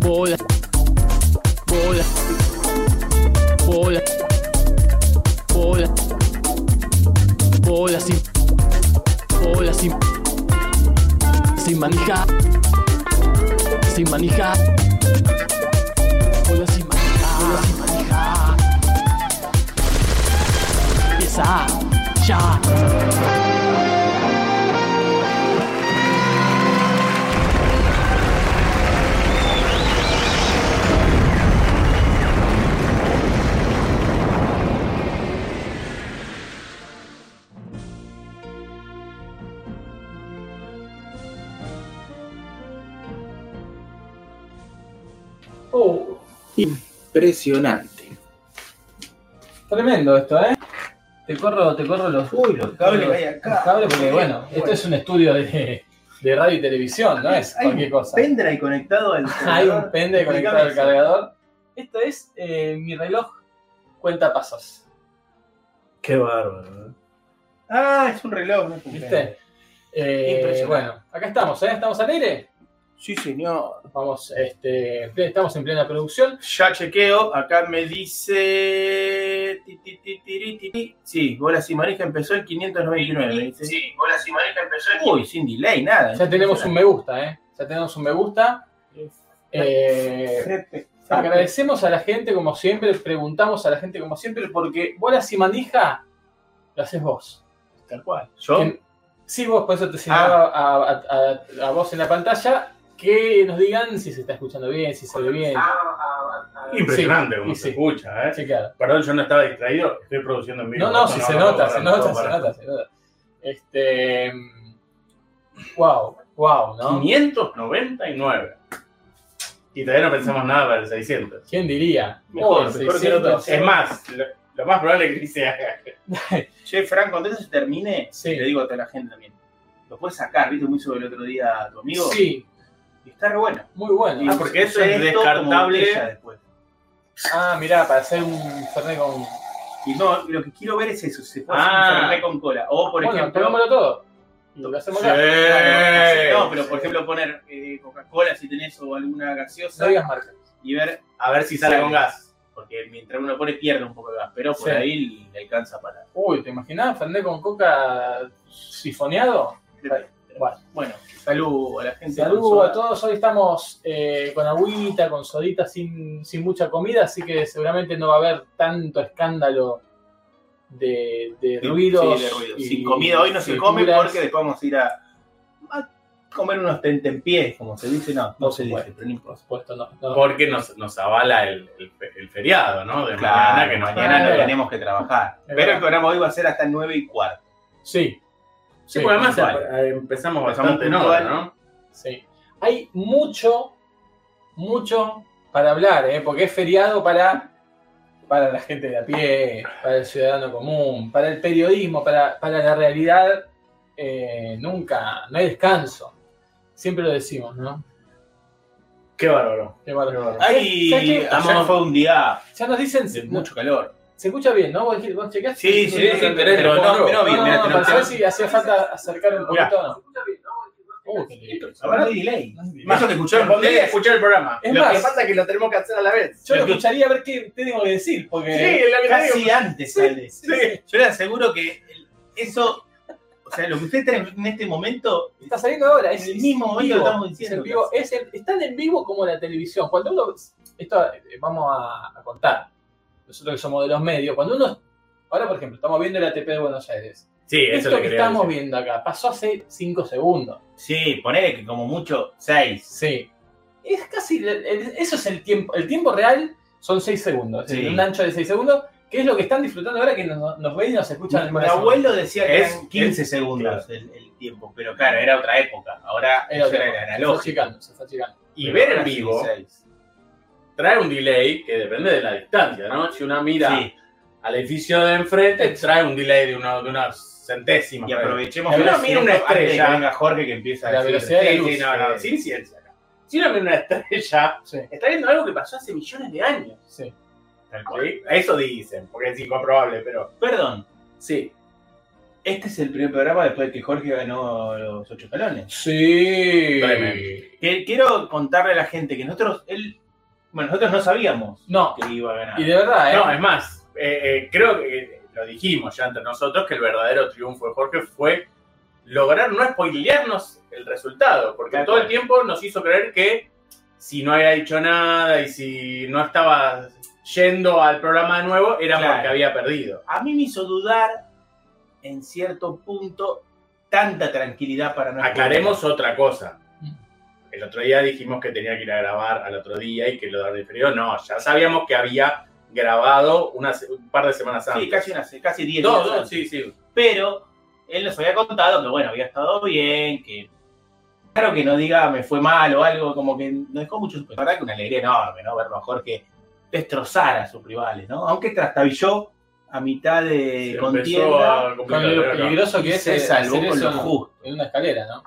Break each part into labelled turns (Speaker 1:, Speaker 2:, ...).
Speaker 1: Bola. Bola. Bola. Bola. Bola sin. Bola sin. Sin manija. Sin manija. Bola sin manija. Bola sin manija. Empieza ya.
Speaker 2: Oh,
Speaker 3: Impresionante.
Speaker 2: tremendo esto, ¿eh? Te corro, te corro los,
Speaker 3: Uy, los cables que hay acá.
Speaker 2: los cables porque, bueno, esto es un estudio de, de radio y televisión, no es
Speaker 3: Hay
Speaker 2: cualquier
Speaker 3: un
Speaker 2: cosa.
Speaker 3: pendrive conectado al
Speaker 2: Hay un pende conectado al
Speaker 3: Explícame
Speaker 2: cargador. Esto es eh, mi reloj cuenta pasos.
Speaker 4: Qué bárbaro. ¿eh?
Speaker 3: eso. Ah, es un reloj, no es un pendrive.
Speaker 2: ¿Viste? Eh,
Speaker 3: Impresionante.
Speaker 2: bueno, acá estamos, ¿eh? ¿Estamos al aire?
Speaker 3: Sí, señor.
Speaker 2: Vamos, este, en plena- estamos en plena producción.
Speaker 3: Ya chequeo, acá me dice. ti, ti, ti, tiri, ti, ti. Sí, Bola Simaneja empezó el 599. dice.
Speaker 5: Sí, Bola Simaneja empezó el
Speaker 3: Uy, sin delay, nada.
Speaker 2: Ya tenemos un me gusta, ¿eh? Ya tenemos un me gusta. Eh, Agradecemos a la gente como siempre, preguntamos a la gente como siempre, porque bolas y manija lo haces vos.
Speaker 3: Tal cual. Yo,
Speaker 2: En- Sí, vos, por eso te señalaba a, a- a vos en la pantalla que nos digan si se está escuchando bien, si se ve bien.
Speaker 3: Ah.
Speaker 4: Impresionante
Speaker 2: ah, Sí,
Speaker 4: como
Speaker 2: sí.
Speaker 4: se escucha, ¿eh?
Speaker 2: Sí, claro.
Speaker 4: Perdón, yo no estaba distraído, estoy produciendo en vivo.
Speaker 2: No, no, si se
Speaker 4: no,
Speaker 2: nota,
Speaker 4: no,
Speaker 2: se
Speaker 4: no,
Speaker 2: nota,
Speaker 4: no,
Speaker 2: se
Speaker 4: no.
Speaker 2: nota, se nota. Este. Wow, wow, ¿no?
Speaker 4: 599. Y todavía no pensamos
Speaker 2: Mm.
Speaker 4: nada para el 600.
Speaker 2: ¿Quién diría?
Speaker 4: Mejor,
Speaker 2: Oh,
Speaker 4: mejor que el otro.
Speaker 2: 600.
Speaker 4: Es más, lo, lo más probable es que se haga.
Speaker 3: che, Fran, cuando eso se termine,
Speaker 2: Sí.
Speaker 3: le digo a toda la gente también. Lo puedes sacar, ¿viste? Muy sobre el otro día a tu amigo.
Speaker 2: Sí,
Speaker 3: Y está re bueno.
Speaker 2: muy bueno.
Speaker 3: Y
Speaker 4: Ah, porque eso
Speaker 3: usa
Speaker 4: es
Speaker 3: esto como
Speaker 4: descartable.
Speaker 3: botella después.
Speaker 2: Ah, mirá, para hacer un Fernet con.
Speaker 3: Y no, lo que quiero ver es eso, se puede
Speaker 4: Ah.
Speaker 3: hacer un Fernet con cola. O por
Speaker 2: Bueno,
Speaker 3: ejemplo. eh,
Speaker 2: tomémoslo todo. Y Lo hacemos acá.
Speaker 4: Sí.
Speaker 3: No, pero por ejemplo poner eh, Coca-Cola si tenés o alguna gaseosa
Speaker 2: No digas marca.
Speaker 3: y ver,
Speaker 4: A ver si sale
Speaker 3: Sale.
Speaker 4: con gas.
Speaker 3: porque mientras uno pone pierde un poco de gas, pero por
Speaker 2: Sí.
Speaker 3: ahí le alcanza para.
Speaker 2: Uy, ¿te imaginás? Fernet con coca sifoneado. Bueno.
Speaker 3: Bueno, salud a la gente.
Speaker 2: Saludos a
Speaker 3: Consola.
Speaker 2: todos. Hoy estamos eh, con agüita, con sodita, sin, sin mucha comida, así que seguramente no va a haber tanto escándalo de, de
Speaker 3: Sí,
Speaker 2: ruidos.
Speaker 3: sí, de ruido.
Speaker 2: y
Speaker 3: Sin comida hoy no se come
Speaker 2: frituras.
Speaker 3: porque después vamos a ir a, a comer unos tentempiés, como se dice. No, no
Speaker 2: Por
Speaker 3: se dice,
Speaker 2: supuesto.
Speaker 3: pero no importa.
Speaker 2: Por supuesto, no. no.
Speaker 4: Porque nos, nos avala el, el fe- el feriado, ¿no? De mañana que nos
Speaker 3: mañana
Speaker 4: mañana.
Speaker 3: no
Speaker 2: Claro.
Speaker 3: tenemos que trabajar.
Speaker 2: Es
Speaker 3: Pero
Speaker 2: verdad.
Speaker 3: el programa hoy va a ser hasta 9 y cuarto.
Speaker 2: Sí.
Speaker 4: Sí, porque además
Speaker 3: puntual.
Speaker 4: eh, empezamos
Speaker 3: Empezamos
Speaker 4: bastante en hora,
Speaker 3: puntual.
Speaker 4: ¿no?
Speaker 2: Sí. Hay mucho, mucho para hablar, ¿eh? porque es feriado para, para la gente de a pie, para el ciudadano común, para el periodismo, para, para la realidad. eh, nunca, no hay descanso. Siempre lo decimos, ¿no?
Speaker 4: Qué bárbaro.
Speaker 2: Qué bárbaro.
Speaker 4: Qué bárbaro.
Speaker 3: Ay,
Speaker 2: ¿Sabes qué?
Speaker 3: ayer fue un día
Speaker 2: Ya nos dicen,
Speaker 3: de
Speaker 2: se,
Speaker 3: mucho calor.
Speaker 2: se escucha bien, ¿no? ¿Vos, vos chequeaste?
Speaker 3: Sí, sí, sí, pero no,
Speaker 2: no,
Speaker 3: pero bien,
Speaker 2: no,
Speaker 3: mira,
Speaker 2: no,
Speaker 3: tenemos-
Speaker 2: para saber si hacía falta acercar un
Speaker 4: Mirá.
Speaker 2: poquito o no. Uy, qué lindo.
Speaker 3: Habrá delay.
Speaker 4: Más
Speaker 3: Eso que escucharon
Speaker 4: Pondría a
Speaker 3: ustedes.
Speaker 4: escuchar el programa.
Speaker 2: Es
Speaker 4: lo
Speaker 2: más-
Speaker 4: que pasa es que lo tenemos que hacer a la vez.
Speaker 2: Yo lo
Speaker 3: Lo que-
Speaker 2: escucharía a ver qué tengo que decir, porque...
Speaker 4: Sí, es lo que te digo.
Speaker 3: Casi antes sale.
Speaker 2: sí, sí.
Speaker 3: Yo les aseguro que eso, o sea, lo que ustedes traen en este momento,
Speaker 2: Está saliendo ahora, es
Speaker 3: En el mismo momento
Speaker 2: vivo,
Speaker 3: lo estamos
Speaker 2: es
Speaker 3: diciendo,
Speaker 2: en vivo, es en- es tan en vivo como la televisión. Cuando uno, esto eh, vamos a, a contar, nosotros que somos de los medios, cuando uno, ahora por ejemplo, estamos viendo el ATP de Buenos Aires.
Speaker 4: Sí, eso
Speaker 2: Esto
Speaker 4: lo
Speaker 2: que
Speaker 4: quería
Speaker 2: estamos
Speaker 4: decir.
Speaker 2: viendo acá pasó hace 5 segundos.
Speaker 3: sí, ponele que como mucho, seis.
Speaker 2: Sí. Es casi, el- el- eso es el tiempo, el tiempo real son 6 segundos, es
Speaker 3: Sí.
Speaker 2: decir, un ancho de 6 segundos, que es lo que están disfrutando ahora que nos, nos ven y nos escuchan. en
Speaker 3: Mi
Speaker 2: corazón.
Speaker 3: abuelo decía que
Speaker 4: Es-
Speaker 3: eran 15 segundos el, el tiempo, pero claro, era otra época. Ahora
Speaker 2: Era
Speaker 3: eso
Speaker 2: otra
Speaker 3: era,
Speaker 2: cosa, se está
Speaker 3: analógico.
Speaker 2: achicando, se está achicando.
Speaker 4: Y
Speaker 3: Pero
Speaker 4: ver
Speaker 3: ahora
Speaker 4: en
Speaker 3: sí,
Speaker 4: vivo
Speaker 3: seis.
Speaker 4: trae un delay que depende de la distancia, ¿no? Si una mira
Speaker 3: Sí,
Speaker 4: al edificio de enfrente, trae un delay de, uno, de pues. unas centésimas.
Speaker 3: y aprovechemos.
Speaker 4: Si uno
Speaker 3: los
Speaker 4: mira una
Speaker 3: tiempos antes de que
Speaker 4: estrella-
Speaker 3: venga Jorge que empieza a
Speaker 2: La
Speaker 3: decir-
Speaker 2: velocidad de la
Speaker 4: Sí,
Speaker 2: luz. eh.
Speaker 4: sí, no, no, sin ciencia. acá. Si uno mira una estrella,
Speaker 2: Sí,
Speaker 4: está viendo algo que pasó hace millones de años.
Speaker 2: sí.
Speaker 3: Tal cual.
Speaker 4: ¿sí? Eso dicen, porque es incomprobable, pero
Speaker 3: Perdón,
Speaker 4: sí.
Speaker 3: Este es el primer programa después de que Jorge ganó los ocho calones.
Speaker 2: Sí.
Speaker 4: Tremendo.
Speaker 3: Que- Quiero contarle a la gente que nosotros, él, bueno, nosotros no sabíamos
Speaker 2: No,
Speaker 3: que iba a ganar.
Speaker 2: y de verdad, ¿eh?
Speaker 4: No, es más, eh, eh, creo que eh, lo dijimos ya entre nosotros que el verdadero triunfo de Jorge fue lograr no spoilearnos el resultado, porque
Speaker 3: Tal
Speaker 4: todo el
Speaker 3: cual.
Speaker 4: tiempo nos hizo creer que si no había dicho nada y si no estaba yendo al programa de nuevo era
Speaker 3: Claro.
Speaker 4: porque había perdido.
Speaker 3: A mí me hizo dudar, en cierto punto, tanta tranquilidad para no
Speaker 4: Aclaremos otra cosa. El otro día dijimos que tenía que ir a grabar al otro día y que lo de diferido. No, ya sabíamos que había grabado una se- un par de semanas antes.
Speaker 3: Sí, casi, una, casi diez
Speaker 4: Dos,
Speaker 3: días
Speaker 4: dos,
Speaker 3: antes.
Speaker 4: sí, sí.
Speaker 3: Pero él nos había contado que, bueno, había estado bien, que. Claro que no diga me fue mal o algo, como que nos dejó mucho. La verdad que una alegría enorme, ¿no? Verlo a Jorge destrozar a sus rivales, ¿no? Aunque trastabilló a mitad de
Speaker 4: Se empezó
Speaker 3: contienda.
Speaker 4: a complicar,
Speaker 2: Con lo
Speaker 4: pero no.
Speaker 2: peligroso que
Speaker 3: Y
Speaker 2: es
Speaker 3: se
Speaker 2: eh,
Speaker 3: salvó
Speaker 2: hacer
Speaker 3: con
Speaker 2: eso
Speaker 3: lo
Speaker 2: en-
Speaker 3: justo.
Speaker 2: en una escalera, ¿no?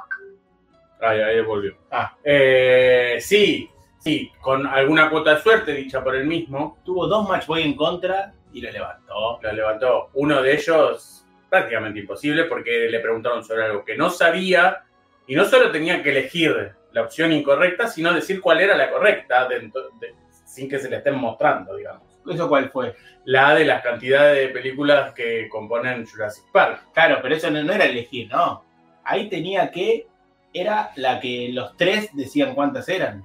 Speaker 4: Ahí, ahí volvió.
Speaker 3: Ah.
Speaker 4: Eh, sí, sí, con alguna cuota de suerte dicha por él mismo,
Speaker 3: Tuvo dos match boy en contra y lo levantó.
Speaker 4: la levantó. Uno de ellos prácticamente imposible porque le preguntaron sobre algo que no sabía y no solo tenía que elegir la opción incorrecta, sino decir cuál era la correcta dentro de- sin que se le estén mostrando, digamos.
Speaker 3: ¿Eso cuál fue?
Speaker 4: La de las cantidades de películas que componen Jurassic Park.
Speaker 3: Claro, pero eso no, no era elegir, ¿no? Ahí tenía que. Era la que los tres decían cuántas eran.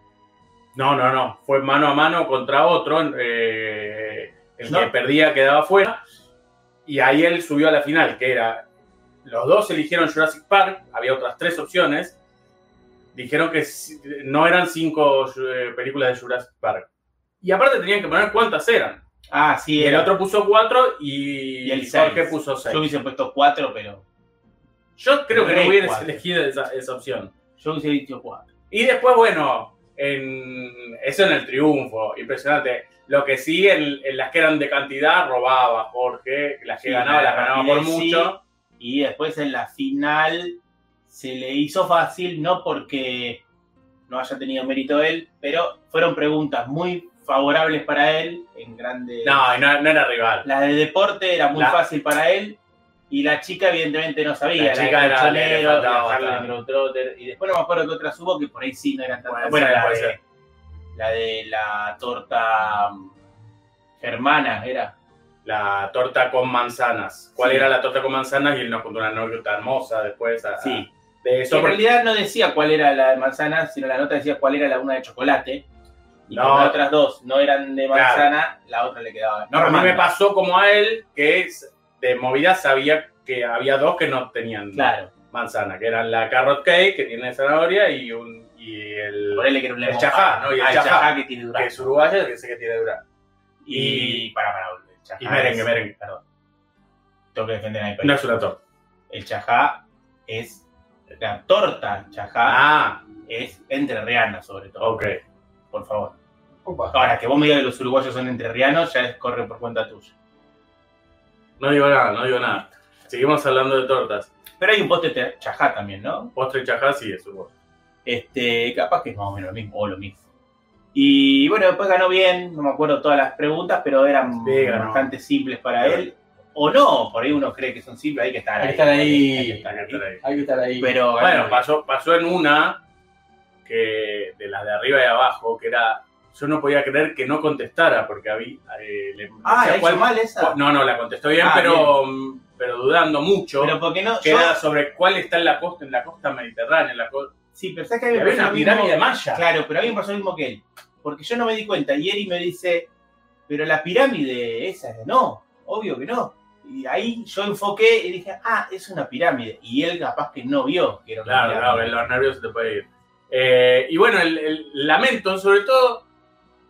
Speaker 4: No, no, no. Fue mano a mano contra otro. eh, el que
Speaker 3: No.
Speaker 4: perdía quedaba fuera. Y ahí él subió a la final, que era. Los dos eligieron Jurassic Park, había otras tres opciones. Dijeron que si- no eran cinco eh, películas de Jurassic Park. Y aparte tenían que poner cuántas eran.
Speaker 3: Ah, sí,
Speaker 4: Y el
Speaker 3: era.
Speaker 4: otro puso cuatro y,
Speaker 3: Y el
Speaker 4: Jorge
Speaker 3: seis.
Speaker 4: puso seis.
Speaker 3: Yo hubiese puesto cuatro, pero.
Speaker 4: Yo creo que no
Speaker 3: Tres,
Speaker 4: hubieras
Speaker 3: cuatro.
Speaker 4: elegido esa, esa opción.
Speaker 3: Yo hubiese dicho cuatro.
Speaker 4: Y después, bueno, en- eso en el triunfo, impresionante. Lo que sí, en, en las que eran de cantidad, robaba Jorge, las que
Speaker 3: Sí,
Speaker 4: ganaba,
Speaker 3: la
Speaker 4: las ganaba por
Speaker 3: rapidez,
Speaker 4: mucho.
Speaker 3: Y después en la final se le hizo fácil, no porque no haya tenido mérito él, pero fueron preguntas muy favorables para él, en grande.
Speaker 4: No, y no, no era rival.
Speaker 3: La de deporte era muy
Speaker 4: La-
Speaker 3: fácil para él. Y la chica, evidentemente, no sabía.
Speaker 4: La
Speaker 3: de
Speaker 4: chica era- le- le
Speaker 3: colchonero,
Speaker 4: faltaba
Speaker 3: la Harley
Speaker 4: bastante.
Speaker 3: Globetrotter, Y después no me acuerdo que otras hubo que por ahí sí no eran tan
Speaker 4: Puede
Speaker 3: Bueno,
Speaker 4: ser,
Speaker 3: la
Speaker 4: puede
Speaker 3: de,
Speaker 4: ser.
Speaker 3: la de la torta mm, germana era.
Speaker 4: La torta con manzanas. ¿Cuál
Speaker 3: Sí.
Speaker 4: era la torta con manzanas? Y él nos contó una anécdota hermosa después. a-
Speaker 3: Sí.
Speaker 4: De
Speaker 3: Que
Speaker 4: eso.
Speaker 3: en realidad no decía cuál era la de manzana, sino la nota decía cuál era la una de chocolate. Y
Speaker 4: No.
Speaker 3: como las otras dos no eran de
Speaker 4: Claro.
Speaker 3: manzana, la otra le quedaba.
Speaker 4: No, a mí
Speaker 3: normal.
Speaker 4: me pasó como a él, que es- de movida sabía que había dos que no tenían
Speaker 3: Claro,
Speaker 4: manzana, que eran la carrot cake, que tiene zanahoria, y, un, y el.
Speaker 3: ponele que era un
Speaker 4: El
Speaker 3: lemon
Speaker 4: chajá,
Speaker 3: pie.
Speaker 4: ¿no? Y el
Speaker 3: Ah,
Speaker 4: chajá.
Speaker 3: que tiene
Speaker 4: que
Speaker 3: durazno.
Speaker 4: es uruguayo, que sé que tiene durazno.
Speaker 3: Y, para, para, el chajá.
Speaker 4: Y merengue,
Speaker 3: es-
Speaker 4: merengue.
Speaker 3: Perdón. Tengo que defender a mi país.
Speaker 4: No es una torta.
Speaker 3: El chajá es. La torta chajá
Speaker 4: Ah,
Speaker 3: es entrerriana, sobre todo.
Speaker 4: ok.
Speaker 3: Por favor.
Speaker 2: Opa.
Speaker 3: Ahora, que vos me digas que los uruguayos son entrerrianos, ya es corre por cuenta tuya.
Speaker 4: No digo nada, no digo nada. Seguimos hablando de tortas.
Speaker 3: Pero hay un postre te- chajá también, ¿no?
Speaker 4: Postre chajá, sí, eso. vos.
Speaker 3: Este, capaz que es más o menos lo mismo, o lo mismo. Y bueno, después ganó bien, no me acuerdo todas las preguntas, pero eran
Speaker 4: Sí, ganó.
Speaker 3: bastante simples para
Speaker 4: Pero-
Speaker 3: él. O no, por ahí uno cree que son simples, hay que estar
Speaker 2: Hay
Speaker 3: ahí.
Speaker 2: que estar ahí.
Speaker 3: hay que estar
Speaker 4: Hay que estar ahí.
Speaker 2: Hay que estar ahí.
Speaker 3: Pero ganó
Speaker 4: Bueno,
Speaker 3: bien.
Speaker 4: pasó, pasó en una que de las de arriba y abajo, que era. Yo no podía creer que no contestara, porque había. eh, le-
Speaker 3: Ah, ¿la
Speaker 4: decía
Speaker 3: hizo
Speaker 4: cuál- Oh,
Speaker 3: mal esa?
Speaker 4: No, no, la contestó bien,
Speaker 3: Ah,
Speaker 4: pero, mm, pero dudando mucho.
Speaker 3: Pero porque no,
Speaker 4: que
Speaker 3: yo-
Speaker 4: era sobre cuál está en la costa, en la costa mediterránea. En la co-
Speaker 3: sí, pero sabes que a mí
Speaker 4: Y
Speaker 3: me
Speaker 4: había
Speaker 3: pasó
Speaker 4: una
Speaker 3: lo mismo-
Speaker 4: pirámide maya.
Speaker 3: Claro, pero a mí me pasó lo mismo que él. Porque yo no me di cuenta. Y Eri me dice, pero la pirámide esa es de no, obvio que no. Y ahí yo enfoqué y dije, ah, es una pirámide. Y él capaz que no vio que era una
Speaker 4: Claro, claro,
Speaker 3: pirámide.
Speaker 4: en los nervios se te puede ir. Eh, y bueno, el, el lamento, sobre todo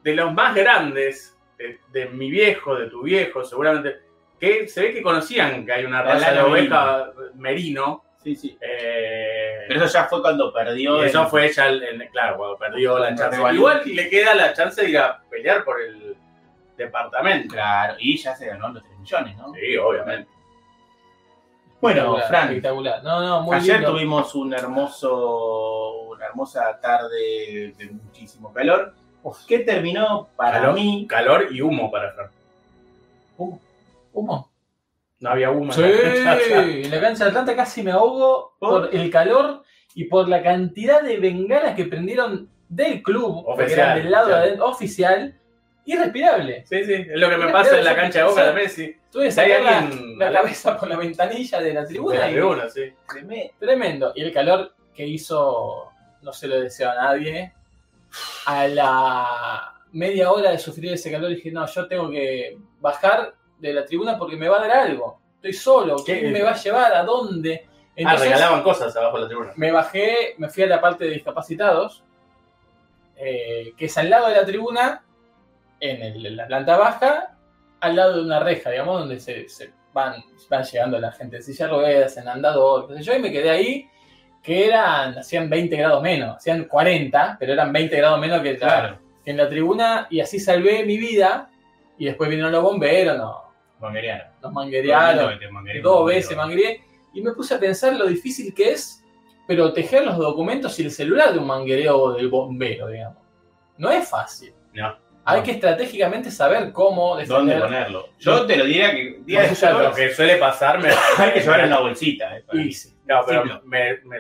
Speaker 4: de los más grandes, de, de mi viejo, de tu viejo, seguramente, que se ve que conocían que hay una
Speaker 3: La
Speaker 4: raza de
Speaker 3: lana
Speaker 4: oveja merino.
Speaker 3: Sí, sí.
Speaker 4: eh,
Speaker 3: Pero eh, eso ya fue cuando perdió.
Speaker 4: y
Speaker 3: el-
Speaker 4: eso fue ya, el, el- claro, cuando perdió la
Speaker 2: Cuando
Speaker 4: chance.
Speaker 2: revalidó.
Speaker 4: Igual le queda la chance de ir a pelear por el departamento.
Speaker 3: Claro, y ya se ganó los 3 millones, ¿no?
Speaker 4: Sí, obviamente.
Speaker 3: Bueno,
Speaker 2: Espectacular,
Speaker 3: Frank,
Speaker 2: Espectacular. No, no, muy
Speaker 3: Ayer
Speaker 2: lindo.
Speaker 3: tuvimos un hermoso, una hermosa tarde de muchísimo calor, que terminó para
Speaker 4: Calor.
Speaker 3: mí
Speaker 4: Calor y humo para Fran.
Speaker 2: Humo.
Speaker 4: No había humo.
Speaker 2: Sí,
Speaker 4: en la cancha.
Speaker 2: en la cancha de Atlanta casi me ahogo por el calor y por la cantidad de bengalas que prendieron del club, porque
Speaker 4: Oficial,
Speaker 2: eran del lado de
Speaker 4: oficial.
Speaker 2: adentro, oficial, irrespirable.
Speaker 4: Sí, sí, es lo que me pasa en la cancha de Boca de Messi.
Speaker 2: Tuve que
Speaker 4: Hay
Speaker 2: sacar la,
Speaker 4: alguien-
Speaker 2: la cabeza por la ventanilla de la
Speaker 4: De
Speaker 2: tribuna
Speaker 4: la
Speaker 2: y-
Speaker 4: tribuna, sí. Ah,
Speaker 3: Tremendo.
Speaker 2: Tremendo. Y el calor que hizo, no se lo deseo a nadie. A la media hora de sufrir ese calor dije, no, yo tengo que bajar de la tribuna porque me va a dar algo. Estoy solo.
Speaker 4: ¿Qué?
Speaker 2: ¿Quién me va a llevar? ¿A dónde?
Speaker 4: Ah,
Speaker 2: Entonces,
Speaker 4: regalaban cosas abajo de la tribuna.
Speaker 2: me bajé, me fui a la parte de discapacitados, eh, que es al lado de la tribuna, en el- la planta baja, al lado de una reja, digamos, donde se, se van, van llegando la gente en silla de ruedas, en andador, qué sé yo, y me quedé ahí, que eran, hacían 20 grados menos, hacían 40, pero eran 20 grados menos que, la-
Speaker 4: Claro.
Speaker 2: que en la tribuna, y así salvé mi vida, y después vinieron los bomberos, nos,
Speaker 3: Mangueriano.
Speaker 2: nos manguerearon, Eh, dos veces mangueré y me puse a pensar lo difícil que es proteger los documentos y el celular de un manguereo o del bombero, digamos. No es fácil.
Speaker 3: No.
Speaker 2: Hay
Speaker 3: No.
Speaker 2: que estratégicamente saber cómo
Speaker 3: ¿Dónde
Speaker 2: defender.
Speaker 3: ponerlo? Yo te lo diría que. día de
Speaker 4: O sea, lo
Speaker 3: calor,
Speaker 4: que suele pasarme.
Speaker 3: Hay que llevar en una bolsita. eh, para-
Speaker 2: Y sí,
Speaker 4: No, pero
Speaker 3: Simple.
Speaker 4: me, me-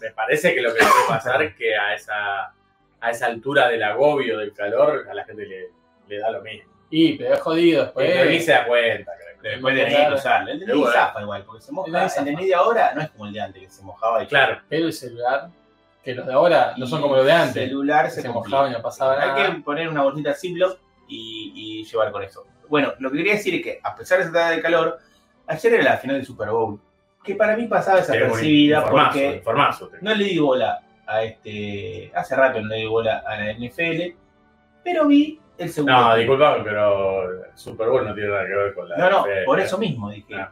Speaker 4: me parece que lo que puede pasar es que a esa, a esa altura del agobio, del calor, a la gente le, le da lo mismo.
Speaker 2: y, pero es jodido
Speaker 3: Eh,
Speaker 2: después.
Speaker 4: Pero ni se da cuenta. creo.
Speaker 3: Después tenés que usarlo. El de
Speaker 4: Igual.
Speaker 3: zafa igual, porque se
Speaker 2: El de
Speaker 3: moja.
Speaker 2: zafa.
Speaker 3: El de media hora no es como el de antes, que se mojaba. y-
Speaker 4: Claro,
Speaker 2: Pero el celular, que los de ahora no son como los de
Speaker 3: El
Speaker 2: antes.
Speaker 3: celular se,
Speaker 2: Se
Speaker 3: complica.
Speaker 2: mojaban y no pasaba
Speaker 3: Hay que
Speaker 2: nada.
Speaker 3: poner una bolsita Ziploc y, y llevar con eso. Bueno, lo que quería decir es que, a pesar de esa tarde de calor, ayer era la final del Super Bowl, que para mí pasaba
Speaker 4: Era un
Speaker 3: desapercibida
Speaker 4: informazo,
Speaker 3: porque
Speaker 4: informazo.
Speaker 3: no le di bola a este. Hace rato no le di bola a la NFL, pero vi el segundo.
Speaker 4: No,
Speaker 3: tiempo.
Speaker 4: disculpame, pero Super Bowl no tiene nada que ver con la.
Speaker 3: No, no,
Speaker 4: fe,
Speaker 3: por
Speaker 4: eh.
Speaker 3: eso mismo dije.
Speaker 4: Ah.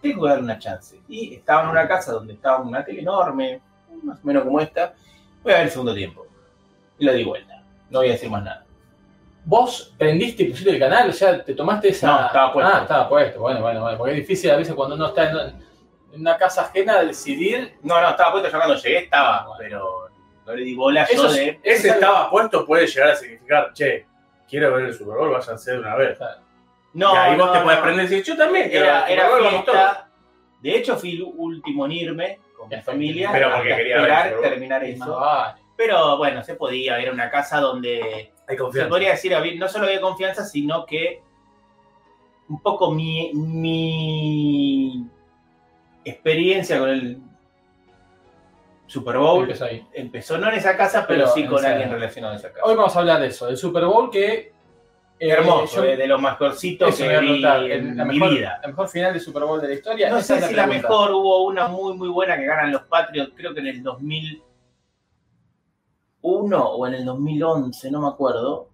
Speaker 3: Tengo que darle una chance. Y estaba en una casa donde estaba una tele enorme, más o menos como esta. Voy a ver el segundo tiempo. Y lo di vuelta. No voy a decir más nada.
Speaker 2: Vos prendiste y pusiste el canal, o sea, te tomaste esa.
Speaker 3: No, estaba puesto.
Speaker 2: Ah, estaba puesto. Bueno, bueno, bueno. Porque es difícil a veces cuando uno está en en una casa ajena decidir.
Speaker 3: No, no, estaba puesto yo cuando llegué,
Speaker 4: Ah,
Speaker 3: estaba, pero no le di bola yo
Speaker 2: Eso es-
Speaker 3: de.
Speaker 4: Ese estaba puesto puede llegar a significar, che, quiero ver el Super Bowl, váyanse de una vez.
Speaker 3: No,
Speaker 4: y ahí vos
Speaker 3: no,
Speaker 4: te
Speaker 3: no.
Speaker 4: podés prender y decir, yo también quiero
Speaker 3: Era,
Speaker 4: ver el
Speaker 3: era
Speaker 4: Super Bowl, vamos todos.
Speaker 3: fiesta. De hecho, fui el último en irme con mi familia.
Speaker 4: Pero porque
Speaker 3: hasta
Speaker 4: quería ver el
Speaker 3: esperar
Speaker 4: Super Bowl.
Speaker 3: terminar
Speaker 2: más
Speaker 3: eso.
Speaker 2: Ah, vale.
Speaker 3: Pero bueno, se podía. Era una casa donde
Speaker 4: Hay
Speaker 3: se podría decir, había- no solo había confianza, sino que un poco mi, mi experiencia con el Super Bowl
Speaker 2: Empezó ahí.
Speaker 3: empezó no en esa casa, pero,
Speaker 2: Pero
Speaker 3: sí
Speaker 2: en
Speaker 3: con
Speaker 2: esa-
Speaker 3: alguien relacionado a esa casa.
Speaker 2: Hoy vamos a hablar de eso, del Super Bowl que. eh,
Speaker 3: Hermoso,
Speaker 2: yo-
Speaker 3: eh, de lo mejorcito
Speaker 2: eso
Speaker 3: que
Speaker 2: me
Speaker 3: vi
Speaker 2: voy a preguntar,
Speaker 3: en
Speaker 2: la
Speaker 3: mi
Speaker 2: mejor,
Speaker 3: vida.
Speaker 2: La mejor final de Super Bowl de la historia.
Speaker 3: No
Speaker 2: Esa
Speaker 3: sé
Speaker 2: es
Speaker 3: si la
Speaker 2: pregunta.
Speaker 3: mejor, hubo una muy muy buena que ganan los Patriots, creo que en el 2001 o en el 2011, no me acuerdo,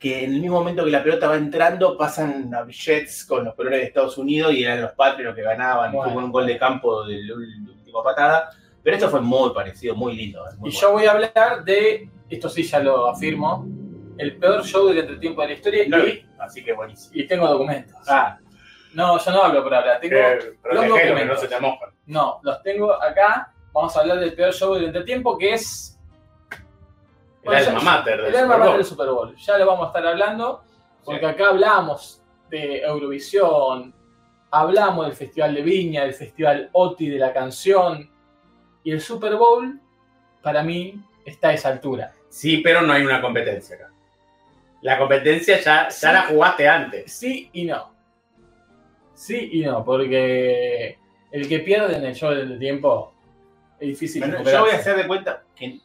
Speaker 3: que en el mismo momento que la pelota va entrando pasan a Jets con los colores de Estados Unidos y eran los Patriots los que ganaban,
Speaker 2: Bueno.
Speaker 3: fue con un gol de campo de la última patada, pero esto fue muy parecido, muy lindo.
Speaker 2: Y
Speaker 3: muy
Speaker 2: yo voy a hablar de. Esto sí ya lo afirmo. El peor show del entretiempo de la historia.
Speaker 4: No lo
Speaker 2: y,
Speaker 4: vi, así que buenísimo.
Speaker 2: y tengo documentos.
Speaker 3: bueno. Ah,
Speaker 2: No, yo no hablo por hablar. Tengo,
Speaker 4: Eh, protegelo, que no
Speaker 2: documentos.
Speaker 4: se te mojan.
Speaker 2: No, los tengo acá. Vamos a hablar del peor show del entretiempo que es.
Speaker 4: El
Speaker 2: Bueno,
Speaker 4: alma
Speaker 2: ya-
Speaker 4: mater del
Speaker 2: El alma
Speaker 4: Super
Speaker 2: mater
Speaker 4: Bowl.
Speaker 2: del Super Bowl. Ya lo vamos a estar hablando, porque
Speaker 4: Sí.
Speaker 2: acá hablamos de Eurovisión, hablamos del Festival de Viña, del Festival OTI de la canción, y el Super Bowl, para mí, está a esa altura.
Speaker 4: Sí, pero no hay una competencia acá. La competencia ya, ya
Speaker 2: Sí.
Speaker 4: la jugaste antes.
Speaker 2: Sí y no. Sí y no, porque el que pierde en el show del tiempo es difícil.
Speaker 3: Bueno, yo
Speaker 2: recuperarse.
Speaker 3: voy a hacer de cuenta que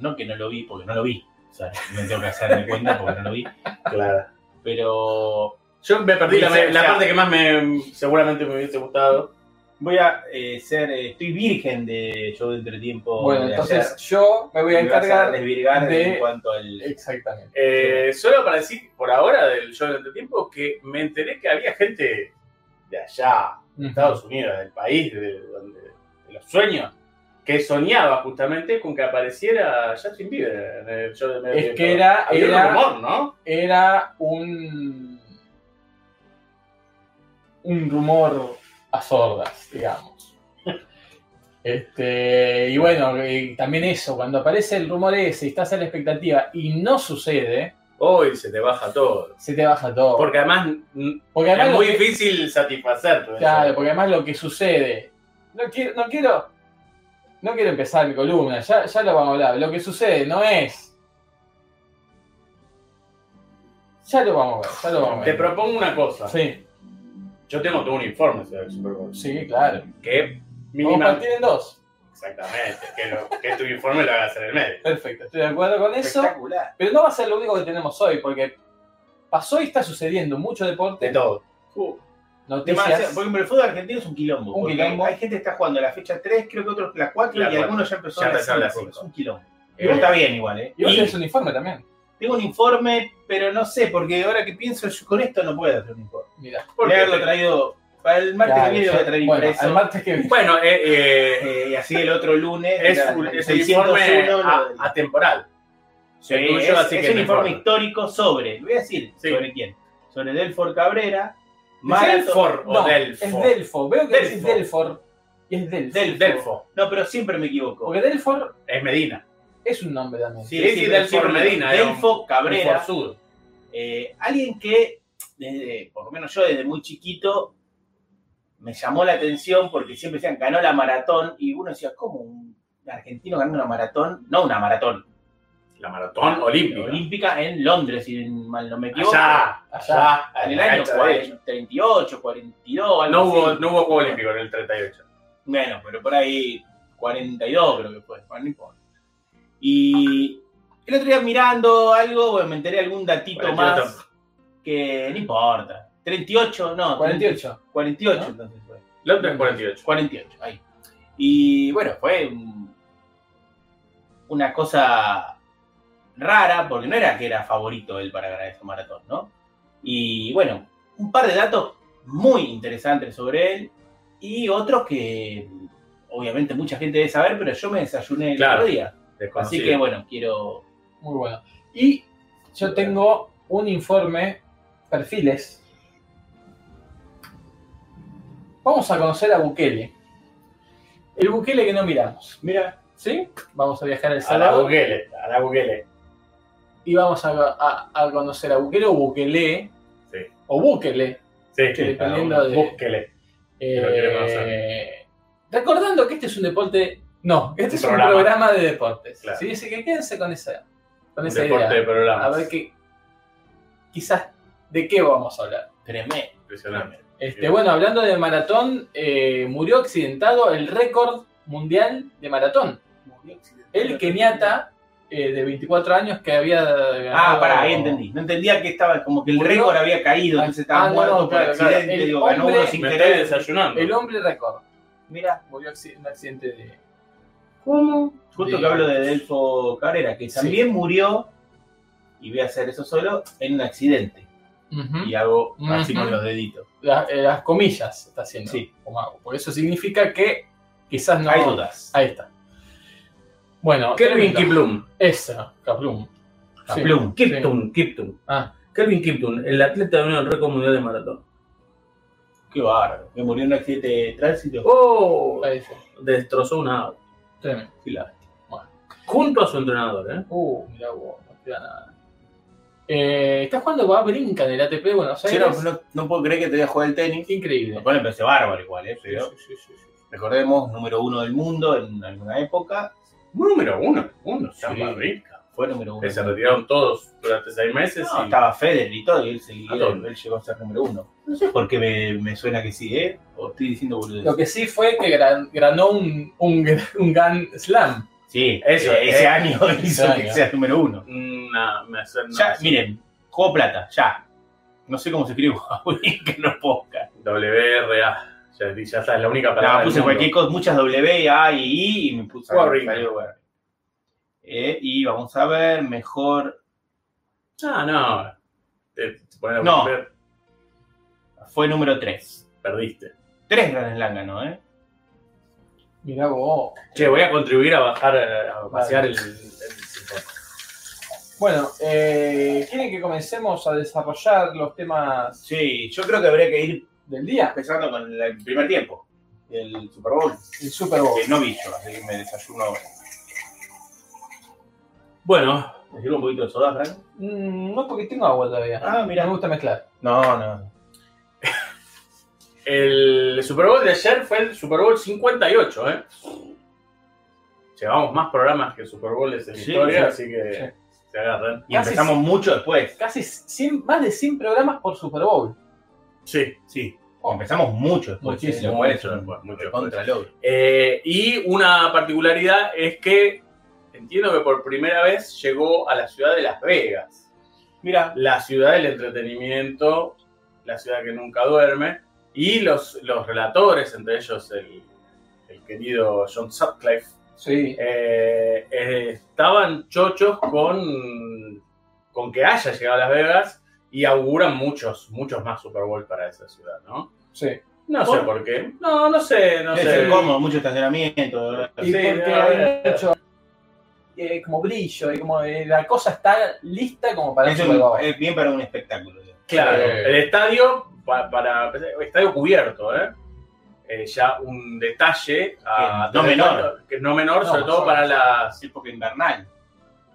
Speaker 3: no que no lo vi, porque no lo vi. O sea, me tengo que hacer de cuenta porque no lo vi.
Speaker 4: Claro.
Speaker 3: Pero
Speaker 4: Yo me perdí la,
Speaker 3: Sí, sí,
Speaker 4: la
Speaker 3: sí.
Speaker 4: parte que más me seguramente me hubiese gustado.
Speaker 3: voy a eh, ser, eh, estoy virgen de yo de entretiempo.
Speaker 2: Bueno,
Speaker 3: de
Speaker 2: entonces
Speaker 3: ayer.
Speaker 2: yo me voy a
Speaker 3: Me vas
Speaker 2: encargar.
Speaker 3: desvirgar
Speaker 2: de-
Speaker 3: en cuanto al.
Speaker 2: Exactamente.
Speaker 4: Eh, Solo para decir por ahora del show del tiempo que me enteré que había gente de allá, de Estados Unidos, del país, de, donde, de los sueños, que soñaba justamente con que apareciera Justin Bieber en el show del medio
Speaker 2: Es
Speaker 4: tiempo.
Speaker 2: que era-
Speaker 4: Había
Speaker 2: era-
Speaker 4: un rumor, ¿no?
Speaker 2: era un un rumor a sordas, digamos. Este, y bueno, y también eso, cuando aparece el rumor ese y estás a la expectativa y no sucede,
Speaker 4: Hoy se te baja todo.
Speaker 2: Se te baja todo.
Speaker 4: Porque además mm,
Speaker 2: Porque además
Speaker 4: es
Speaker 2: lo
Speaker 4: muy
Speaker 2: que-
Speaker 4: difícil satisfacer todo eso.
Speaker 2: Claro, porque además lo que sucede. No quiero, no quiero, no quiero empezar mi columna, ya, ya lo vamos a hablar. Lo que sucede no es. Ya lo vamos a ver, ya lo vamos a
Speaker 4: Te
Speaker 2: ver.
Speaker 4: propongo una cosa.
Speaker 2: Sí,
Speaker 4: Yo tengo tu uniforme sobre el Super Bowl.
Speaker 2: sí, claro.
Speaker 4: Que
Speaker 2: Vamos a
Speaker 4: mínima.
Speaker 2: partir en dos.
Speaker 4: Exactamente. Que, lo- que tu uniforme lo hagas en el medio.
Speaker 2: Perfecto, estoy de acuerdo con eso.
Speaker 3: Espectacular.
Speaker 2: Pero no va a ser lo único que tenemos hoy, porque pasó y está sucediendo mucho
Speaker 4: De
Speaker 2: deporte.
Speaker 4: todo.
Speaker 3: Uh, demasiado.
Speaker 2: Noticias.
Speaker 3: Por ejemplo, el fútbol argentino es un quilombo.
Speaker 2: Un
Speaker 3: porque
Speaker 2: quilombo.
Speaker 3: Hay gente que está jugando la fecha 3, creo que otros la 4
Speaker 4: La
Speaker 3: y
Speaker 4: cuatro.
Speaker 3: algunos ya
Speaker 4: Ya
Speaker 3: empezaron
Speaker 4: empezaron
Speaker 3: la
Speaker 4: las
Speaker 3: 5. Es
Speaker 4: cinco.
Speaker 3: un quilombo.
Speaker 4: Eh,
Speaker 3: Pero está bien igual, ¿eh?
Speaker 2: Y vos
Speaker 4: Y-
Speaker 2: tenés uniforme también.
Speaker 3: Tengo un informe, pero no sé, porque ahora que pienso, yo con esto no puedo hacer un informe.
Speaker 2: Mirá.
Speaker 3: Porque haberlo traído. Para el martes
Speaker 2: Claro,
Speaker 3: que viene lo voy a traer
Speaker 2: yo- bueno,
Speaker 3: impreso.
Speaker 2: al martes que viene.
Speaker 4: Bueno, eh, eh,
Speaker 3: Eh, y así el otro lunes.
Speaker 4: es,
Speaker 3: era
Speaker 4: un-
Speaker 3: el
Speaker 4: es el
Speaker 3: 601,
Speaker 4: informe
Speaker 3: lo
Speaker 4: a-
Speaker 3: del-
Speaker 4: atemporal.
Speaker 3: Sí,
Speaker 4: el tuyo,
Speaker 3: es,
Speaker 4: así
Speaker 3: es
Speaker 4: que
Speaker 3: un
Speaker 4: no
Speaker 3: informe
Speaker 4: importa.
Speaker 3: histórico sobre, voy a decir,
Speaker 4: Sí.
Speaker 3: ¿sobre quién? Sobre Delfor Cabrera, Marathon.
Speaker 4: ¿Delfor o
Speaker 2: No,
Speaker 4: Delfo?
Speaker 2: Es Delfo. Veo que decís
Speaker 4: Delfo.
Speaker 2: Delfor y es Delfo.
Speaker 3: Delfo.
Speaker 4: Delfo.
Speaker 3: No, pero siempre me equivoco.
Speaker 2: Porque Delfor
Speaker 4: Es Medina.
Speaker 2: es un nombre también.
Speaker 4: Sí, sí,
Speaker 3: pero
Speaker 4: Delfor
Speaker 3: siempre-
Speaker 4: Medina, era un-
Speaker 3: Delfo Cabrera,
Speaker 4: Sur.
Speaker 3: eh, alguien que, desde, por lo menos yo desde muy chiquito, me llamó la atención porque siempre decían, ganó la maratón, y uno decía, ¿cómo un argentino ganó una maratón? No una maratón,
Speaker 4: La maratón olímpica.
Speaker 3: olímpica en Londres, si mal no me equivoco.
Speaker 4: Allá, allá.
Speaker 3: En el
Speaker 4: la
Speaker 3: año
Speaker 4: cancha de
Speaker 3: 40, 38, 42, algo
Speaker 4: No hubo,
Speaker 3: así.
Speaker 4: no hubo Juego Olímpico en el 38.
Speaker 3: Bueno, pero por ahí 42 creo que fue, bueno, no importa. Y el otro día mirando algo, bueno, me enteré algún datito
Speaker 4: 48.
Speaker 3: más que no importa. 38, no,
Speaker 2: 48.
Speaker 3: 48
Speaker 2: ¿No?
Speaker 3: entonces fue.
Speaker 4: Londres 48.
Speaker 3: 48, ahí. Y bueno, fue un- una cosa rara, porque no era que era favorito él para ganar ese maratón, ¿no? Y bueno, un par de datos muy interesantes sobre él y otros que obviamente mucha gente debe saber, pero yo me desayuné el
Speaker 4: Claro,
Speaker 3: otro día. Así
Speaker 4: Desconocido.
Speaker 3: que bueno, quiero...
Speaker 2: Muy bueno. Y yo tengo un informe, perfiles. Vamos a conocer a Bukele. El Bukele que no miramos.
Speaker 4: Mira,
Speaker 2: ¿Sí? Vamos a viajar al
Speaker 4: a la
Speaker 2: Salvador
Speaker 4: Bukele. A la Bukele.
Speaker 2: y vamos a, a- a conocer a Bukele o Bukele.
Speaker 4: Sí.
Speaker 2: O Bukele.
Speaker 4: Sí,
Speaker 2: Que
Speaker 4: a la
Speaker 2: dependiendo de-
Speaker 4: Bukele. Bukele.
Speaker 2: Eh,
Speaker 4: lo quiere conocer.
Speaker 2: recordando que este es un deporte. No, este
Speaker 4: Un
Speaker 2: es
Speaker 4: programa.
Speaker 2: un programa de deportes.
Speaker 4: Claro.
Speaker 2: ¿sí? Así que quédense con esa, con
Speaker 4: Un
Speaker 2: esa
Speaker 4: deporte de
Speaker 2: idea.
Speaker 4: programas.
Speaker 2: A ver qué. Quizás de qué vamos a hablar.
Speaker 3: Tremendo.
Speaker 4: Impresionante.
Speaker 2: Este,
Speaker 4: Bien.
Speaker 2: bueno, hablando de maratón, eh, murió accidentado el récord mundial de maratón. El keniata eh, de 24 años que había
Speaker 3: Ah,
Speaker 2: ganado-
Speaker 3: pará, ahí entendí. No entendía que estaba como que el
Speaker 2: Murió.
Speaker 3: récord había caído, entonces estaba
Speaker 2: Ah, no,
Speaker 3: muerto
Speaker 2: no, claro,
Speaker 3: por
Speaker 2: claro.
Speaker 3: accidente,
Speaker 2: El
Speaker 3: digo, ganó uno
Speaker 2: hombre-
Speaker 3: sin
Speaker 4: Me estoy
Speaker 3: querer.
Speaker 4: desayunando.
Speaker 2: El hombre récord.
Speaker 3: Mira,
Speaker 2: Murió acci- en un accidente de.
Speaker 3: ¿Cómo? Justo que
Speaker 2: Digamos.
Speaker 3: hablo de Delfo Cabrera, que
Speaker 2: Sí.
Speaker 3: también murió, y voy a hacer eso solo, en un accidente.
Speaker 2: Ujú.
Speaker 3: Y hago así
Speaker 2: Ujú.
Speaker 3: con los deditos.
Speaker 2: La- eh, las comillas está haciendo.
Speaker 3: Sí.
Speaker 2: como hago. Por eso significa que quizás no.
Speaker 3: Hay dudas.
Speaker 2: Ahí está. Bueno,
Speaker 4: Kelvin
Speaker 2: tremendo.
Speaker 4: Kiplum.
Speaker 2: Esa, Kaplum. Sí.
Speaker 3: Kaplum,
Speaker 4: Kiptum, Kiptum.
Speaker 2: Ah.
Speaker 4: Kelvin Kiptum, el atleta de unión récord mundial de maratón.
Speaker 3: Qué bárbaro. Que murió en un accidente de tránsito.
Speaker 4: ¡Oh!
Speaker 2: Ahí está.
Speaker 4: Destrozó una auto.
Speaker 2: Tremendo.
Speaker 3: Qué lástima.
Speaker 4: Junto a su entrenador, ¿eh?
Speaker 2: Uh, mirá vos, no te da nada. Eh, ¿Estás jugando va brinca en el ATP de Buenos
Speaker 3: Sí,
Speaker 2: Aires?
Speaker 3: no, no- no puedo creer que te voy a jugar el tenis.
Speaker 2: Increíble.
Speaker 3: Bueno, empecé bárbaro igual, ¿eh? Pero
Speaker 2: Sí, sí, sí, sí.
Speaker 3: recordemos, número uno del mundo en alguna época.
Speaker 4: Número uno. Uno,
Speaker 3: San Barrica. Fue número uno.
Speaker 4: Que se retiraron todos durante seis meses.
Speaker 3: No,
Speaker 4: y...
Speaker 3: estaba Federer y todo, y él, seguía,
Speaker 4: A todo.
Speaker 3: él llegó a ser número uno. No sé por qué me, me suena que sí, ¿eh? O estoy diciendo boludeces.
Speaker 2: Lo que sí fue que gran- ganó un, un, un Grand Slam.
Speaker 3: Sí,
Speaker 4: Eso,
Speaker 3: eh, ese
Speaker 4: eh.
Speaker 3: año hizo
Speaker 2: Ese
Speaker 3: que
Speaker 2: año.
Speaker 3: sea número uno.
Speaker 4: Nah, me hace- no,
Speaker 3: Ya,
Speaker 4: sí.
Speaker 3: miren, juego plata, ya. No sé cómo se escribe que no es posca.
Speaker 4: WRA. Ya, ya está, es la única palabra.
Speaker 3: No,
Speaker 4: del
Speaker 3: puse
Speaker 4: mundo.
Speaker 3: cualquier cosa, muchas W, A y I y me puse
Speaker 4: Juega Ringo.
Speaker 3: salió bueno. Eh, y vamos a ver, mejor.
Speaker 4: Ah, no. Te- te ponen a
Speaker 3: No.
Speaker 4: volver,
Speaker 3: Fue número 3.
Speaker 4: Perdiste.
Speaker 3: Tres Grand Slam ganó, ¿eh?
Speaker 2: Mirá vos.
Speaker 4: Che, voy a contribuir a bajar, eh, a vaciar el. el-
Speaker 2: Bueno, eh, ¿quieren que comencemos a desarrollar los temas
Speaker 3: Sí, yo creo que habría que ir
Speaker 2: del día?
Speaker 3: empezando con el primer tiempo del Super Bowl.
Speaker 2: El Super Bowl.
Speaker 3: Que no vi yo, así que me desayuno.
Speaker 4: Bueno,
Speaker 3: ¿Me sirve un poquito de soda, Frank?
Speaker 2: Mm, no, porque tengo agua todavía.
Speaker 3: Ah, mirá.
Speaker 2: Me gusta mezclar.
Speaker 3: No, no.
Speaker 4: El Super Bowl de ayer fue el Super Bowl 58, ¿eh? Llevamos más programas que Super Bowls en la
Speaker 3: Sí,
Speaker 4: historia,
Speaker 3: sí,
Speaker 4: así que se agarran.
Speaker 3: Y empezamos mucho después.
Speaker 2: Casi 100, más de 100 programas por Super Bowl.
Speaker 4: Sí,
Speaker 3: Sí. empezamos mucho después.
Speaker 2: Muchísimo,
Speaker 3: Mucho
Speaker 4: mucho
Speaker 3: después.
Speaker 4: mucho
Speaker 3: Contra logro.
Speaker 4: Eh, y una particularidad es que entiendo que por primera vez llegó a la ciudad de Las Vegas.
Speaker 3: Mira,
Speaker 4: la ciudad del entretenimiento, la ciudad que nunca duerme, y los, los relatores, entre ellos el, el querido John Sutcliffe,
Speaker 2: Sí.
Speaker 4: eh, eh, estaban chochos con, con que haya llegado a Las Vegas y auguran muchos, muchos más Super Bowl para esa ciudad, ¿no?
Speaker 2: Sí.
Speaker 4: No sé
Speaker 3: ¿Por?
Speaker 4: por qué. No, no sé, no
Speaker 3: es
Speaker 4: sé.
Speaker 3: incómodo, mucho estacionamiento.
Speaker 2: Y
Speaker 4: Sí,
Speaker 2: porque
Speaker 4: a ver.
Speaker 2: hay mucho eh, como brillo, y como eh, la cosa está lista como para
Speaker 3: Es
Speaker 2: el Super
Speaker 3: un-
Speaker 2: Bowl.
Speaker 3: es bien para un espectáculo. digamos.
Speaker 4: Claro,
Speaker 2: Sí.
Speaker 3: Eh.
Speaker 4: el estadio pa- para, estadio cubierto, ¿eh? Eh, ya un detalle a
Speaker 3: Que no
Speaker 4: tener en
Speaker 3: menor.
Speaker 4: cuenta, que no menor,
Speaker 2: No,
Speaker 4: sobre todo
Speaker 2: sobre-
Speaker 4: para las
Speaker 3: Es época invernal.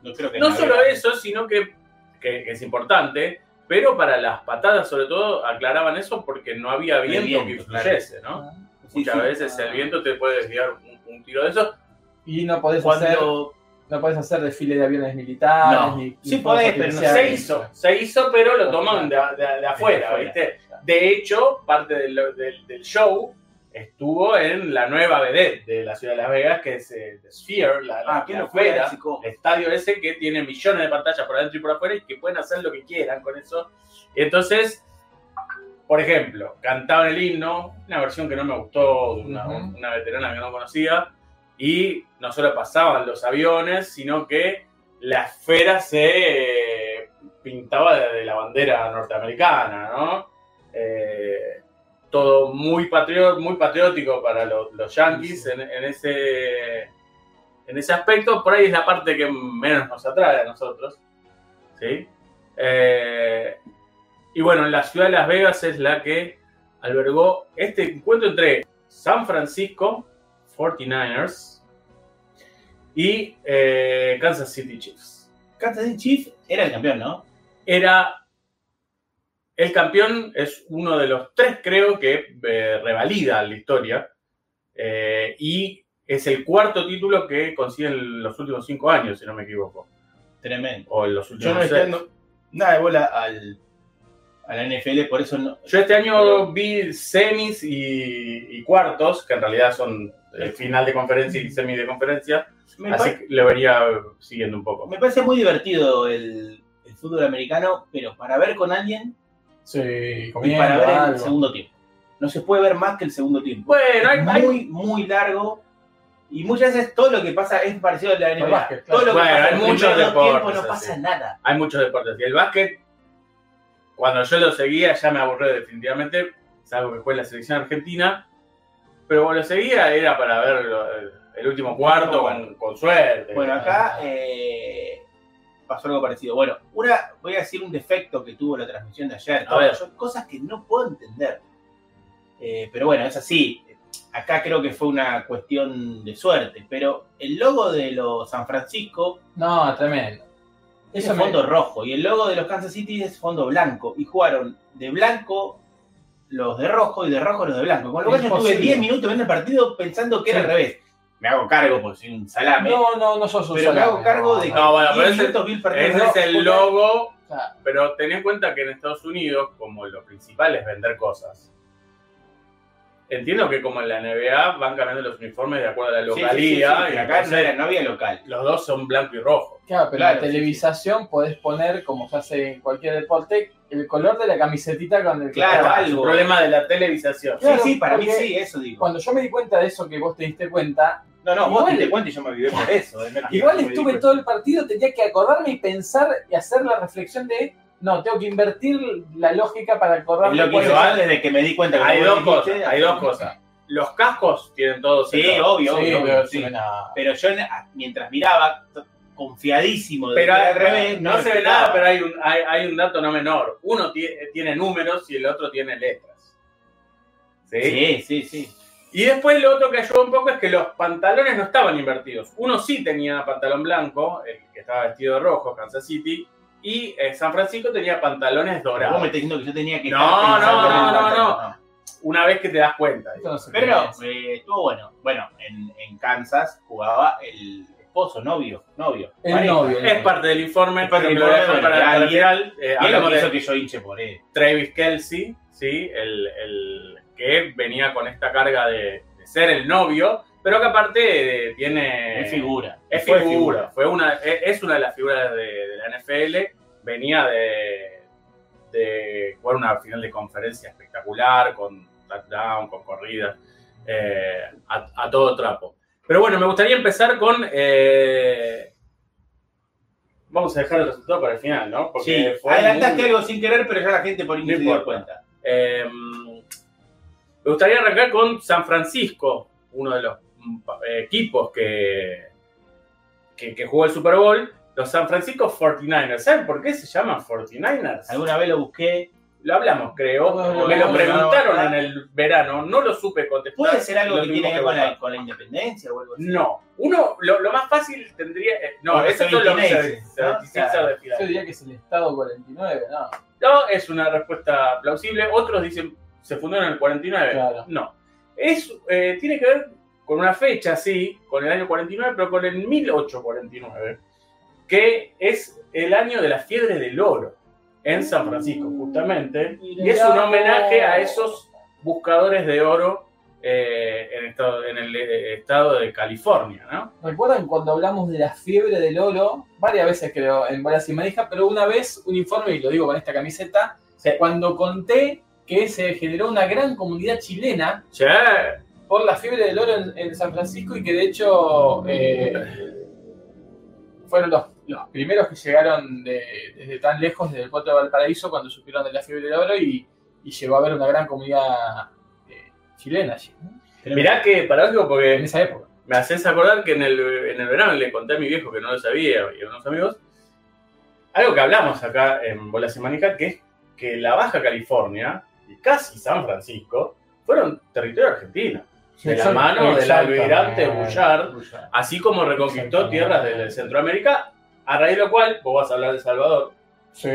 Speaker 3: No creo que
Speaker 4: No
Speaker 3: en
Speaker 4: solo
Speaker 3: Navidad.
Speaker 4: eso, sino que, que- que es importante, pero para las patadas sobre todo aclaraban eso porque no había
Speaker 3: hay
Speaker 4: viento, que
Speaker 3: viento,
Speaker 4: influyese, ¿no?
Speaker 3: Sí,
Speaker 4: Muchas
Speaker 3: sí.
Speaker 4: veces el viento te puede desviar un, un tiro de eso.
Speaker 2: Y no podés hacer,
Speaker 4: Cuando
Speaker 2: no podés hacer desfile de aviones militares,
Speaker 3: No.
Speaker 2: ni,
Speaker 3: Sí
Speaker 2: ni
Speaker 3: ah, podés,
Speaker 2: fuegos
Speaker 3: pero no
Speaker 4: se
Speaker 2: artificiales.
Speaker 4: hizo, se hizo, pero lo toman de, de- de afuera,
Speaker 3: afuera.
Speaker 4: ¿viste? De hecho, parte del, del- del show estuvo en la nueva vedette de la ciudad de Las Vegas, que es eh, The Sphere, la, la,
Speaker 3: Ah, qué
Speaker 4: la
Speaker 3: locura,
Speaker 4: esfera.
Speaker 3: chico.
Speaker 4: el estadio ese que tiene millones de pantallas por adentro y por afuera y que pueden hacer lo que quieran con eso. Entonces, por ejemplo, cantaban el himno, una versión que no me gustó, de una,
Speaker 2: Ujú.
Speaker 4: una veterana que no conocía, y no solo pasaban los aviones, sino que la esfera se eh, pintaba de, de la bandera norteamericana, ¿no? Eh, todo muy, patrio- muy patriótico para los, los yankees en, en ese, en ese aspecto. Por ahí es la parte que menos nos atrae a nosotros, ¿sí? Eh, y bueno, la ciudad de Las Vegas es la que albergó este encuentro entre San Francisco, 49ers, y eh, Kansas City Chiefs
Speaker 3: Kansas City Chiefs era el campeón, ¿no?
Speaker 4: era el campeón, es uno de los tres, creo, que eh, revalida la historia. eh, y es el cuarto título que consigue en los últimos cinco años, si no me equivoco.
Speaker 3: Tremendo.
Speaker 4: O en los últimos
Speaker 3: Yo no le estoy
Speaker 4: seis.
Speaker 3: dando nada de bola al, a la NFL, por eso no.
Speaker 4: Yo este año vi semis y, y cuartos, que en realidad son eh, final de conferencia y semis de conferencia.
Speaker 3: Me, pa-
Speaker 4: Así que lo venía siguiendo un poco.
Speaker 3: me parece muy divertido el, el fútbol americano, pero para ver con alguien
Speaker 2: Sí,
Speaker 3: y
Speaker 2: comiendo
Speaker 3: para ver el
Speaker 2: algo.
Speaker 3: segundo tiempo. No se puede ver más que el segundo tiempo.
Speaker 4: Bueno, hay, hay-
Speaker 3: muy, muy largo. Y muchas veces todo lo que pasa es parecido a la NBA.
Speaker 2: básquet,
Speaker 3: todo lo que
Speaker 4: claro.
Speaker 3: pasa
Speaker 4: Bueno,
Speaker 3: en
Speaker 4: hay
Speaker 3: el
Speaker 4: muchos
Speaker 3: primer
Speaker 4: deportes
Speaker 3: tiempo no
Speaker 4: así.
Speaker 3: pasa nada.
Speaker 4: hay muchos deportes. Y el básquet, cuando yo lo seguía, ya me aburrió definitivamente, salvo que fue la selección argentina. Pero cuando lo seguía era para ver lo- el último cuarto con, con suerte.
Speaker 3: Bueno, acá eh, pasó algo parecido. Bueno, una, voy a decir un defecto que tuvo la transmisión de ayer.
Speaker 4: A ver.
Speaker 3: Son cosas que no puedo entender. Eh, pero bueno, es así. Acá creo que fue una cuestión de suerte. Pero el logo de los San Francisco
Speaker 2: No, tremendo.
Speaker 3: es
Speaker 2: Eso me-
Speaker 3: fondo rojo y el logo de los Kansas City es fondo blanco. Y jugaron de blanco los de rojo y de rojo los de blanco. Con lo cual yo estuve
Speaker 2: Imposible.
Speaker 3: 10 minutos viendo el partido pensando que era
Speaker 2: Sí.
Speaker 3: al revés. Me hago cargo por soy un salame.
Speaker 2: No, no, no sos un
Speaker 3: Pero me hago
Speaker 2: salame,
Speaker 3: cargo
Speaker 2: no,
Speaker 3: de que
Speaker 2: no.
Speaker 4: No, bueno, Ah, pero
Speaker 3: 10
Speaker 4: ese-
Speaker 3: minutos vi el partido.
Speaker 4: Ese
Speaker 3: No,
Speaker 4: es el
Speaker 3: puta,
Speaker 4: logo,
Speaker 2: O sea,
Speaker 4: pero ten en cuenta que en Estados Unidos, como lo principal es vender cosas. Entiendo que como en la NBA van cambiando los uniformes de acuerdo a la
Speaker 3: Sí, sí, sí,
Speaker 4: localía.
Speaker 3: sí,
Speaker 4: y
Speaker 3: y acá no,
Speaker 4: entonces
Speaker 3: era- no había local.
Speaker 4: Los dos son blanco y rojo.
Speaker 2: Claro, pero
Speaker 3: Claro,
Speaker 2: en
Speaker 3: sí,
Speaker 2: la televisación podés poner, como se hace en cualquier deporte, el color de la camisetita con el que
Speaker 3: Claro,
Speaker 2: jugás.
Speaker 4: El
Speaker 3: algo.
Speaker 4: problema de la televisación.
Speaker 2: Claro,
Speaker 3: sí, sí, para mí
Speaker 2: porque-
Speaker 3: sí, eso digo.
Speaker 2: Cuando yo me di cuenta de eso que vos te diste cuenta,
Speaker 3: No, no, vos
Speaker 2: Igual-
Speaker 3: te cuento y yo me viví por eso. eh, no es que
Speaker 2: igual
Speaker 3: yo me
Speaker 2: estuve
Speaker 3: viví
Speaker 2: todo el partido, tenía que acordarme y pensar y hacer la reflexión de, no, tengo que invertir la lógica para
Speaker 3: por-
Speaker 2: acordarme.
Speaker 3: Es lo que
Speaker 2: cuál
Speaker 3: yo
Speaker 2: es-
Speaker 3: hago desde que me di cuenta. que
Speaker 4: Hay
Speaker 3: vos
Speaker 4: dos
Speaker 3: dijiste,
Speaker 4: cosas, hay dos cosas. Los cascos tienen todos
Speaker 3: Sí,
Speaker 4: el-
Speaker 3: obvio,
Speaker 2: Sí,
Speaker 3: obvio,
Speaker 2: pero
Speaker 3: obvio, sí.
Speaker 2: se ve nada.
Speaker 3: Pero yo na- mientras miraba, t- confiadísimo de
Speaker 4: Pero
Speaker 3: que era al revés,
Speaker 4: no, se ve
Speaker 3: escuchaba.
Speaker 4: nada, pero hay un, hay, hay un dato no menor. Uno tie- tiene números y el otro tiene letras. ¿Sí?
Speaker 3: Sí, sí, sí.
Speaker 4: Y después lo otro que ayudó un poco es que los pantalones no estaban invertidos. Uno sí tenía pantalón blanco, el que estaba vestido de rojo, Kansas City, y eh, San Francisco tenía pantalones
Speaker 3: Vos
Speaker 4: dorados.
Speaker 3: me estás diciendo que yo tenía que.
Speaker 4: No,
Speaker 3: estar pensando
Speaker 4: no,
Speaker 3: en
Speaker 4: no,
Speaker 3: el
Speaker 4: no,
Speaker 3: pantalón,
Speaker 4: Una vez que te das cuenta. digo.
Speaker 3: Pero eh, estuvo bueno. Bueno, en, en Kansas jugaba el esposo, novio, novio.
Speaker 2: El
Speaker 3: pareja.
Speaker 2: novio.
Speaker 4: Es parte del informe,
Speaker 3: Es parte
Speaker 4: pero
Speaker 3: del
Speaker 4: lo dejo
Speaker 3: informe,
Speaker 4: para,
Speaker 3: bueno,
Speaker 4: para el
Speaker 3: alguien-
Speaker 4: final. Eh,
Speaker 3: Y es lo
Speaker 4: hablamos
Speaker 3: que hizo
Speaker 4: de
Speaker 3: que yo hinche por él.
Speaker 4: Travis Kelsey, ¿sí? El, el que venía con esta carga de, de ser el novio, pero que aparte eh, tiene...
Speaker 3: Es figura.
Speaker 4: Es
Speaker 3: Fue
Speaker 4: figura, fue una, e- es una de las figuras de, de la NFL. Venía de, de jugar una final de conferencia espectacular, con touchdown, con corridas, eh, a, a todo trapo. Pero bueno, me gustaría empezar con. eh, vamos a dejar el resultado para el final, ¿no?
Speaker 3: Sí,
Speaker 4: fue
Speaker 3: adelantaste
Speaker 4: muy-
Speaker 3: algo sin querer, pero ya la gente por índice se dio
Speaker 4: importa.
Speaker 3: cuenta.
Speaker 4: eh, me gustaría arrancar con San Francisco, uno de los mm, pa- eh, equipos que, que, que jugó el Super Bowl. Los San Francisco 49ers. ¿Saben por qué se llaman 49ers?
Speaker 3: Alguna vez lo busqué.
Speaker 4: Lo hablamos, creo.
Speaker 2: No, no,
Speaker 4: Me
Speaker 2: no,
Speaker 4: lo
Speaker 2: no,
Speaker 4: preguntaron
Speaker 3: no, no.
Speaker 4: en el verano. No lo supe contestar.
Speaker 3: ¿Puede ser algo
Speaker 4: Lo
Speaker 3: que
Speaker 4: tuvimos
Speaker 3: tiene que ver con
Speaker 4: buscar.
Speaker 3: la, con la independencia o algo así?
Speaker 4: No. Uno, lo, lo más fácil tendría. eh, No,
Speaker 3: Porque
Speaker 4: eso es
Speaker 3: soy
Speaker 4: lo que se,
Speaker 3: teenager,
Speaker 4: se-
Speaker 3: ¿no?
Speaker 4: se- se- se-
Speaker 3: Claro.
Speaker 4: se-
Speaker 2: Yo diría que es el Estado 49, no.
Speaker 4: No, es una respuesta plausible. Otros dicen, se fundó en el 49.
Speaker 2: Claro.
Speaker 4: No. Es, eh, tiene que ver con una fecha, sí, con el año 49, pero con el 1849, que es el año de la fiebre del oro en San Francisco, justamente. Y es un homenaje a esos buscadores de oro eh, en, estado- en el eh, estado de California, ¿no?
Speaker 2: ¿Recuerdan cuando hablamos de la fiebre del oro? Varias veces creo, en Bolas y Manija, pero una vez un informe, y lo digo con esta camiseta,
Speaker 4: Sí.
Speaker 2: cuando conté que se generó una gran comunidad chilena
Speaker 4: Che,
Speaker 2: por la fiebre del oro en, en San Francisco y que de hecho eh, fueron los, los primeros que llegaron de- desde tan lejos, desde el puerto de Valparaíso, cuando supieron de la fiebre del oro y, y llegó a haber una gran comunidad eh, chilena allí, ¿no?
Speaker 4: mirá que paradójico porque
Speaker 2: en esa época.
Speaker 4: me haces acordar que en el, en el verano le conté a mi viejo que no lo sabía y a unos amigos algo que hablamos acá en Bola Semánica, que es que la Baja California y casi San Francisco fueron territorio argentino, de la mano del almirante Bullard, así como reconquistó tierras de Centroamérica, a raíz de lo cual, vos vas a hablar de Salvador,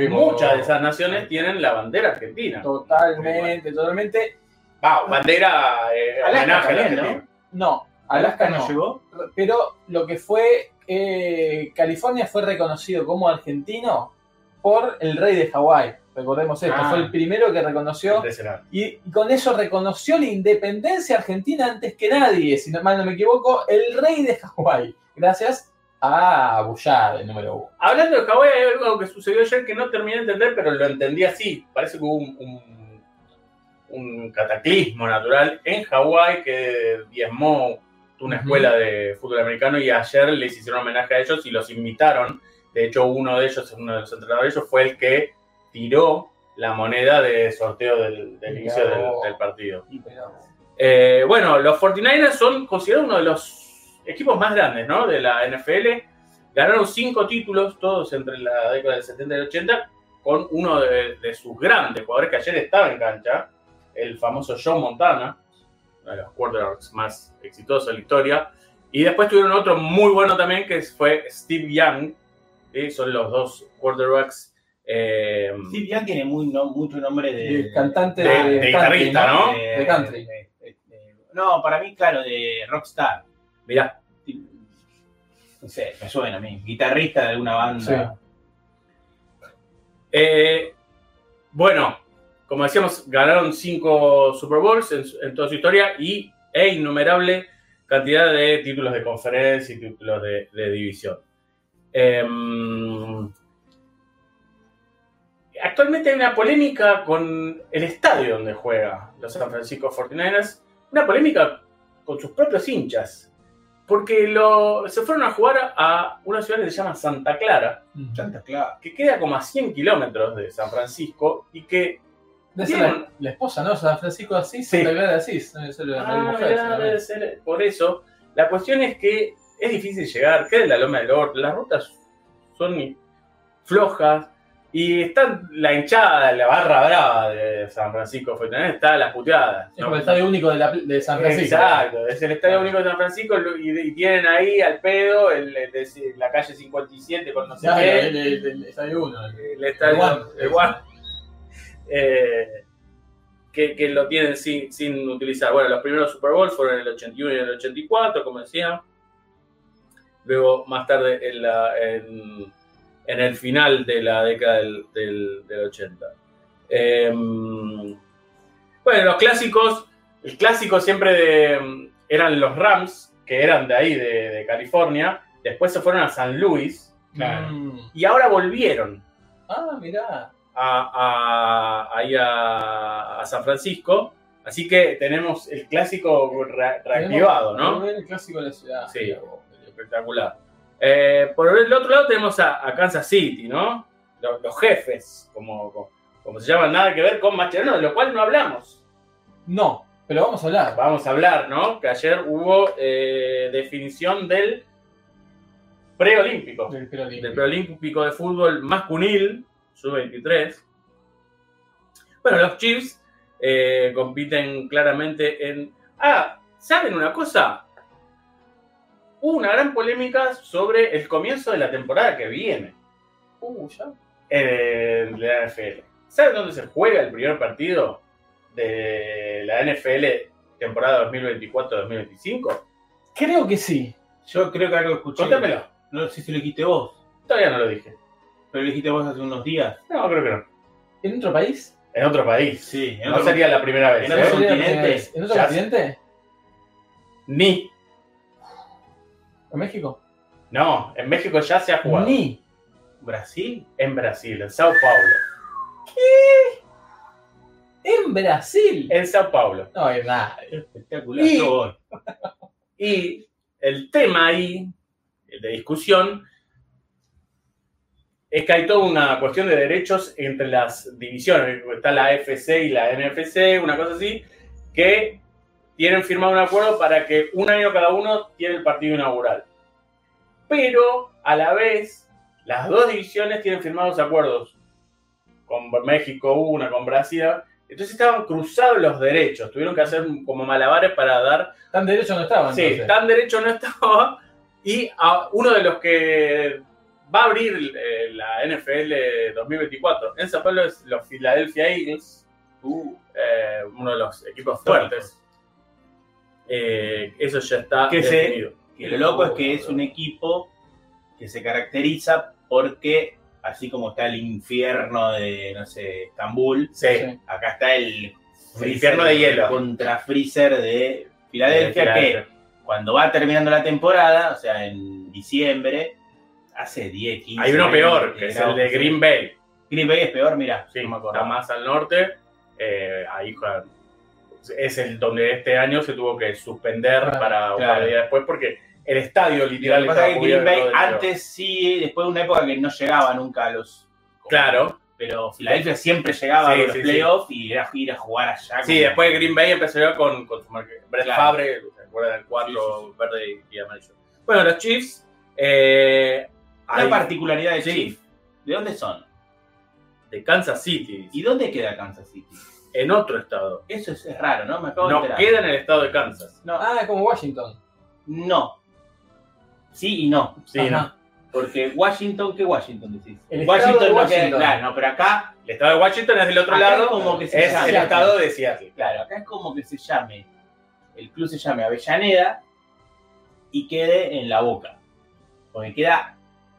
Speaker 4: muchas de esas naciones tienen la bandera argentina.
Speaker 2: Totalmente, totalmente.
Speaker 4: Va, bandera eh,
Speaker 3: Alaska
Speaker 4: homenaje a la
Speaker 3: también, ¿no?
Speaker 4: Argentina.
Speaker 2: No, Alaska
Speaker 3: ¿No
Speaker 2: no.
Speaker 3: llegó?
Speaker 2: Pero lo que fue eh, California fue reconocido como argentino por el rey de Hawái. Recordemos esto,
Speaker 3: Ah.
Speaker 2: fue el primero que reconoció
Speaker 4: Impresionante.
Speaker 2: y con eso reconoció la independencia argentina antes que nadie, si no mal no me equivoco, el rey de Hawái. Gracias a Bullard, el número uno.
Speaker 4: Hablando de Hawái, hay algo que sucedió ayer que no terminé de entender, pero lo entendí así. Parece que hubo un, un- un cataclismo natural en Hawái que diezmó una
Speaker 2: Ujú.
Speaker 4: escuela de fútbol americano y ayer les hicieron homenaje a ellos y los invitaron. De hecho, uno de ellos, uno de los entrenadores de ellos, fue el que tiró la moneda de sorteo del, del
Speaker 2: Mirá
Speaker 4: inicio del-
Speaker 2: vos.
Speaker 4: del partido.
Speaker 2: Pero-
Speaker 4: Eh, bueno, los 49ers son considerados uno de los equipos más grandes ¿no? de la NFL. Ganaron cinco títulos, todos entre la década del 70 y el 80, con uno de, de sus grandes jugadores que ayer estaba en cancha, el famoso John Montana, uno de los quarterbacks más exitosos de la historia. Y después tuvieron otro muy bueno también, que fue Steve Young. ¿sí? Son los dos quarterbacks eh,
Speaker 3: Sí, ya tiene muy, no, mucho nombre de.
Speaker 2: De eh, cantante
Speaker 4: de, de
Speaker 2: country,
Speaker 4: guitarrista,
Speaker 2: ¿no?
Speaker 4: ¿no? Eh,
Speaker 2: De country.
Speaker 3: de- de- de- no, para mí, claro, de rockstar.
Speaker 4: Mirá,
Speaker 3: No sé, me suena a mí. Guitarrista de alguna banda.
Speaker 4: Eh, bueno, como decíamos, ganaron cinco Super Bowls en, su- en toda su historia y, e innumerable cantidad de títulos de conferencia y títulos de, de división. Em, actualmente hay una polémica con el estadio donde juega los San Francisco 49ers, una polémica con sus propios hinchas, porque lo, se fueron a jugar a una ciudad que se llama Santa Clara,
Speaker 2: Mm.
Speaker 3: Santa Clara.
Speaker 4: que queda como a 100 kilómetros de San Francisco y que...
Speaker 2: Debe ser
Speaker 4: Bien.
Speaker 2: la, la esposa, ¿no? San Francisco de Asís,
Speaker 4: Sí.
Speaker 2: la verdad de Asís. debe ser la- la
Speaker 4: Ah,
Speaker 2: mujer,
Speaker 4: mirá,
Speaker 2: seguramente.
Speaker 4: debe ser por eso. La cuestión es que es difícil llegar, queda en la Loma del Orto, las rutas son flojas, Y está la hinchada, la barra brava de San Francisco Fortanet, está la puteada.
Speaker 2: Es como el estadio único de, la- de San Francisco.
Speaker 4: Exacto, es el Estadio Único de San Francisco lo- y, y tienen ahí al pedo el, el de- la calle 57 con no sé
Speaker 2: Claro,
Speaker 4: qué.
Speaker 2: el, el- el estadio uno.
Speaker 4: el estadio
Speaker 2: El Guam.
Speaker 4: el Guam, eh, que, que lo tienen sin, sin utilizar. Bueno, los primeros Super Bowls fueron en el 81 y en el 84, como decía. Luego, más tarde, en, la- en- en el final de la década del, del- del 80. Eh, bueno, los clásicos, el clásico siempre de- eran los Rams, que eran de ahí, de, de California. Después se fueron a San Luis
Speaker 2: Claro.
Speaker 4: y ahora volvieron
Speaker 2: Mm. Ah, mirá.
Speaker 4: a, a- ahí a, a San Francisco. Así que tenemos el clásico re- reactivado, ¿no?
Speaker 2: El clásico de la ciudad.
Speaker 4: Sí.
Speaker 2: Mirá vos.
Speaker 4: Espectacular. Eh, por el otro lado tenemos a, a Kansas City, ¿no? Los, los jefes, como, como, como se llaman, nada que ver con Mascherano, de lo cual no hablamos.
Speaker 2: No, pero vamos a hablar.
Speaker 4: Vamos a hablar, ¿no? Que ayer hubo eh, definición del preolímpico.
Speaker 2: Del peronismo.
Speaker 4: del preolímpico de fútbol masculil, sub-23. Bueno, los Chiefs eh, compiten claramente en... Ah, ¿saben una cosa? Hubo una gran polémica sobre el comienzo de la temporada que viene
Speaker 2: Uh, ya.
Speaker 4: en la NFL. ¿Saben dónde se juega el primer partido de la NFL temporada 2024-2025?
Speaker 2: Creo que sí.
Speaker 3: Yo creo que algo escuché.
Speaker 4: Contámelo.
Speaker 3: No sé si lo dijiste vos,
Speaker 4: Todavía no lo dije.
Speaker 3: pero lo dijiste vos hace unos días.
Speaker 4: No, creo que no.
Speaker 2: ¿En otro país?
Speaker 4: En otro país.
Speaker 3: Sí, en
Speaker 4: No
Speaker 3: otro-
Speaker 4: sería la primera
Speaker 3: en
Speaker 4: vez. ¿eh?
Speaker 3: otro
Speaker 2: sería la
Speaker 3: continente?
Speaker 2: primera vez. ¿En otro
Speaker 4: Ya sé.
Speaker 2: continente?
Speaker 4: Ni
Speaker 2: ¿En México?
Speaker 4: No, en México ya se ha jugado.
Speaker 2: Ni.
Speaker 3: Brasil.
Speaker 4: En Brasil, en Sao Paulo.
Speaker 2: ¿En Brasil?
Speaker 4: En Sao Paulo.
Speaker 2: No, en nada.
Speaker 3: Espectacular.
Speaker 4: Y-
Speaker 3: Yo voy.
Speaker 4: Y el tema ahí, el de discusión, es que hay toda una cuestión de derechos entre las divisiones. Está la FC y la NFC, una cosa así, que tienen firmado un acuerdo para que un año cada uno tiene el partido inaugural. Pero a la vez, las dos divisiones tienen firmados acuerdos. Con México una, con Brasil. Entonces estaban cruzados los derechos. Tuvieron que hacer como malabares para dar
Speaker 2: Tan derecho no estaban.
Speaker 4: Sí, tan derecho no estaba. Y a uno de los que va a abrir eh, la NFL 2024 en San Pablo es los Philadelphia Eagles, eh, uno de los equipos fuertes. Eh, eso ya está
Speaker 3: Que se-
Speaker 4: definido.
Speaker 3: Que lo loco es que es un equipo que se caracteriza porque, así como está el infierno de, no sé, Estambul,
Speaker 4: Sí.
Speaker 2: Sí.
Speaker 3: acá está el,
Speaker 4: El infierno de hielo.
Speaker 3: Contra freezer de Filadelfia, que
Speaker 4: Filadelfia.
Speaker 3: cuando va terminando la temporada, o sea, en diciembre, hace 10, 15.
Speaker 4: Hay uno
Speaker 3: 20
Speaker 4: peor, que es el
Speaker 3: grados.
Speaker 4: de Green Bay.
Speaker 3: Green Bay es peor, mira.
Speaker 4: Sí, está más al norte. eh, ahí juegan. es el donde este año se tuvo que suspender
Speaker 2: Claro.
Speaker 4: para un par
Speaker 3: Claro.
Speaker 4: de días después porque el estadio
Speaker 3: Lo
Speaker 4: literal
Speaker 3: que pasa
Speaker 4: estaba
Speaker 3: es que Green
Speaker 4: cubierto
Speaker 3: Bay
Speaker 4: de hielo.
Speaker 3: antes sí, después de una época que no llegaba nunca a los.
Speaker 4: Claro.
Speaker 3: Pero Filadelfia siempre llegaba
Speaker 4: Sí,
Speaker 3: a los
Speaker 4: sí, sí.
Speaker 3: playoffs y era ir a jugar allá.
Speaker 4: Sí, después Green Bay empezó ya con, con su marca. Brett
Speaker 3: Claro.
Speaker 4: Favre, ¿se acuerdan del 4 verde y, y amarillo? Bueno, los Chiefs. Eh,
Speaker 3: La
Speaker 4: hay-
Speaker 3: particularidad de
Speaker 4: Sí.
Speaker 3: Chief. ¿De dónde son?
Speaker 4: de Kansas City,
Speaker 3: ¿Y dónde queda Kansas City?
Speaker 4: en otro estado.
Speaker 3: Eso es, es raro, ¿no? Me acabo de
Speaker 4: No
Speaker 3: enterar.
Speaker 4: queda en el estado de Kansas.
Speaker 3: No,
Speaker 2: Ah, es como Washington.
Speaker 3: no. Sí y no.
Speaker 4: Sí,
Speaker 2: Ajá.
Speaker 3: Porque Washington, ¿qué Washington decís?
Speaker 2: El
Speaker 3: Washington
Speaker 2: estado de
Speaker 3: no queda-
Speaker 2: Washington.
Speaker 3: claro, no, pero acá,
Speaker 4: no. El estado de Washington es del otro
Speaker 3: Acá
Speaker 4: lado,
Speaker 3: como que se
Speaker 4: es
Speaker 3: llama.
Speaker 4: el estado de Seattle.
Speaker 3: claro, acá es como que se llame, el club se llame Avellaneda y quede en la boca. Porque queda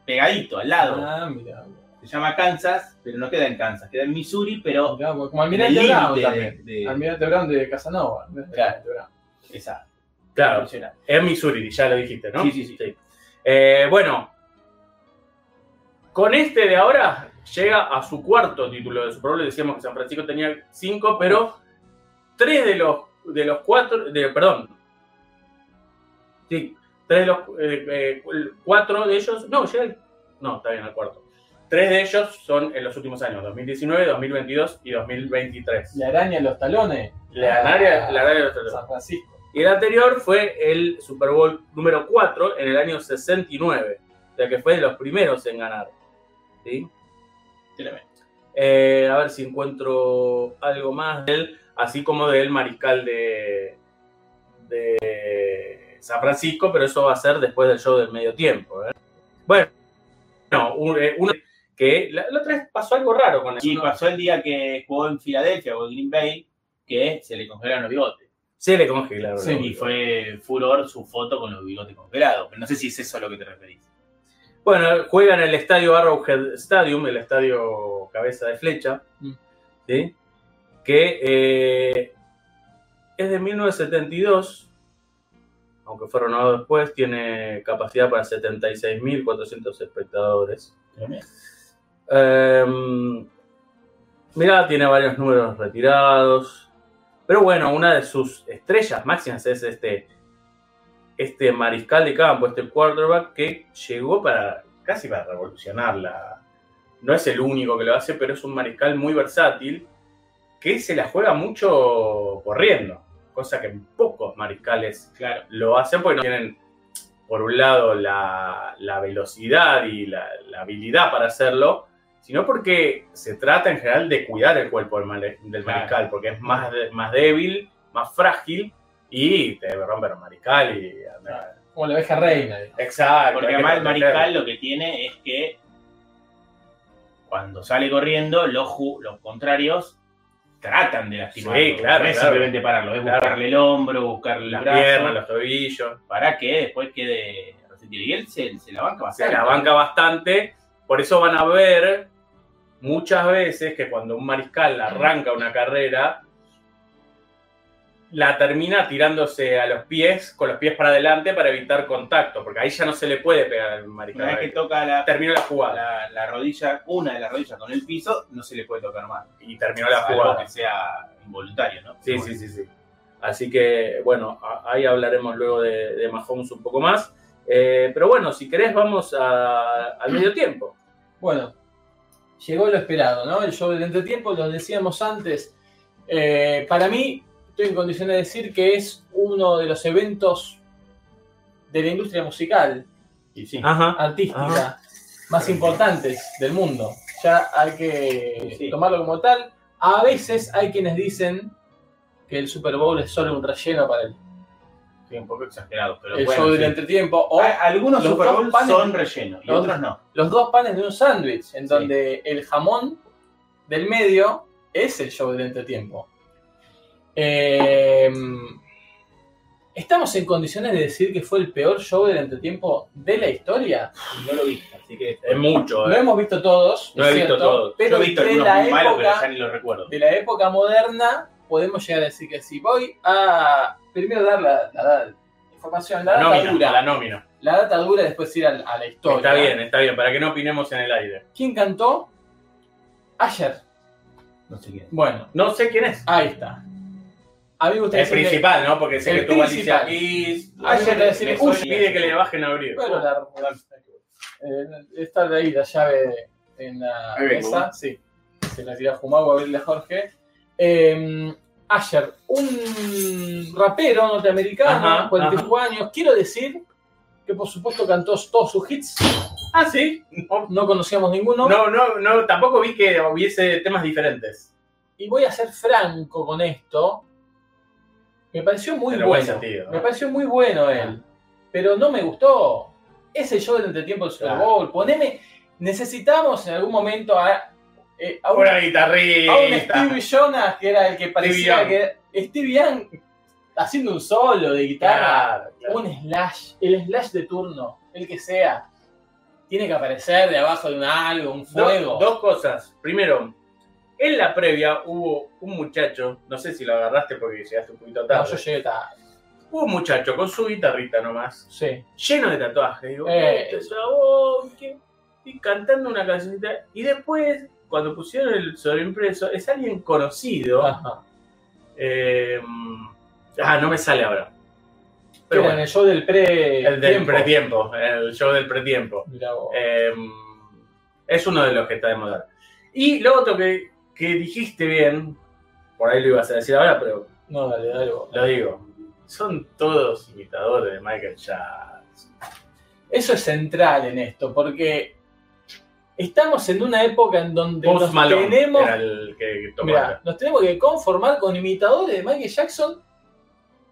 Speaker 3: pegadito, al lado.
Speaker 2: Ah, mirá.
Speaker 3: Se llama Kansas, pero no queda en Kansas, queda en Missouri, pero
Speaker 2: Mirá, como
Speaker 3: en el
Speaker 2: Almirante Brown
Speaker 3: límite
Speaker 2: también.
Speaker 3: de, de-
Speaker 2: Almirante Brown de Casanova. ¿no?
Speaker 3: Claro.
Speaker 2: Brown.
Speaker 3: esa.
Speaker 4: Claro,
Speaker 3: impresionante.
Speaker 4: es Missouri, ya lo dijiste, ¿no?
Speaker 3: Sí, sí, sí.
Speaker 4: Eh, bueno, con este de ahora llega a su cuarto título de Super Bowl. Decíamos que San Francisco tenía cinco, pero tres de los de los cuatro, de, perdón, sí, tres de los eh, eh, cuatro de ellos, no, llega el- no, está bien, al cuarto. Tres de ellos son en los últimos años, 2019, 2022 y 2023.
Speaker 2: La araña en los talones.
Speaker 4: La área, la área de los tres.
Speaker 2: San Francisco.
Speaker 4: Y el anterior fue el Super Bowl número 4 en el año 69, o sea que fue de los primeros en ganar. ¿sí?
Speaker 3: Tremendo.
Speaker 4: Eh, a ver si encuentro algo más de él, así como del mariscal de, de San Francisco, pero eso va a ser después del show del medio tiempo. ¿eh? Bueno, no, un- eh, uno que la, la otra vez pasó algo raro con
Speaker 3: Y
Speaker 4: él.
Speaker 3: pasó el día que jugó en Filadelfia o en Green Bay, que se le congelaron los bigotes.
Speaker 4: Se le congelaron.
Speaker 2: Sí,
Speaker 3: Y fue furor su foto con los bigotes congelados. Pero no sé si es eso a lo que te referís.
Speaker 4: Bueno, juega en el estadio Arrowhead Stadium, el estadio cabeza de flecha,
Speaker 2: Mm.
Speaker 4: ¿sí? que eh, es de 1972, aunque fue renovado después, tiene capacidad para 76.400 espectadores.
Speaker 3: Tremendo.
Speaker 4: Em, mirá, tiene varios números retirados, pero bueno, una de sus estrellas máximas es este, este mariscal de campo, este quarterback que llegó para casi para revolucionarla. No es el único que lo hace, pero es un mariscal muy versátil que se la juega mucho corriendo, cosa que pocos mariscales
Speaker 3: Claro.
Speaker 4: lo hacen porque no tienen, por un lado, la, la velocidad y la, la habilidad para hacerlo, sino porque se trata en general de cuidar el cuerpo del, male- del
Speaker 3: Claro.
Speaker 4: mariscal, porque es más, de- más débil, más frágil y te rompe el mariscal y anda.
Speaker 2: Como la oveja reina. digamos.
Speaker 4: Exacto.
Speaker 3: Porque
Speaker 4: hay que
Speaker 3: además el
Speaker 4: protegerlo.
Speaker 3: mariscal lo que tiene es que cuando sale corriendo, los, ju- los contrarios tratan de lastimarlo.
Speaker 4: Sí, claro,
Speaker 3: No es
Speaker 4: claro.
Speaker 3: simplemente pararlo, es
Speaker 4: Claro.
Speaker 3: buscarle el hombro, buscarle el
Speaker 4: Las
Speaker 3: brazo,
Speaker 4: piernas, los tobillos.
Speaker 3: para que después quede resentido. Y él se, se la banca
Speaker 4: se
Speaker 3: bastante.
Speaker 4: la banca bastante. Por eso van a ver muchas veces que cuando un mariscal arranca una carrera, la termina tirándose a los pies, con los pies para adelante para evitar contacto, porque ahí ya no se le puede pegar al
Speaker 3: Una vez que
Speaker 4: mariscal.
Speaker 3: toca la,
Speaker 4: Terminó la jugada.
Speaker 3: la, la rodilla, una de las rodillas con el piso, no se le puede tocar más.
Speaker 4: Y terminó la
Speaker 3: Salvo
Speaker 4: jugada.
Speaker 3: que sea involuntario, ¿no?
Speaker 4: Sí, sí, sí, sí. Así que, bueno, a- ahí hablaremos luego de, de Mahomes un poco más. Eh, pero bueno, si querés vamos a- al medio tiempo.
Speaker 2: Bueno, llegó lo esperado, ¿no? El show del entretiempo, lo decíamos antes. Eh, para mí, estoy en condiciones de decir que es uno de los eventos de la industria musical, Ah.
Speaker 3: Y sí. Ah.
Speaker 4: Ajá.
Speaker 2: artística,
Speaker 4: Ajá.
Speaker 2: más importantes del mundo. Ya hay que
Speaker 3: Sí.
Speaker 2: tomarlo como tal. A veces hay quienes dicen que el Super Bowl es solo un relleno para el,
Speaker 3: Sí, un poco exagerado, pero
Speaker 2: el
Speaker 3: bueno.
Speaker 2: show
Speaker 3: sí. Ah,
Speaker 2: del entretiempo. O
Speaker 3: A- Algunos
Speaker 2: Los
Speaker 3: Super
Speaker 2: dos
Speaker 3: Bowl
Speaker 2: panes-
Speaker 3: son relleno y
Speaker 2: los-
Speaker 3: otros no.
Speaker 2: los dos panes de un sándwich, en
Speaker 3: Sí.
Speaker 2: donde el jamón del medio es el show del entretiempo. Eh, ¿Estamos en condiciones de decir que fue el peor show del entretiempo de la historia?
Speaker 3: No lo viste, así que.
Speaker 4: Es mucho,
Speaker 2: Lo
Speaker 4: ¿eh?
Speaker 2: hemos visto todos,
Speaker 4: Lo
Speaker 2: es
Speaker 4: he visto
Speaker 2: cierto,
Speaker 4: todo.
Speaker 2: pero
Speaker 3: Yo he visto
Speaker 2: de
Speaker 3: algunos
Speaker 2: la
Speaker 3: muy malos, pero
Speaker 2: época-
Speaker 3: ya ni los recuerdo.
Speaker 2: de la época moderna, podemos llegar a decir que sí. Voy a primero dar la, la- la información, la
Speaker 4: La
Speaker 2: data
Speaker 4: nómina,
Speaker 2: dura.
Speaker 4: la
Speaker 2: La,
Speaker 4: nómina.
Speaker 2: data dura, después ir a, la- a la historia.
Speaker 4: Está bien, está bien, para que no opinemos en el aire.
Speaker 2: ¿Quién cantó? Ayer.
Speaker 3: No sé quién.
Speaker 2: Bueno,
Speaker 4: No sé quién es.
Speaker 2: ahí está. A mí me gusta
Speaker 4: El
Speaker 2: decir que-
Speaker 4: principal, ¿no? Porque sé
Speaker 2: El
Speaker 4: que tuvo
Speaker 2: principal.
Speaker 4: Alicia Keys.
Speaker 2: Ah, yo te iba a decir,
Speaker 4: Me
Speaker 2: uy,
Speaker 4: soy- pide que le bajen a abrir.
Speaker 2: Bueno, la- eh, está ahí la llave en la
Speaker 3: Ahí vengo.
Speaker 2: mesa. Sí. Se la tira Jumau a abrirle a Jorge. Eh, Asher, un rapero norteamericano,
Speaker 4: Ajá,
Speaker 2: 45 años. Quiero decir que, por supuesto, cantó todos sus hits.
Speaker 4: Ah, sí.
Speaker 2: No conocíamos ninguno.
Speaker 4: No, no, no, tampoco vi que hubiese temas diferentes.
Speaker 2: Y voy a ser franco con esto. Me pareció muy
Speaker 4: Pero buen
Speaker 2: bueno.
Speaker 4: sentido, ¿no? Ah.
Speaker 2: Me pareció muy bueno él. Pero no me gustó. Ese show del entretiempo del Super
Speaker 4: Claro.
Speaker 2: Bowl. Poneme. Necesitamos en algún momento a, eh, a un,
Speaker 4: Una
Speaker 2: a un
Speaker 4: guitarrista.
Speaker 2: Stevie Jonas, que era el que parecía
Speaker 4: Stevie
Speaker 2: que. Stevie Young haciendo un solo de guitarra.
Speaker 4: Claro, claro.
Speaker 2: Un slash. El slash de turno. El que sea. Tiene que aparecer de abajo de un algo, un
Speaker 4: Do-
Speaker 2: fuego.
Speaker 4: dos cosas. Primero, en la previa hubo un muchacho, no sé si lo agarraste porque llegaste un poquito
Speaker 2: No,
Speaker 4: tarde.
Speaker 2: yo llegué tarde.
Speaker 4: Hubo un muchacho con su guitarrita nomás.
Speaker 2: Sí.
Speaker 4: lleno de tatuajes. Digo,
Speaker 2: Eh.
Speaker 4: "Este chabón, ¿qué?". y cantando una cancionita. Y después, cuando pusieron el sobreimpreso, es alguien conocido.
Speaker 2: Ajá.
Speaker 4: Eh, ah, no me sale ahora. Pero
Speaker 2: Era en
Speaker 4: bueno,
Speaker 2: el show del pre.
Speaker 4: el del
Speaker 2: tiempo.
Speaker 4: pretiempo, el show del pretiempo.
Speaker 2: Mirá vos.
Speaker 4: Eh, es uno de los que está de moda. Y lo otro que, que dijiste bien, por ahí lo ibas a decir ahora, pero
Speaker 2: no, dale, dale vos.
Speaker 4: lo digo. Son todos imitadores de Michael Jackson.
Speaker 2: Eso es central en esto, porque Estamos en una época en donde
Speaker 4: Post
Speaker 2: nos
Speaker 4: Malone
Speaker 2: tenemos,
Speaker 4: era el que tomó
Speaker 2: mirá,
Speaker 4: acá.
Speaker 2: nos tenemos que conformar con imitadores de Michael Jackson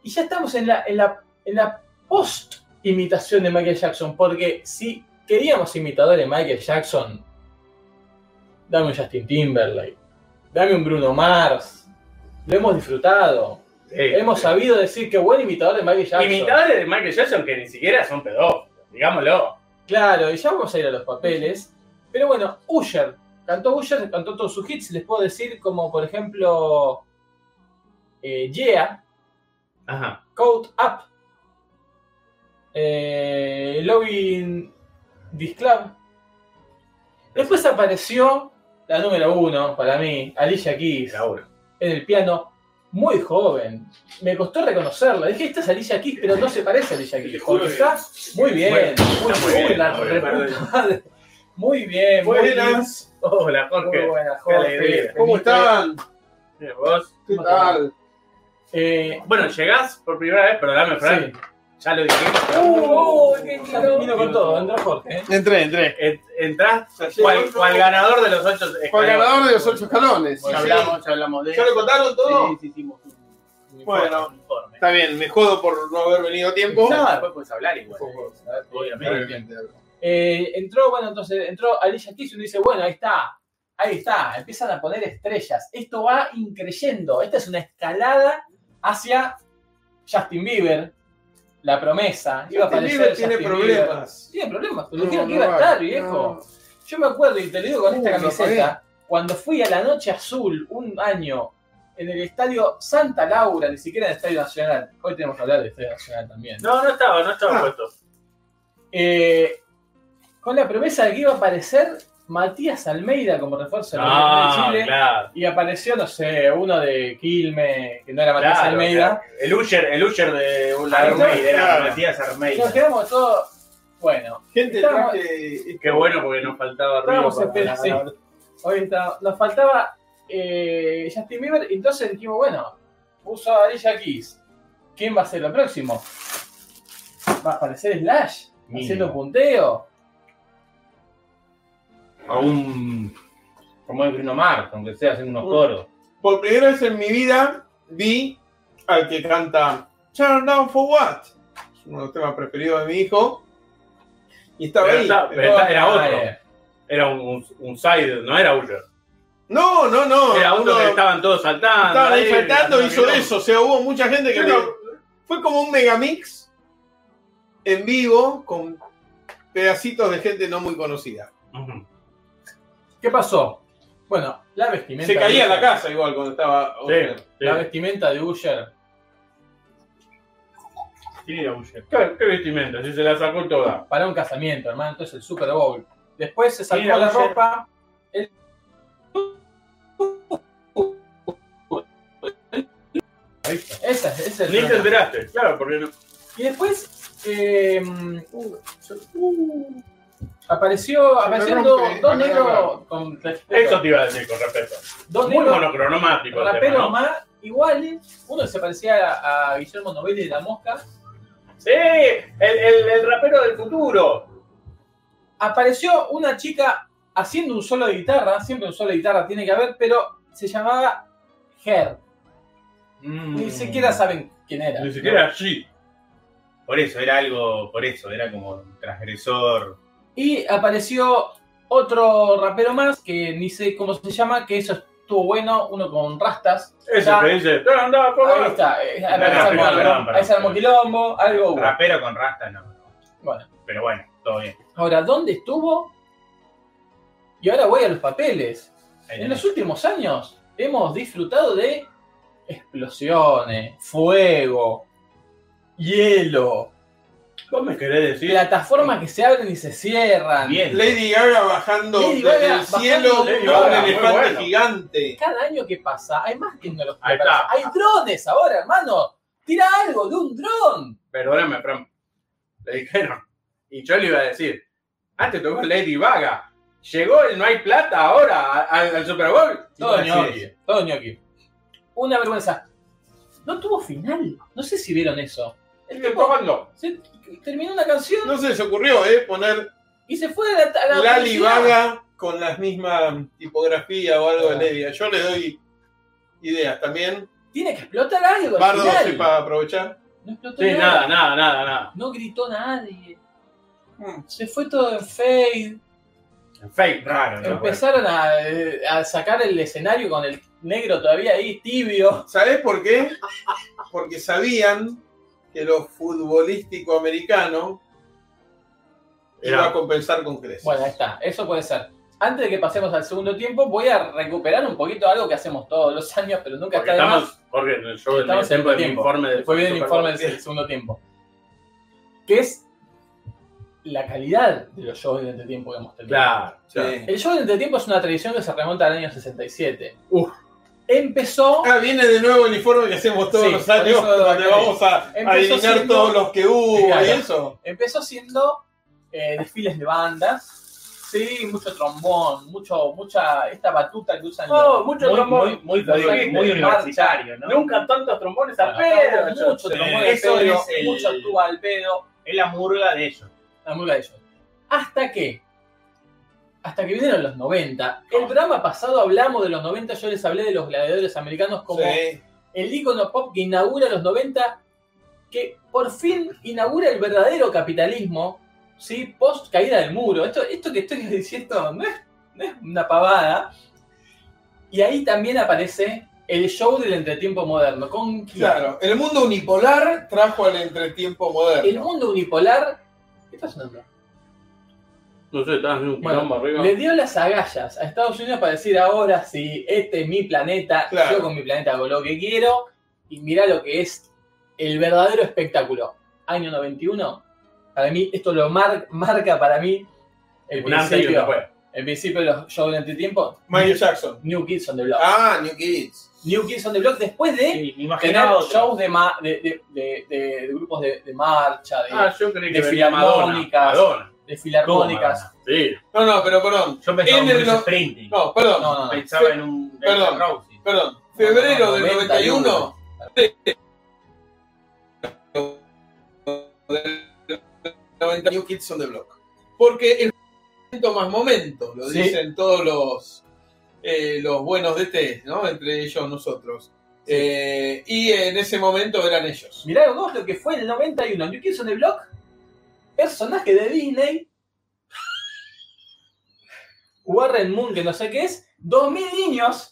Speaker 2: y ya estamos en la, en la, en la post imitación de Michael Jackson, porque si queríamos imitadores de Michael Jackson, dame un Justin Timberlake, dame un Bruno Mars, lo hemos disfrutado,
Speaker 4: Sí.
Speaker 2: hemos sabido decir que buen imitador de Michael Jackson.
Speaker 4: Imitadores de Michael Jackson que ni siquiera son pedófilos, digámoslo.
Speaker 2: Claro, y ya vamos a ir a los papeles. Pero bueno, Usher. Cantó Usher, cantó todos sus hits. Les puedo decir como, por ejemplo, eh, Yeah,
Speaker 4: Ajá.
Speaker 2: Coat Up, eh, Loving This Club. Después apareció la número uno para mí, Alicia Keys,
Speaker 4: Era uno.
Speaker 2: en el piano. Muy joven. Me costó reconocerla. Dije, esta es Alicia Keys, pero no se parece a Alicia Keys.
Speaker 4: juro
Speaker 2: Porque
Speaker 4: que-
Speaker 2: está muy bien.
Speaker 4: Bueno,
Speaker 2: muy,
Speaker 4: está muy
Speaker 2: muy
Speaker 4: bien,
Speaker 2: la
Speaker 4: está muy bien.
Speaker 2: reputa madre. Muy bien, muy bien.
Speaker 6: Buenas.
Speaker 4: Hola,
Speaker 2: Muy
Speaker 4: Jorge.
Speaker 2: buena,
Speaker 4: Qué
Speaker 2: Jorge.
Speaker 4: alegría.
Speaker 6: ¿Cómo están?
Speaker 4: Bien, ¿Vos?
Speaker 6: ¿Qué tal?
Speaker 2: Eh,
Speaker 4: Bueno, llegás por primera vez, perdóname, Frank.
Speaker 2: sí.
Speaker 4: Ya lo dijimos.
Speaker 2: Uh, oh, qué lindo. Vino con todo, entró Jorge. ¿eh?
Speaker 6: Entré, entré.
Speaker 4: En- Entrás
Speaker 6: Llegó
Speaker 4: cual,
Speaker 6: otro-
Speaker 4: cual ganador de los ocho escalones.
Speaker 6: Fue el ganador de los ocho escalones.
Speaker 4: Ya
Speaker 6: Sí.
Speaker 4: hablamos, ya hablamos de
Speaker 6: ¿Ya lo contaron todo?
Speaker 4: Sí, sí, hicimos un
Speaker 6: Bueno.
Speaker 4: un informe.
Speaker 6: Está bien, me jodo por no haber venido a tiempo.
Speaker 4: No, después puedes hablar igual.
Speaker 2: Obviamente. Eh, entró, bueno, entonces entró Alicia Keys y uno dice, bueno, ahí está, ahí está, empiezan a poner estrellas. Esto va increyendo, esta es una escalada hacia Justin Bieber, la promesa. Iba a
Speaker 6: Justin
Speaker 2: aparecer
Speaker 6: Bieber tiene
Speaker 2: Justin
Speaker 6: problemas.
Speaker 2: Bieber. Tiene problemas, pero
Speaker 6: No,
Speaker 2: dijeron que
Speaker 6: no
Speaker 2: iba a
Speaker 6: va,
Speaker 2: estar, viejo.
Speaker 6: no.
Speaker 2: Yo me acuerdo, y te lo digo con
Speaker 6: Uh,
Speaker 2: esta
Speaker 6: lo
Speaker 2: camiseta, cuando fui a la Noche Azul un año en el estadio Santa Laura, ni siquiera en el Estadio Nacional, hoy tenemos que hablar del Estadio Nacional también.
Speaker 4: No, no estaba, no estaba
Speaker 6: Ah.
Speaker 4: puesto.
Speaker 2: Eh, con la promesa de que iba a aparecer Matías Almeida como refuerzo de la
Speaker 4: No,
Speaker 2: Universidad de Chile.
Speaker 4: Ah, claro.
Speaker 2: Y apareció, no sé, uno de Quilmes, que no era Matías
Speaker 4: claro,
Speaker 2: Almeida.
Speaker 4: claro. El Usher, el Usher de la
Speaker 2: Ahí está,
Speaker 4: Armeida, era
Speaker 6: claro.
Speaker 4: Matías
Speaker 2: Y Nos
Speaker 4: Armeida.
Speaker 2: quedamos todos. Bueno,
Speaker 6: Gente,
Speaker 2: Estamos-
Speaker 6: traje-
Speaker 4: Qué bueno porque nos faltaba ruido
Speaker 2: estábamos
Speaker 4: para
Speaker 2: esper-
Speaker 4: la-
Speaker 2: sí. Hoy está- nos faltaba eh, Justin Bieber, y entonces dijimos, bueno, puso a Alicia Keys. ¿Quién va a ser lo próximo? ¿Va a aparecer Slash?
Speaker 4: Mínimo.
Speaker 2: ¿Haciendo punteo?
Speaker 4: A un. Como es Bruno Mars, aunque sea haciendo
Speaker 2: Uh.
Speaker 4: unos coros.
Speaker 6: Por primera vez en mi vida vi al que canta Turn Down for What. Es uno de los temas preferidos de mi hijo. Y estaba
Speaker 4: Pero
Speaker 6: ahí.
Speaker 4: está- pero
Speaker 6: estaba-
Speaker 4: está- Era otro.
Speaker 2: Madre.
Speaker 4: Era un, un, un side, no era Usher.
Speaker 6: No, no, no.
Speaker 4: Era uno
Speaker 6: Uno-
Speaker 4: que estaban todos saltando.
Speaker 6: Estaban ahí faltando, hizo
Speaker 4: miró.
Speaker 6: eso. O sea, hubo mucha gente que
Speaker 4: Yo
Speaker 6: le-
Speaker 4: no-
Speaker 6: Fue como un megamix en vivo con pedacitos de gente no muy conocida.
Speaker 4: Ujú.
Speaker 2: ¿Qué pasó? Bueno, la vestimenta.
Speaker 6: Se caía la
Speaker 2: cara.
Speaker 6: casa igual cuando estaba.
Speaker 4: Sí, sí.
Speaker 2: La vestimenta de Usher.
Speaker 4: ¿Quién era Usher? ¿Qué, qué vestimenta? Si se la sacó toda.
Speaker 2: para un casamiento, hermano. Entonces el Super Bowl. Después se sacó
Speaker 4: Mira,
Speaker 2: la
Speaker 4: Roger.
Speaker 2: ropa. El... Esa, esa es el
Speaker 4: Ni te
Speaker 2: problema.
Speaker 4: enteraste, claro, porque no.
Speaker 2: Y después eh, apareció apareciendo
Speaker 6: rompe,
Speaker 2: dos
Speaker 6: me
Speaker 2: negros
Speaker 6: rompe.
Speaker 2: con
Speaker 4: Eso te iba a decir con respeto.
Speaker 2: dos
Speaker 4: Muy
Speaker 2: negros
Speaker 4: monocromático. el tema,
Speaker 2: raperos
Speaker 4: ¿no?
Speaker 2: más iguales. Uno se parecía a, a Guillermo Novelli de la Mosca.
Speaker 4: Sí, el, el, el rapero del futuro.
Speaker 2: apareció una chica haciendo un solo de guitarra, siempre un solo de guitarra tiene que haber, pero se llamaba Her. Ni siquiera saben quién era.
Speaker 4: Mm. Ni siquiera así. Por eso, era algo. Por eso, era como transgresor.
Speaker 2: Y apareció otro rapero más, que ni sé cómo se llama, que eso estuvo bueno, uno con rastas.
Speaker 4: Eso Ah,
Speaker 2: Ya.
Speaker 4: que dice. "Te andaba por
Speaker 2: Ahí
Speaker 4: ahí".
Speaker 2: está, eh,
Speaker 4: Pará,
Speaker 2: ahí se armó
Speaker 4: pará,
Speaker 2: algo,
Speaker 4: pará, pará.
Speaker 2: ahí se armó quilombo, algo hubo.
Speaker 4: Rapero con rasta, no. no.
Speaker 2: Bueno,
Speaker 4: Pero bueno, todo bien.
Speaker 2: ahora, ¿dónde estuvo? Y ahora voy a los papeles.
Speaker 4: Ahí
Speaker 2: En
Speaker 4: tenés.
Speaker 2: los últimos años hemos disfrutado de explosiones, fuego, hielo,
Speaker 4: ¿Vos me querés decir?
Speaker 2: plataformas que se abren y se cierran.
Speaker 4: Bien.
Speaker 6: Lady Gaga bajando
Speaker 2: Lady
Speaker 6: desde
Speaker 2: Gaga
Speaker 6: el
Speaker 2: bajando
Speaker 6: cielo
Speaker 2: de
Speaker 6: con
Speaker 2: un
Speaker 6: un
Speaker 2: lugar, muy
Speaker 6: elefante
Speaker 4: bueno.
Speaker 6: gigante.
Speaker 2: Cada año que pasa hay más tecnología.
Speaker 4: Ahí está.
Speaker 2: Hay drones ahora, hermano. Tira algo de un dron.
Speaker 4: Perdóname, Fran. Le dijeron. Y yo le iba a decir. Ah, te tocó Lady Vaga. Llegó el No hay plata ahora a- al, al Super Bowl.
Speaker 2: Todo
Speaker 4: Así
Speaker 2: ñoqui.
Speaker 4: es.
Speaker 2: Todo ñoqui. Una vergüenza. No tuvo final. No sé si vieron eso. El
Speaker 4: Estoy
Speaker 2: tipo
Speaker 4: tocando.
Speaker 2: se- terminó una canción
Speaker 6: No se les ocurrió, ¿eh? Poner
Speaker 2: y se fue a la, a la
Speaker 6: Lali
Speaker 2: publicidad.
Speaker 6: Vaga con la misma tipografía o algo de Levia. Yo le doy ideas también.
Speaker 2: Tiene que explotar algo. al
Speaker 6: Bardo,
Speaker 2: final.
Speaker 6: sí, para aprovechar.
Speaker 2: No explotó
Speaker 4: Sí,
Speaker 2: nada.
Speaker 4: nada, nada, nada, nada.
Speaker 2: No gritó nadie.
Speaker 6: Mm.
Speaker 2: Se fue todo en fade.
Speaker 4: Fake, raro. ¿no?
Speaker 2: Empezaron a, eh, a sacar el escenario con el negro todavía ahí, tibio.
Speaker 6: ¿Sabés por qué? Porque sabían que lo futbolístico americano
Speaker 4: Era-
Speaker 6: iba a compensar con creces.
Speaker 2: Bueno, ahí está. Eso puede ser. Antes de que pasemos al segundo tiempo, voy a recuperar un poquito algo que hacemos todos los años, pero nunca
Speaker 4: Porque
Speaker 2: está de más.
Speaker 4: estamos, porque en el show del
Speaker 2: Estamos en
Speaker 4: tiempo, el
Speaker 2: tiempo.
Speaker 4: informe de
Speaker 2: Fue bien el
Speaker 4: Super
Speaker 2: informe
Speaker 4: Bowl.
Speaker 2: del segundo tiempo. Que es la calidad de los shows de entretiempo que hemos tenido.
Speaker 4: Claro, claro.
Speaker 6: Sí.
Speaker 2: El show de entretiempo es una tradición que se remonta al año 67.
Speaker 4: Uf.
Speaker 2: Empezó,
Speaker 6: Ah, viene de nuevo el informe que hacemos todos
Speaker 2: Sí,
Speaker 6: los
Speaker 2: por
Speaker 6: años,
Speaker 2: eso lo
Speaker 6: donde
Speaker 2: aclaré.
Speaker 6: vamos a
Speaker 2: Empezó
Speaker 6: adivinar
Speaker 2: siendo-
Speaker 6: todos los que hubo
Speaker 2: Claro.
Speaker 6: y eso.
Speaker 2: empezó siendo eh, desfiles de bandas. Sí, mucho trombón, mucho, mucha esta batuta que usan
Speaker 3: Oh, mucho
Speaker 2: muy-
Speaker 3: trombón.
Speaker 2: muy- muy-
Speaker 3: Lo digo,
Speaker 2: muy
Speaker 3: muy universitario, ¿no?
Speaker 4: Nunca tantos trombones al
Speaker 2: Bueno,
Speaker 4: pedo.
Speaker 2: mucho
Speaker 4: yo-
Speaker 2: trombón al
Speaker 3: Eso
Speaker 2: pedo,
Speaker 3: es el-
Speaker 2: mucho tuba al pedo.
Speaker 3: Es la murga de ellos.
Speaker 2: La murga de ellos. Hasta que, hasta que vinieron los 90. El programa pasado hablamos de los 90, yo les hablé de los gladiadores americanos como
Speaker 6: Sí.
Speaker 2: el ícono pop que inaugura los 90, que por fin inaugura el verdadero capitalismo, ¿sí? Post caída del muro. Esto, esto que estoy diciendo no es, no es una pavada. Y ahí también aparece el show del entretiempo moderno. ¿Con quién?
Speaker 6: Claro, el mundo unipolar trajo al entretiempo
Speaker 2: El
Speaker 6: moderno.
Speaker 2: mundo unipolar. ¿Qué está sonando?
Speaker 4: No sé, estás haciendo un
Speaker 2: Bueno,
Speaker 4: quilombo arriba.
Speaker 2: Le dio las agallas a Estados Unidos para decir ahora sí, este es mi planeta,
Speaker 6: Claro.
Speaker 2: yo con mi planeta hago lo que quiero y mirá lo que es el verdadero espectáculo. Año 91, para mí esto lo mar- marca para mí el
Speaker 4: Un antes y un
Speaker 2: principio,
Speaker 4: después.
Speaker 2: el principio de los shows de entretiempo,
Speaker 6: Michael Jackson.
Speaker 2: New Kids on the Block.
Speaker 6: Ah, New Kids.
Speaker 2: New Kids on the Block después de
Speaker 3: Sí, me
Speaker 2: tener
Speaker 3: imaginaba otro.
Speaker 2: shows de, ma- de- de- de- de- de grupos de, de marcha, de,
Speaker 4: Ah, yo creí que
Speaker 2: de
Speaker 4: venía Madonna.
Speaker 2: filarmónicas.
Speaker 4: Madonna.
Speaker 2: de filarmónicas.
Speaker 4: Sí.
Speaker 6: No, no, pero perdón.
Speaker 3: Yo pensaba
Speaker 6: En
Speaker 3: en
Speaker 6: el
Speaker 3: un
Speaker 6: no-
Speaker 3: sprint.
Speaker 6: No, perdón.
Speaker 2: No, no, no.
Speaker 3: Pensaba en un.
Speaker 6: Perdón.
Speaker 3: Rousey.
Speaker 6: Perdón, febrero
Speaker 2: No, no,
Speaker 6: del
Speaker 2: 91.
Speaker 6: 91. Del 90 New Kids on the Block. Porque el momento más momento, lo
Speaker 2: Sí.
Speaker 6: dicen todos los, eh, los buenos DT, ¿no? Entre ellos nosotros. Eh, y en ese momento eran ellos.
Speaker 2: Mirá vos lo que fue el 91. New Kids on the Block, personaje de Disney. Warren Moon, que no sé qué es. 2000 niños.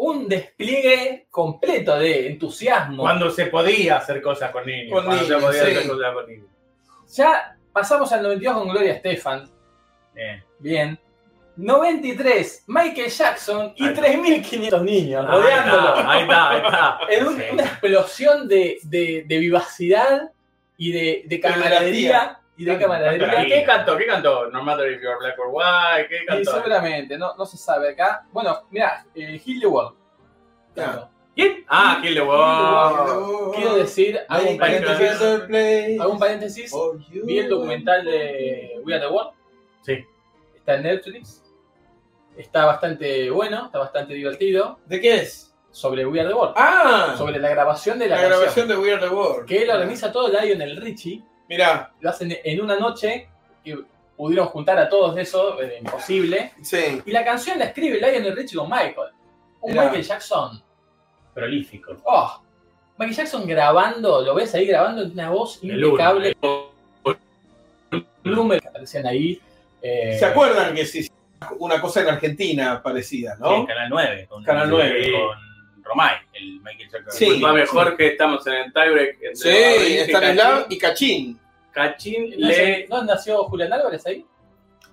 Speaker 2: Un despliegue completo de entusiasmo.
Speaker 4: Cuando se podía hacer cosas con niños.
Speaker 6: Con
Speaker 4: cuando
Speaker 6: niños,
Speaker 4: se podía
Speaker 6: sí.
Speaker 4: hacer cosas con niños.
Speaker 2: Ya pasamos al 92 con Gloria Estefan.
Speaker 4: Bien.
Speaker 2: Bien. 93, Michael Jackson y
Speaker 4: Ahí está.
Speaker 2: 3.500
Speaker 4: Ah,
Speaker 2: niños rodeándolo.
Speaker 4: Ahí está, ahí está.
Speaker 2: En un-
Speaker 4: Sí.
Speaker 2: una explosión de, de- de vivacidad y de, de camaradería. Y de camaradería.
Speaker 4: Pero, ¿Qué cantó? ¿Qué cantó? No matter if you're black or white. ¿Qué
Speaker 2: Y
Speaker 4: cantó?
Speaker 2: seguramente, no, no se sabe acá. Bueno, mirá, eh, Hill the World. Claro.
Speaker 4: ¿Quién? Ah, Kill the World.
Speaker 2: Ah, Quiero decir, hago un
Speaker 6: Algún
Speaker 4: Michael
Speaker 2: paréntesis,
Speaker 4: Jackson.
Speaker 2: hago un paréntesis, vi el documental de We Are the World.
Speaker 4: Sí.
Speaker 2: Está en Netflix. Está bastante bueno, está bastante divertido.
Speaker 6: ¿De qué es?
Speaker 2: Sobre We Are the World.
Speaker 6: Ah,
Speaker 2: Sobre la grabación de la,
Speaker 6: la
Speaker 2: canción,
Speaker 6: grabación de We Are the World.
Speaker 2: Que lo organiza todo Lionel Richie.
Speaker 6: Mirá,
Speaker 2: Lo hacen en una noche que pudieron juntar a todos de eso, era imposible.
Speaker 6: sí.
Speaker 2: Y la canción la escribe Lionel Richie con Michael. Un
Speaker 6: Mirá.
Speaker 2: Michael Jackson
Speaker 3: Prolífico.
Speaker 2: Oh, Michael Jackson grabando, lo ves ahí grabando, una voz
Speaker 4: El uno.
Speaker 2: impecable. Números que aparecían ahí. eh,
Speaker 6: ¿Se acuerdan que se hizo una cosa en Argentina parecida,
Speaker 3: Sí, en
Speaker 6: no?
Speaker 3: Canal 9. Con,
Speaker 6: Canal
Speaker 4: 9.
Speaker 3: Con Romay, el Michael Jackson.
Speaker 6: Sí.
Speaker 4: Va mejor que estamos en el tiebreak. entre
Speaker 6: Sí,
Speaker 4: Barbieri y
Speaker 6: Stanislav y Cachín.
Speaker 4: Cachín
Speaker 2: ¿no,
Speaker 4: le.
Speaker 2: ¿No nació Julián Álvarez ahí?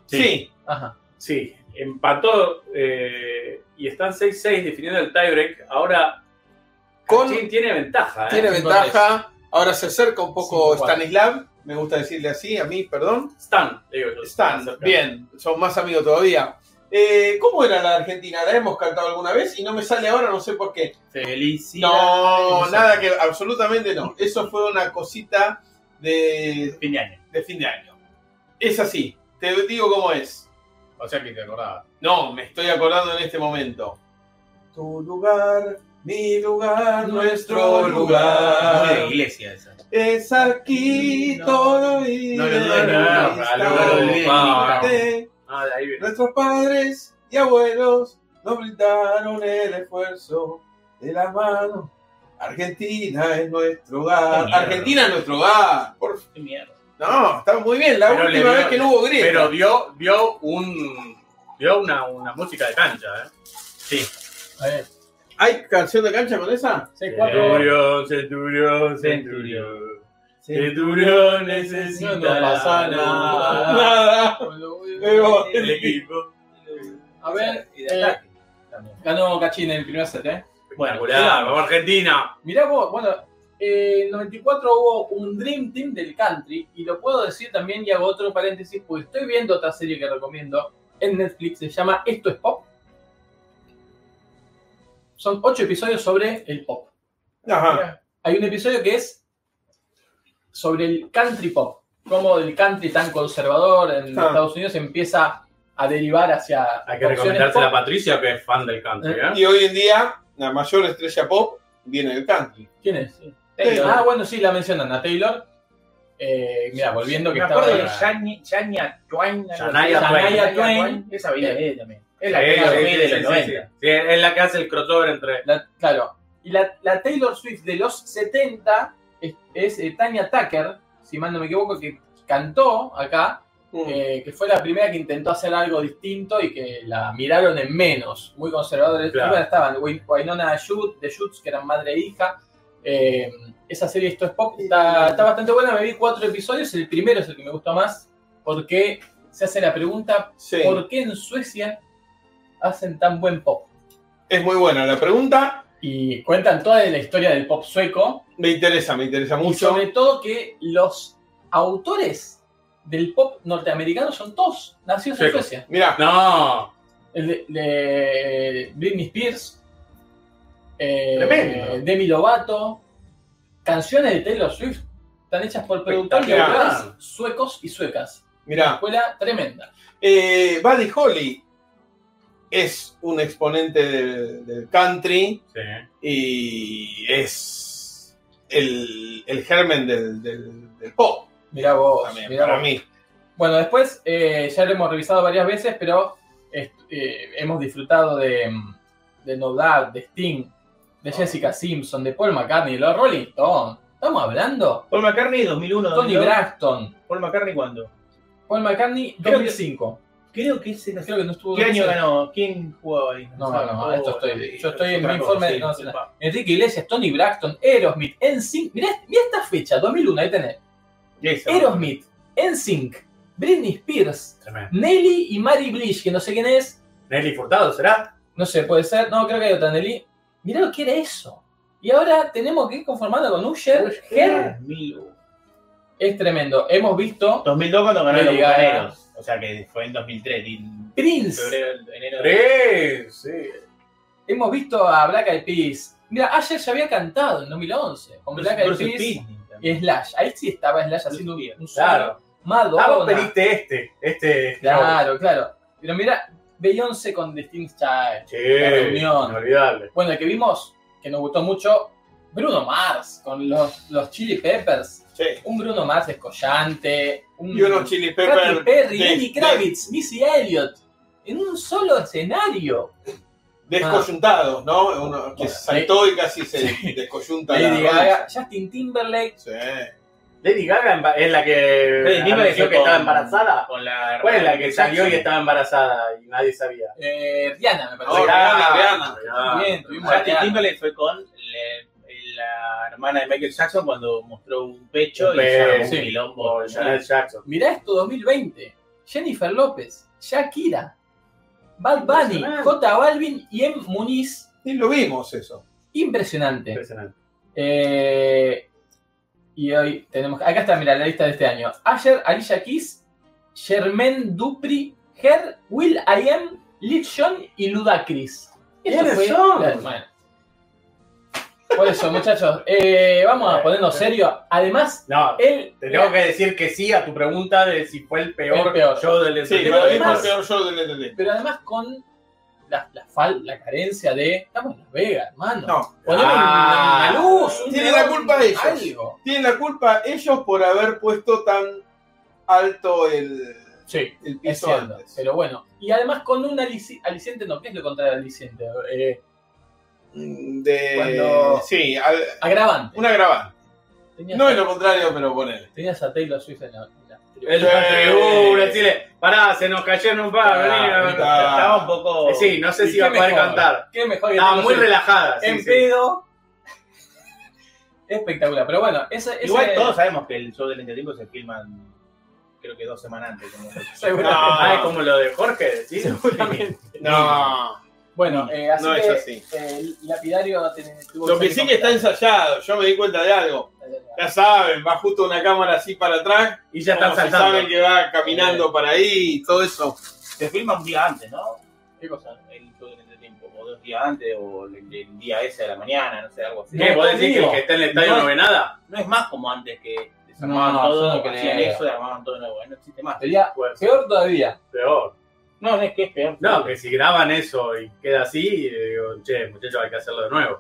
Speaker 4: Sí.
Speaker 6: Sí.
Speaker 2: Ajá.
Speaker 4: Sí, empató eh, y están 6-6 definiendo el tiebreak. Ahora
Speaker 6: Con-
Speaker 4: Cachín tiene ventaja. ¿eh?
Speaker 6: Tiene ventaja. Ahora se acerca un poco
Speaker 2: Cinco, cuatro.
Speaker 6: Stanislav. Me gusta decirle así, a mí, perdón.
Speaker 4: Stan, le digo yo.
Speaker 6: Stan,
Speaker 4: Cerca.
Speaker 6: bien. Son más amigos todavía. Eh, ¿Cómo era la Argentina? ¿La hemos cantado alguna vez? Y no me sale ahora, no sé por qué.
Speaker 3: Felicidad.
Speaker 6: No,
Speaker 3: Sí,
Speaker 6: nada
Speaker 3: sí.
Speaker 6: que, absolutamente no. Eso fue una cosita de,
Speaker 3: Fin de año.
Speaker 6: de fin de año. Es así, te digo cómo es.
Speaker 3: O sea que te acordabas.
Speaker 6: No, me estoy acordando en este momento. Tu lugar, mi lugar, nuestro
Speaker 3: Muy de
Speaker 6: lugar.
Speaker 3: iglesia esa.
Speaker 6: Es aquí todo y
Speaker 4: No lo dudes,
Speaker 6: en
Speaker 4: no,
Speaker 6: el
Speaker 4: no, no, no, no, no, no, no, no, no, no, no,
Speaker 6: instante.
Speaker 4: Ah, de ahí viene.
Speaker 6: Nuestros padres y abuelos nos brindaron el esfuerzo de la mano. Argentina es nuestro hogar.
Speaker 3: Mierda.
Speaker 6: Argentina es nuestro hogar. Por-
Speaker 3: Qué mierda.
Speaker 6: No, está muy bien. La
Speaker 4: Pero le
Speaker 6: última
Speaker 4: dio-
Speaker 6: vez que no hubo grieta.
Speaker 4: Pero dio, dio un. Dio una, una música de cancha, ¿eh?
Speaker 2: A ver,
Speaker 6: ¿Hay canción de cancha con esa?
Speaker 2: seis, cuatro.
Speaker 4: Centurión, centurión, centurión. Centurión necesita
Speaker 2: No pasa
Speaker 4: la-
Speaker 2: nada.
Speaker 6: Nada. Pero
Speaker 4: El equipo.
Speaker 2: A ver,
Speaker 3: Y de ataque.
Speaker 2: eh, ganó Cachín en el primer set, ¿eh?
Speaker 3: Bueno,
Speaker 4: Espectacular, vamos Argentina.
Speaker 2: Mirá vos, bueno, eh, en 94 hubo un Dream Team del country, y lo puedo decir también, y hago otro paréntesis, porque estoy viendo otra serie que recomiendo en Netflix, se llama Esto es Pop. Son ocho episodios sobre el pop.
Speaker 6: Ajá.
Speaker 2: Hay un episodio que es sobre el country pop, cómo el country tan conservador en
Speaker 6: Ah.
Speaker 2: Estados Unidos empieza a derivar hacia...
Speaker 4: Hay que
Speaker 2: opciones
Speaker 4: recomendársela a
Speaker 2: pop.
Speaker 4: Patricia, que es fan del country, ¿eh?
Speaker 6: Y hoy en día, la mayor estrella pop viene del country.
Speaker 2: ¿Quién es?
Speaker 3: Taylor.
Speaker 2: Ah, bueno, sí, la mencionan a Taylor. Eh, mira, volviendo que
Speaker 3: Me acuerdo de
Speaker 2: estaba-
Speaker 3: Shania- Shania Twain. algo
Speaker 4: Shania
Speaker 3: así.
Speaker 4: Twain.
Speaker 3: Shania Twain. Esa vida
Speaker 2: Sí.
Speaker 3: de él también. Es la que
Speaker 4: Sí,
Speaker 3: era
Speaker 4: sí,
Speaker 3: de
Speaker 4: sí,
Speaker 3: los
Speaker 4: sí, sí.
Speaker 3: 90.
Speaker 4: Sí, es la que hace el crossover entre
Speaker 2: La- claro. Y la, la Taylor Swift de los 70 es, es, eh, Tanya Tucker, si mal no me equivoco, que cantó acá,
Speaker 6: Mm.
Speaker 2: eh, que fue la primera que intentó hacer algo distinto y que la miraron en menos, muy conservadores.
Speaker 4: Claro.
Speaker 2: Bueno, Estaban Win- Winona Judd, The Judds, que eran madre e hija. Eh, esa serie Esto es Pop está, está bastante buena, me vi cuatro episodios, el primero es el que me gustó más, porque se hace la pregunta,
Speaker 6: Sí.
Speaker 2: ¿por qué en Suecia hacen tan buen pop?
Speaker 6: Es muy buena la pregunta.
Speaker 2: y cuentan toda la historia del pop sueco
Speaker 6: Me interesa, me interesa
Speaker 2: y
Speaker 6: mucho.
Speaker 2: sobre todo que los autores del pop norteamericano son todos nacidos en
Speaker 4: Suecos.
Speaker 2: Suecia.
Speaker 6: Mirá,
Speaker 4: No,
Speaker 2: El de, de Britney Spears, eh,
Speaker 3: Tremendo.
Speaker 2: Demi Lovato, canciones de Taylor Swift están hechas por productores y
Speaker 6: Espectacular.
Speaker 2: autores suecos y suecas.
Speaker 6: mirá.
Speaker 2: Escuela tremenda.
Speaker 6: Eh, Buddy Holly es un exponente del, del country
Speaker 4: sí.
Speaker 6: y es el, el germen del, del- del pop
Speaker 2: Mirá vos,
Speaker 6: también,
Speaker 2: mirá
Speaker 6: para
Speaker 2: vos.
Speaker 6: mí.
Speaker 2: Bueno, después eh, ya lo hemos revisado varias veces, pero est- eh, hemos disfrutado de, mm, de No Doubt, de Sting, de Jessica Simpson, de Paul McCartney, de los Rolling Stones. Estamos hablando.
Speaker 3: Paul McCartney 2001.
Speaker 2: Tony
Speaker 3: 2002.
Speaker 2: Braxton,
Speaker 3: Paul McCartney cuándo?
Speaker 2: Paul McCartney,
Speaker 3: Creo que-
Speaker 2: 2005.
Speaker 3: Creo que ese
Speaker 2: Creo que no estuvo.
Speaker 3: ¿Qué
Speaker 2: no
Speaker 3: año
Speaker 2: sé.
Speaker 3: ganó? ¿Quién jugó ahí?
Speaker 2: No,
Speaker 3: sabe.
Speaker 2: no, no, esto estoy- yo estoy en
Speaker 3: otra
Speaker 2: mi
Speaker 3: cosa,
Speaker 2: informe,
Speaker 3: sí,
Speaker 2: no,
Speaker 3: sí,
Speaker 2: no.
Speaker 3: pa.
Speaker 2: Enrique Iglesias, Tony Braxton, Aerosmith, NSYNC. Mirá, mirá esta fecha, 2001, ahí tenés.
Speaker 3: Jason.
Speaker 2: Aerosmith, NSYNC, Britney Spears,
Speaker 4: Tremendo.
Speaker 2: Nelly y Mary Blish, que no sé quién es.
Speaker 4: Nelly Furtado, ¿será?
Speaker 2: No sé, puede ser. No, creo que hay otra, Nelly. Mirá lo que era eso. Y ahora tenemos que ir conformando con Usher. Her
Speaker 3: 2001.
Speaker 2: es tremendo. Hemos visto
Speaker 3: 2002 cuando ganó los
Speaker 2: Lady Gaga.
Speaker 3: Bucaneros. O sea que fue en 2003. en
Speaker 2: Prince.
Speaker 3: Febrero, enero.
Speaker 4: Sí, sí.
Speaker 2: Hemos visto a Black Eyed Peas. Mira, ayer ya había cantado en 2011 con Black Eyed
Speaker 3: Bruce
Speaker 2: Peas
Speaker 3: Springsteen también.
Speaker 2: y Slash. Ahí sí estaba Slash haciendo un,
Speaker 3: Spears,
Speaker 2: un solo.
Speaker 4: Claro. Ah, vos
Speaker 2: Madonna.
Speaker 4: pediste este. Este.
Speaker 2: Claro, claro. Pero mira, Beyoncé con Distinct Child.
Speaker 4: Sí,
Speaker 2: La reunión.
Speaker 4: inolvidable.
Speaker 2: Bueno, el que vimos que nos gustó mucho, Bruno Mars con los, los Chili Peppers.
Speaker 6: Sí.
Speaker 2: un Bruno Mars descollante, un
Speaker 6: Y unos chili
Speaker 2: Mm. Katy
Speaker 6: pepper.
Speaker 2: Perry,
Speaker 6: de-
Speaker 2: Lenny
Speaker 6: de-
Speaker 2: Kravitz, Missy Elliott, en un solo escenario.
Speaker 6: descoyuntados, ¿no? Uno que
Speaker 2: Bueno,
Speaker 6: saltó y casi se descoyunta la
Speaker 2: Ah. Lady
Speaker 6: rodilla.
Speaker 2: Gaga, Justin Timberlake,
Speaker 6: Sí.
Speaker 4: Lady Gaga emba- es la
Speaker 2: Eh,
Speaker 3: Freddy
Speaker 4: que.
Speaker 3: Mercury
Speaker 4: anunció que
Speaker 3: con-
Speaker 4: estaba embarazada.
Speaker 3: Con la
Speaker 4: Fue la que salió y
Speaker 3: está
Speaker 4: estaba embarazada y nadie sabía.
Speaker 2: eh, Rihanna, me parece.
Speaker 6: Oh,
Speaker 2: que
Speaker 6: Rihanna,
Speaker 4: Ah,
Speaker 6: Rihanna.
Speaker 4: Rihanna.
Speaker 2: Bien, tuvimos a
Speaker 3: Justin
Speaker 2: Rihanna.
Speaker 3: Timberlake fue con le- la hermana de Michael Jackson cuando mostró un pecho
Speaker 4: Un
Speaker 3: y se armó un
Speaker 4: pecho, sí.
Speaker 3: quilombo.
Speaker 2: Oh,
Speaker 4: Por Janet Jackson.
Speaker 2: Mirá esto 2020. Jennifer López, Shakira, Bad Bunny,
Speaker 4: Impresionante.
Speaker 2: J Balvin y M. Muniz.
Speaker 6: Y lo vimos eso.
Speaker 2: Impresionante.
Speaker 4: Impresionante.
Speaker 2: Eh, y hoy tenemos. Acá está, mira, la lista de este año. Ayer, Alicia Keys, Germaine Dupri, Her, Will I Am, Lil Jon y Ludacris. Esto
Speaker 4: ¿Quiénes
Speaker 2: fue-
Speaker 4: son?
Speaker 2: la- bueno. Por eso, muchachos, eh, vamos a ponernos serio. Además,
Speaker 4: No,
Speaker 2: él.
Speaker 4: te tengo que decir que sí a tu pregunta de si fue el peor,
Speaker 2: El peor.
Speaker 4: show del
Speaker 6: Sí,
Speaker 4: escenario.
Speaker 2: pero
Speaker 6: lo vimos
Speaker 2: además-
Speaker 6: el peor show del NTT.
Speaker 2: Pero además con la, la, fal- la carencia de. Estamos en Las Vegas, hermano.
Speaker 6: No.
Speaker 2: Poneme
Speaker 4: Ah.
Speaker 2: una, una luz. un
Speaker 6: Tiene la
Speaker 2: neón,
Speaker 6: culpa ellos.
Speaker 2: algo.
Speaker 6: Tienen la culpa ellos por haber puesto tan alto el,
Speaker 2: Sí,
Speaker 6: el
Speaker 2: eso
Speaker 6: piso
Speaker 2: anda,
Speaker 6: antes.
Speaker 2: Pero bueno. Y además con un alici- aliciente, no, ¿qué es lo contrario de aliciente? Eh,
Speaker 6: Mm, De...
Speaker 2: Cuando-
Speaker 6: Sí, al-
Speaker 2: agravante.
Speaker 6: un agravante.
Speaker 2: Tenías,
Speaker 6: No es lo contrario, pero ponele.
Speaker 2: tenías a Taylor Swift en la. en la-
Speaker 4: El eh, uh, Chile. Pará, se nos cayeron un par. vení,
Speaker 2: Ah,
Speaker 4: vení.
Speaker 6: está.
Speaker 3: Estaba un poco.
Speaker 4: Eh, Sí, no sé
Speaker 2: ¿Y
Speaker 4: si
Speaker 2: qué
Speaker 4: va a poder
Speaker 2: mejor?
Speaker 4: cantar.
Speaker 2: Qué mejor
Speaker 6: Ah,
Speaker 2: que
Speaker 4: Estaba
Speaker 2: Taylor
Speaker 4: muy
Speaker 2: Swift?
Speaker 4: relajada. sí,
Speaker 2: en
Speaker 4: sí.
Speaker 2: pedo. Espectacular, pero bueno, ese, ese-
Speaker 3: Igual todos sabemos que el show del entretiempo se filman, creo que dos semanas antes. como-
Speaker 2: seguramente.
Speaker 4: Ah, es como lo de Jorge, ¿sí?
Speaker 2: Seguramente.
Speaker 6: No,
Speaker 2: Bueno, eh, así
Speaker 6: no
Speaker 2: que
Speaker 6: es así.
Speaker 2: eh, el lapidario tiene- tuvo
Speaker 6: Lo que
Speaker 2: ser
Speaker 6: sí que está
Speaker 2: complicado.
Speaker 6: ensayado, yo me di cuenta de algo. Ya saben, va justo una cámara así para atrás.
Speaker 4: Y ya
Speaker 6: como
Speaker 4: están
Speaker 6: si saben
Speaker 4: saltando.
Speaker 6: que va caminando para ahí y todo eso.
Speaker 3: Se filma un día antes, ¿no?
Speaker 2: ¿Qué cosa?
Speaker 3: El show del entretiempo, o dos días antes, o el, el día ese de la mañana, no sé, algo así.
Speaker 4: ¿Qué?
Speaker 2: No,
Speaker 4: ¿Vos decís que el
Speaker 2: conmigo.
Speaker 4: que está en el estadio
Speaker 3: No.
Speaker 4: no ve nada?
Speaker 3: No es más como antes que desarmaban
Speaker 2: No, yo
Speaker 3: todo,
Speaker 2: no
Speaker 3: hacían
Speaker 2: creo.
Speaker 3: eso, desarmaban todo nuevo, no existe más.
Speaker 2: Sería
Speaker 4: Pues,
Speaker 2: peor todavía.
Speaker 4: peor.
Speaker 3: No, no es que es peor.
Speaker 4: No, que si graban eso y queda así, eh, digo, che, muchachos, hay que hacerlo de nuevo.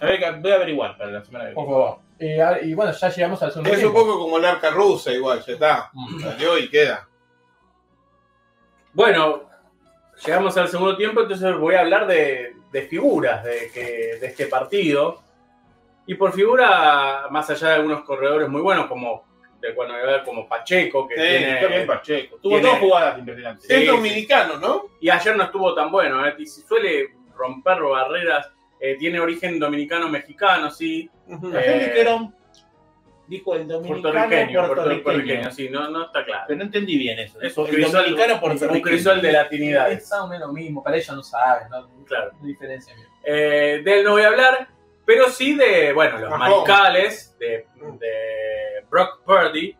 Speaker 3: A ver, que- voy a averiguar para la semana que
Speaker 2: Por
Speaker 3: viene.
Speaker 2: favor. Eh, a- y bueno, ya llegamos al segundo
Speaker 6: Es un
Speaker 2: tiempo.
Speaker 6: poco como la arca rusa, igual, ya está.
Speaker 2: Mm.
Speaker 6: Salió y queda.
Speaker 4: Bueno, llegamos al segundo tiempo, entonces voy a hablar de, de figuras de, que- de este partido. Y por figura, más allá de algunos corredores muy buenos, como de cuando voy a ver, como Pacheco, que
Speaker 6: Sí,
Speaker 4: tiene.
Speaker 6: está bien,
Speaker 4: Pacheco.
Speaker 3: Tuvo dos jugadas impresionantes.
Speaker 6: es
Speaker 4: sí.
Speaker 6: dominicano, ¿no?
Speaker 4: Y ayer no estuvo tan bueno, ¿eh? Y si suele romper barreras. eh, tiene origen dominicano-mexicano, sí.
Speaker 6: Ujú.
Speaker 4: Eh,
Speaker 3: dijeron, dijo el dominicano
Speaker 4: Puertorriqueño,
Speaker 3: puertorriqueño.
Speaker 4: puertorriqueño, sí, no, no está claro.
Speaker 3: Pero no entendí bien eso.
Speaker 4: Es un
Speaker 3: el
Speaker 4: crisol-
Speaker 3: dominicano
Speaker 4: Un
Speaker 3: puertorriqueño.
Speaker 4: crisol de latinidades,
Speaker 2: Es más o menos lo mismo, para ellos no saben, no, no
Speaker 4: claro.
Speaker 2: hay diferencia. mira.
Speaker 4: Eh, de él no voy a hablar, pero sí de, bueno, los
Speaker 6: Mahomes.
Speaker 4: mariscales, de, de Brock Purdy,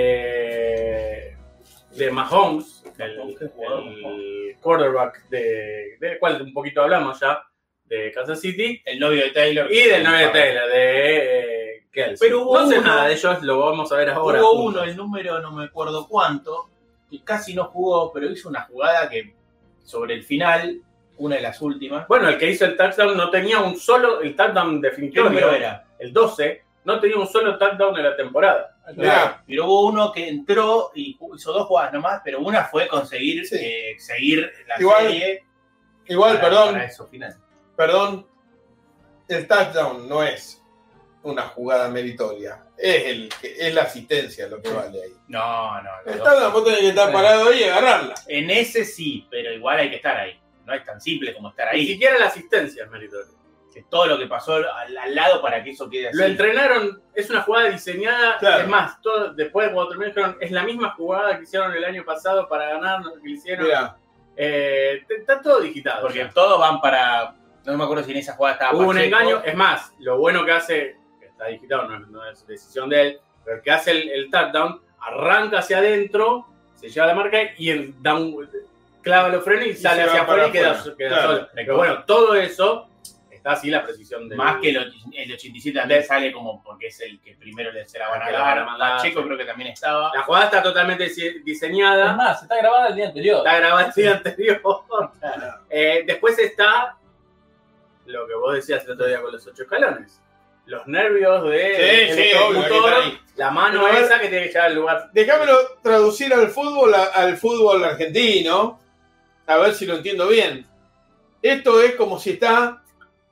Speaker 4: de, de Mahomes, el,
Speaker 3: Qué jugador,
Speaker 4: el
Speaker 3: Mahomes.
Speaker 4: quarterback de, del cual un poquito hablamos ya, de Kansas City,
Speaker 3: El novio de Taylor.
Speaker 4: y del 9 de Taylor, de eh, Kelce.
Speaker 3: Pero hubo
Speaker 4: no sé
Speaker 3: uno-
Speaker 4: nada de ellos, lo vamos a ver ahora.
Speaker 3: Hubo
Speaker 4: juntos.
Speaker 3: uno, el número no me acuerdo cuánto, que casi no jugó, pero hizo una jugada que sobre el final, una de las últimas.
Speaker 4: Bueno, el que hizo el touchdown no tenía un solo, el touchdown
Speaker 3: ¿Qué
Speaker 4: definitivo,
Speaker 3: número era?
Speaker 4: el 12, no tenía un solo touchdown en la temporada.
Speaker 6: Mirá.
Speaker 3: Pero hubo uno que entró y ju- hizo dos jugadas nomás, pero una fue conseguir
Speaker 6: Sí.
Speaker 3: eh, seguir la
Speaker 6: Igual,
Speaker 3: serie.
Speaker 6: Igual,
Speaker 3: para-
Speaker 6: perdón,
Speaker 3: para eso, final.
Speaker 6: perdón. El touchdown no es una jugada meritoria. Es, el, que- es la asistencia lo que vale ahí.
Speaker 3: No, no. los
Speaker 6: El
Speaker 3: dos.
Speaker 6: touchdown vos tenés que estar
Speaker 2: Sí.
Speaker 6: parado ahí y agarrarla.
Speaker 3: En ese sí, pero igual hay que estar ahí. No es tan simple como estar
Speaker 4: Ni
Speaker 3: ahí.
Speaker 4: siquiera la asistencia es meritorio.
Speaker 3: Es todo lo que pasó al, al lado para que eso quede así.
Speaker 4: Lo entrenaron, es una jugada diseñada.
Speaker 6: Claro.
Speaker 4: Es más, todo, después cuando terminó dijeron, es la misma jugada que hicieron el año pasado para ganar, lo que hicieron.
Speaker 6: Mirá,
Speaker 4: Eh, te- está todo digitado.
Speaker 3: Porque
Speaker 4: ya.
Speaker 3: todos van para. No me acuerdo si en esa jugada estaba
Speaker 4: hubo un
Speaker 3: Pacheco.
Speaker 4: engaño. Es más, lo bueno que hace, que está digitado, no, no es decisión de él, pero el que hace el, el touchdown, arranca hacia adentro, se lleva la marca y el down clava los frenos y, sale
Speaker 6: se va
Speaker 4: hacia
Speaker 6: para
Speaker 4: afuera y queda,
Speaker 6: afuera.
Speaker 4: queda
Speaker 6: Claro.
Speaker 4: solo. Pero bueno, todo eso está así la precisión de
Speaker 3: Más que el, och- el 87 también sale como porque es el que primero le se la van a
Speaker 4: El que la van a
Speaker 3: grabar.
Speaker 4: mandar,
Speaker 3: Pacheco
Speaker 4: sí.
Speaker 3: creo que también estaba.
Speaker 4: La jugada está totalmente dise- diseñada.
Speaker 2: Es más, está grabada el día anterior.
Speaker 4: Está grabada el día anterior. Eh, después está lo que vos decías el otro día con los ocho escalones. Los nervios de
Speaker 6: Sí,
Speaker 4: el
Speaker 6: sí, obvio, que
Speaker 4: ejecutor,
Speaker 6: está ahí.
Speaker 4: la mano
Speaker 6: Pero a ver-
Speaker 4: esa que tiene que llegar al lugar.
Speaker 6: Déjamelo traducir al fútbol, a- al fútbol argentino, a ver si lo entiendo bien. Esto es como si está,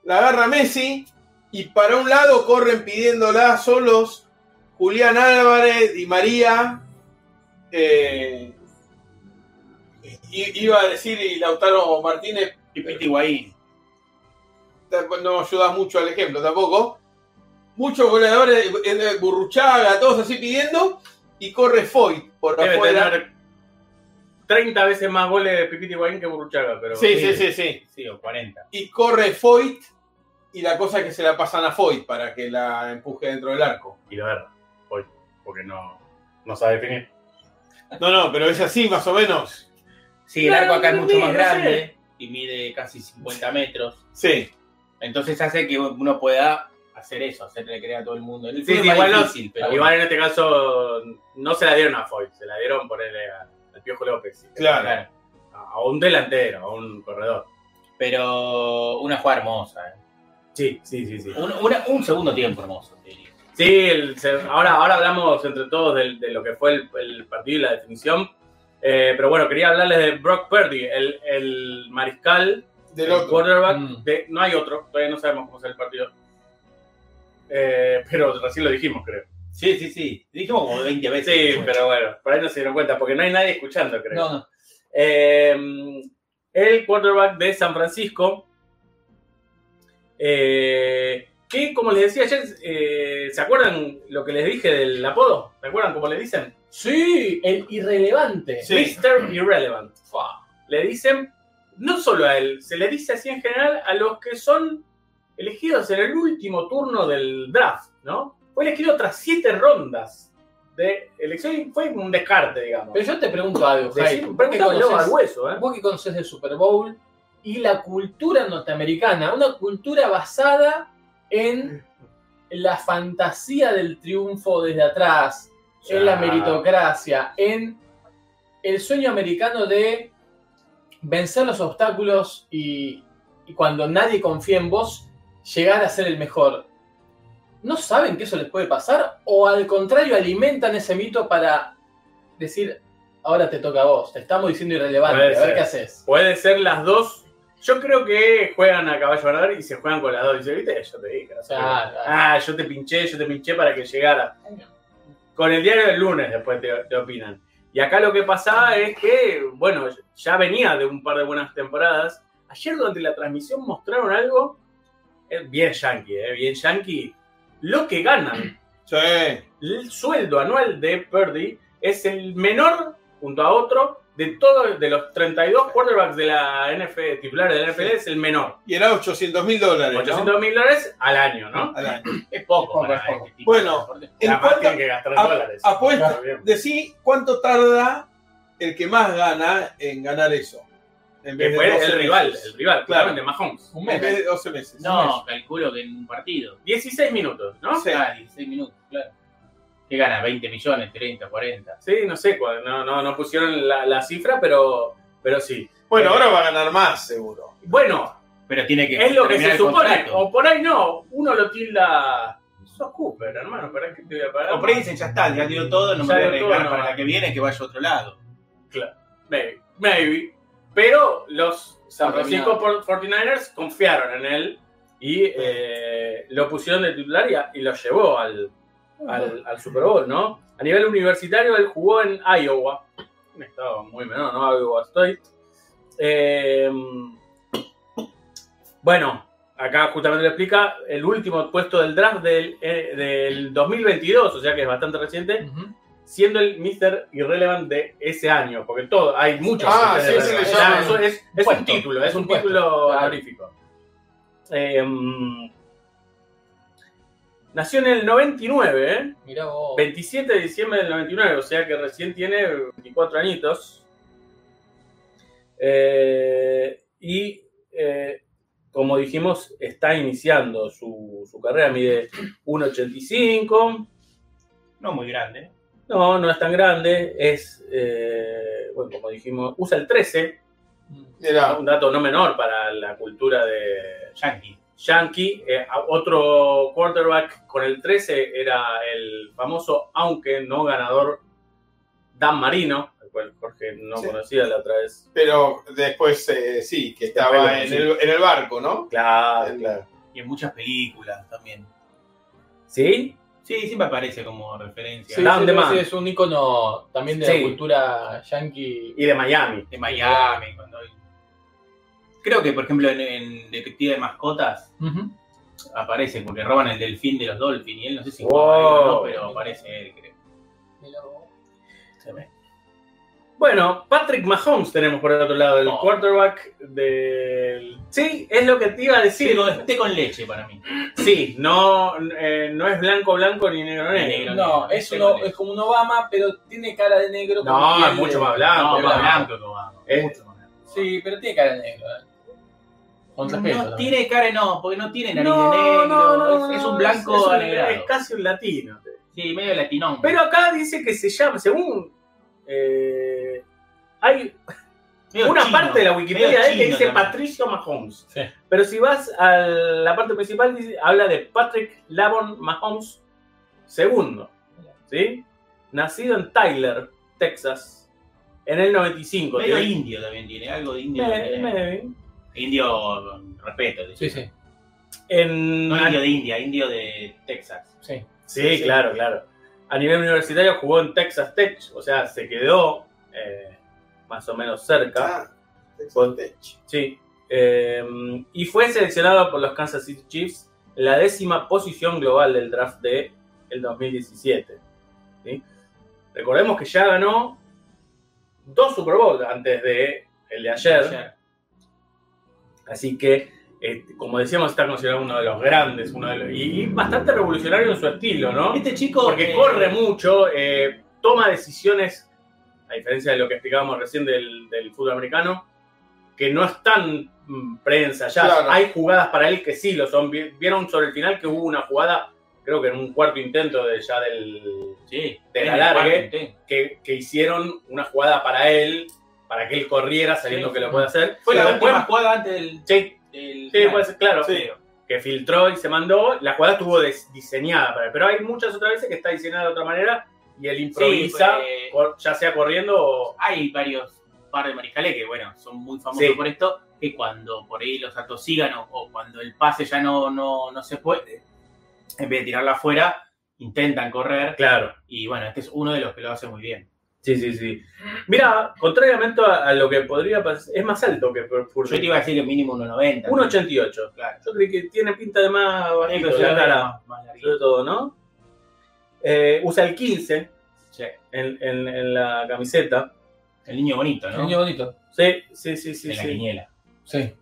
Speaker 6: la agarra Messi y para un lado corren pidiéndola solos Julián Álvarez, Di María, eh, i- iba a decir y Lautaro Martínez,
Speaker 3: Y Piti Higuaín.
Speaker 6: tamp- no ayuda mucho al ejemplo tampoco. Muchos goleadores, eh, Burruchaga, todos así pidiendo y corre Foyt por
Speaker 4: Debe
Speaker 6: afuera.
Speaker 4: tener 30 veces más goles de Pipiti Guaín que Burruchaga, pero
Speaker 6: Sí, sí, sí, sí.
Speaker 3: Sí, o 40.
Speaker 6: Y corre Foyt. Y la cosa es que se la pasan a Foyt para que la empuje dentro del arco.
Speaker 4: y lo erra hoy, porque no, no sabe definir.
Speaker 6: No, no, pero es así más o menos.
Speaker 3: Sí, el arco acá es mucho más
Speaker 4: Claro, sí, no sé.
Speaker 3: grande y mide casi 50 metros.
Speaker 6: Sí.
Speaker 3: Entonces hace que uno pueda hacer eso, hacerle creer a todo el mundo. En el
Speaker 4: Sí,
Speaker 3: fútbol
Speaker 4: sí,
Speaker 3: es más
Speaker 4: igual no-
Speaker 3: difícil, pero
Speaker 4: Igual en este caso no se la dieron a Foy, se la dieron por el, al Piojo López. sí.
Speaker 6: Claro.
Speaker 3: claro.
Speaker 4: A un delantero, a un corredor.
Speaker 3: Pero una jugada hermosa. ¿eh?
Speaker 4: Sí, sí, sí, sí.
Speaker 3: Un, una- un segundo tiempo hermoso. te diría.
Speaker 4: Sí, el- se- ahora, ahora hablamos entre todos del- de, lo que fue el, el partido y la definición. Eh, pero bueno, quería hablarles de Brock Purdy, el, el mariscal,
Speaker 6: Del
Speaker 4: el
Speaker 6: otro.
Speaker 4: quarterback.
Speaker 2: Mm.
Speaker 4: de- no hay otro, todavía no sabemos cómo será el partido. Eh, pero recién lo dijimos, creo.
Speaker 3: Sí, sí, sí. Dijimos como 20 veces.
Speaker 4: Sí, pero bueno, por ahí no se dieron cuenta, porque no hay nadie escuchando, creo.
Speaker 2: No, no.
Speaker 4: Eh, el quarterback de San Francisco, eh, que como les decía ayer, eh, ¿se acuerdan lo que les dije del apodo? ¿Se acuerdan cómo le dicen?
Speaker 2: Sí, el irrelevante.
Speaker 6: Sí.
Speaker 4: Mr. Irrelevant. Le dicen, no solo a él, se le dice así en general a los que son elegidos en el último turno del draft, ¿no? Fue elegido tras siete rondas de elección y fue un descarte, digamos.
Speaker 2: Pero yo te pregunto algo, Jai.
Speaker 4: Decir,
Speaker 2: ¿Vos que
Speaker 4: preguntándolo
Speaker 2: conocés-
Speaker 4: al hueso, ¿eh?
Speaker 2: vos que conoces del Super Bowl y la cultura norteamericana, una cultura basada en la fantasía del triunfo desde atrás, en la meritocracia, en el sueño americano de vencer los obstáculos y, y cuando nadie confía en vos, llegar a ser el mejor. ¿No saben que eso les puede pasar? ¿O al contrario alimentan ese mito para decir, ahora te toca a vos, te estamos diciendo irrelevante,
Speaker 4: Puede
Speaker 2: a ver
Speaker 4: ser.
Speaker 2: qué haces?
Speaker 4: Pueden ser las dos. Yo creo que juegan a caballo ganador y se juegan con las dos. Dice, viste, yo te dije. no sé qué".
Speaker 2: Ah, ah,
Speaker 4: ah, yo te pinché, yo te pinché para que llegara. Con el diario del lunes después te, te opinan. Y acá lo que pasaba es que, bueno, ya venía de un par de buenas temporadas. Ayer durante la transmisión mostraron algo eh, bien yankee, eh, bien yankee. Lo que ganan
Speaker 6: Sí.
Speaker 4: el sueldo anual de Purdy es el menor, junto a otro, de todos de los 32 quarterbacks de la NFL, titulares de la NFL, es el menor.
Speaker 6: Y era 800 mil dólares. ¿no?
Speaker 4: 800 mil dólares al año, ¿no?
Speaker 6: Al año.
Speaker 3: Es poco.
Speaker 2: Es poco,
Speaker 3: para
Speaker 2: es poco.
Speaker 3: este tipo de
Speaker 6: Bueno,
Speaker 3: deporte.
Speaker 6: ¿En
Speaker 4: Además
Speaker 6: cuánto-
Speaker 4: tienen que gastar en
Speaker 6: a-
Speaker 4: dólares.
Speaker 6: apuesta-
Speaker 4: Claro, bien.
Speaker 6: Decí cuánto tarda el que más gana en ganar eso. En
Speaker 4: Que
Speaker 6: de
Speaker 4: fue
Speaker 6: 12
Speaker 4: el
Speaker 6: meses.
Speaker 4: rival, el rival,
Speaker 6: Claro.
Speaker 4: claro, de Mahomes.
Speaker 2: un
Speaker 6: En vez
Speaker 2: mes.
Speaker 6: de 12 meses.
Speaker 3: No, calculo que en un partido.
Speaker 4: 16 minutos, ¿no?
Speaker 6: Sí.
Speaker 3: Ah, 16 minutos, claro. ¿Qué gana? 20 millones, 30, 40.
Speaker 4: Sí, no sé cuál, no, no, no pusieron la, la cifra, pero, pero sí.
Speaker 6: Bueno, ahora va a ganar más, seguro.
Speaker 4: Bueno,
Speaker 3: Pero tiene que.
Speaker 4: es lo que
Speaker 3: terminar el
Speaker 4: se supone,
Speaker 3: contrato.
Speaker 4: o por ahí no, uno lo tilda... Sos Cooper, hermano, ¿para qué te voy a pagar?
Speaker 3: O por ahí dicen, ya está, ya dio todo, no me voy
Speaker 4: Ya
Speaker 3: a
Speaker 4: dio
Speaker 3: arriesgar
Speaker 4: todo, no.
Speaker 3: para la que viene, que vaya a otro lado.
Speaker 4: Maybe, maybe. Pero los San
Speaker 2: No,
Speaker 4: Francisco 49ers confiaron en él y eh, lo pusieron de titular y, a- y lo llevó al, al- al Super Bowl, ¿no? A nivel universitario, él jugó en Iowa, un estado muy menor, ¿no? Iowa State. Eh, bueno, acá justamente lo explica el último puesto del draft del, eh, del 2022, o sea que es bastante reciente
Speaker 2: Ujú.
Speaker 4: siendo el Mr. Irrelevant de ese año, porque todo, hay muchos.
Speaker 6: Ah,
Speaker 4: Mr.
Speaker 6: sí,
Speaker 4: Irrelevant.
Speaker 6: se le
Speaker 4: Ya,
Speaker 6: llaman.
Speaker 4: eso es, es un
Speaker 2: Puesto.
Speaker 4: título, es
Speaker 2: Es
Speaker 4: un
Speaker 2: un puesto,
Speaker 4: título
Speaker 2: claro.
Speaker 4: honorífico. Eh, mm, nació en el 99, ¿eh?
Speaker 2: Mirá vos.
Speaker 4: 27 de diciembre del 99, o sea que recién tiene 24 añitos. Eh, y eh, como dijimos, está iniciando su, su carrera, mide 1,85.
Speaker 3: No muy grande. ¿eh?
Speaker 4: No, no es tan grande. Es, eh, bueno, como dijimos, usa el 13,
Speaker 2: Mm.
Speaker 6: Mirá,
Speaker 4: un dato no menor para la cultura de
Speaker 3: Yankee.
Speaker 4: Yankee. Eh, a- otro quarterback con el 13 era el famoso, aunque no ganador, Dan Marino, al cual Jorge no
Speaker 6: Sí.
Speaker 4: conocía la otra vez.
Speaker 6: pero después eh, sí, que
Speaker 4: Después
Speaker 6: estaba
Speaker 4: lo Ah,
Speaker 6: en el, en el barco, ¿no?
Speaker 4: Claro.
Speaker 6: En la-
Speaker 3: Y en muchas películas también.
Speaker 4: ¿Sí?
Speaker 3: Sí, siempre aparece como referencia.
Speaker 2: Sí,
Speaker 4: Down
Speaker 2: sí,
Speaker 4: the
Speaker 2: sí,
Speaker 4: man.
Speaker 2: es un icono también de
Speaker 4: Sí.
Speaker 2: la cultura yankee.
Speaker 4: Y de Miami.
Speaker 3: De Miami, cuando hay- Creo que, por ejemplo, en, en Detective de Mascotas
Speaker 2: Ujú.
Speaker 3: aparece, porque roban el delfín de los Dolphins. Y él no sé si
Speaker 4: Wow.
Speaker 3: juega ahí o no, pero aparece él, creo.
Speaker 2: Mirá vos.
Speaker 3: Se ve.
Speaker 4: Bueno, Patrick Mahomes tenemos por el otro lado, el
Speaker 3: Oh.
Speaker 4: quarterback del... Sí, es lo que te iba a decir.
Speaker 3: Sí, no, es té con leche para mí.
Speaker 4: Sí, no, eh, no es blanco blanco ni negro
Speaker 3: Ni
Speaker 4: negro.
Speaker 3: negro.
Speaker 2: No, es, uno- es como un Obama, pero tiene cara de negro. con
Speaker 4: No,
Speaker 2: piel
Speaker 4: es
Speaker 2: de-
Speaker 4: mucho más blanco.
Speaker 3: no,
Speaker 4: es
Speaker 2: pero-
Speaker 3: más
Speaker 4: más blanco.
Speaker 3: blanco que Obama.
Speaker 4: Eh,
Speaker 3: mucho más blanco.
Speaker 2: Sí, pero tiene cara de negro. eh. Con respeto.
Speaker 3: No
Speaker 2: también.
Speaker 3: tiene cara, no, porque no tiene nariz
Speaker 4: No,
Speaker 3: de negro.
Speaker 4: no, no,
Speaker 3: es, es
Speaker 4: no,
Speaker 3: un blanco
Speaker 4: es un-
Speaker 3: alegrado.
Speaker 4: Es casi un latino.
Speaker 3: Sí, medio latinón.
Speaker 4: Pero acá dice que se llama, según. eh, hay
Speaker 3: Medio
Speaker 4: una
Speaker 3: chino,
Speaker 4: parte de la Wikipedia
Speaker 3: medio
Speaker 4: de él que
Speaker 3: chino
Speaker 4: dice
Speaker 3: también.
Speaker 4: Patricio Mahomes.
Speaker 2: Sí.
Speaker 4: Pero si vas a la parte principal, dice- habla de Patrick Lavon Mahomes, Segundo, ¿sí? Nacido en Tyler, Texas, en el 95.
Speaker 3: Medio
Speaker 4: tiene-
Speaker 3: indio también tiene, algo de indio. eh.
Speaker 4: Me-
Speaker 3: tiene.
Speaker 4: me-
Speaker 3: Indio, con respeto.
Speaker 2: Sí,
Speaker 3: dice.
Speaker 2: sí,
Speaker 4: En,
Speaker 3: No indio de India, indio de Texas.
Speaker 2: sí.
Speaker 4: Sí,
Speaker 3: Sí.
Speaker 4: claro, claro. A nivel universitario jugó en Texas Tech, o sea, se quedó eh, más o menos cerca.
Speaker 6: Ah, Texas Tech.
Speaker 4: Sí. Eh, y fue seleccionado por los Kansas City Chiefs en la décima posición global del draft de el 2017. ¿sí? Recordemos que ya ganó dos Super Bowls antes de el de ayer. Así que, este, como decíamos, está considerado uno de los grandes, uno de los- y, y bastante revolucionario en su estilo, ¿no?
Speaker 3: Este chico.
Speaker 4: Porque
Speaker 3: eh,
Speaker 4: corre mucho, eh, toma decisiones, a diferencia de lo que explicábamos recién del, del fútbol americano, que no están mm, preensayadas.
Speaker 6: Claro.
Speaker 4: Hay jugadas para él que sí lo son. Vi- Vieron sobre el final que hubo una jugada, creo que en un cuarto intento de ya del
Speaker 3: Sí,
Speaker 4: de
Speaker 3: tiene
Speaker 4: la largue.
Speaker 3: parte, sí.
Speaker 4: que, que hicieron una jugada para él, para que él corriera sabiendo
Speaker 3: Sí.
Speaker 4: que lo puede hacer.
Speaker 3: Fue
Speaker 4: Pero
Speaker 3: la
Speaker 4: después-
Speaker 3: última jugada antes del.
Speaker 4: Sí,
Speaker 3: del
Speaker 4: sí, puede ser, claro.
Speaker 6: Sí.
Speaker 3: Eh,
Speaker 4: que filtró y se mandó, la jugada estuvo des- diseñada para él. Pero hay muchas otras veces que está diseñada de otra manera y él improvisa,
Speaker 3: fue-
Speaker 4: cor- ya sea corriendo o...
Speaker 3: hay varios par de mariscales que, bueno, son muy famosos
Speaker 4: Sí.
Speaker 3: por esto, que cuando por ahí los atosigan o, o cuando el pase ya no, no, no se puede, en vez de tirarla afuera, intentan correr.
Speaker 4: Claro.
Speaker 3: Y bueno, este es uno de los que lo hace muy bien.
Speaker 4: Sí, sí, sí. Mira, contrariamente a, a lo que podría pasar, es más alto que Pur-
Speaker 3: Yo te
Speaker 4: Purdy.
Speaker 3: iba a decir que mínimo 1,90.
Speaker 4: 1.88.
Speaker 3: Claro.
Speaker 4: Yo creo que tiene pinta de más
Speaker 3: Sí,
Speaker 4: bajito,
Speaker 3: pero se
Speaker 4: la
Speaker 3: la ve
Speaker 4: cara,
Speaker 3: más- más larguito.
Speaker 4: sobre todo, ¿no? Eh, usa el 15
Speaker 3: Sí.
Speaker 4: en, en- en la camiseta.
Speaker 3: El niño bonito, ¿no?
Speaker 2: Niño bonito.
Speaker 4: Sí, sí, sí, sí.
Speaker 3: de la
Speaker 4: Sí.
Speaker 3: quiniela.
Speaker 2: Sí.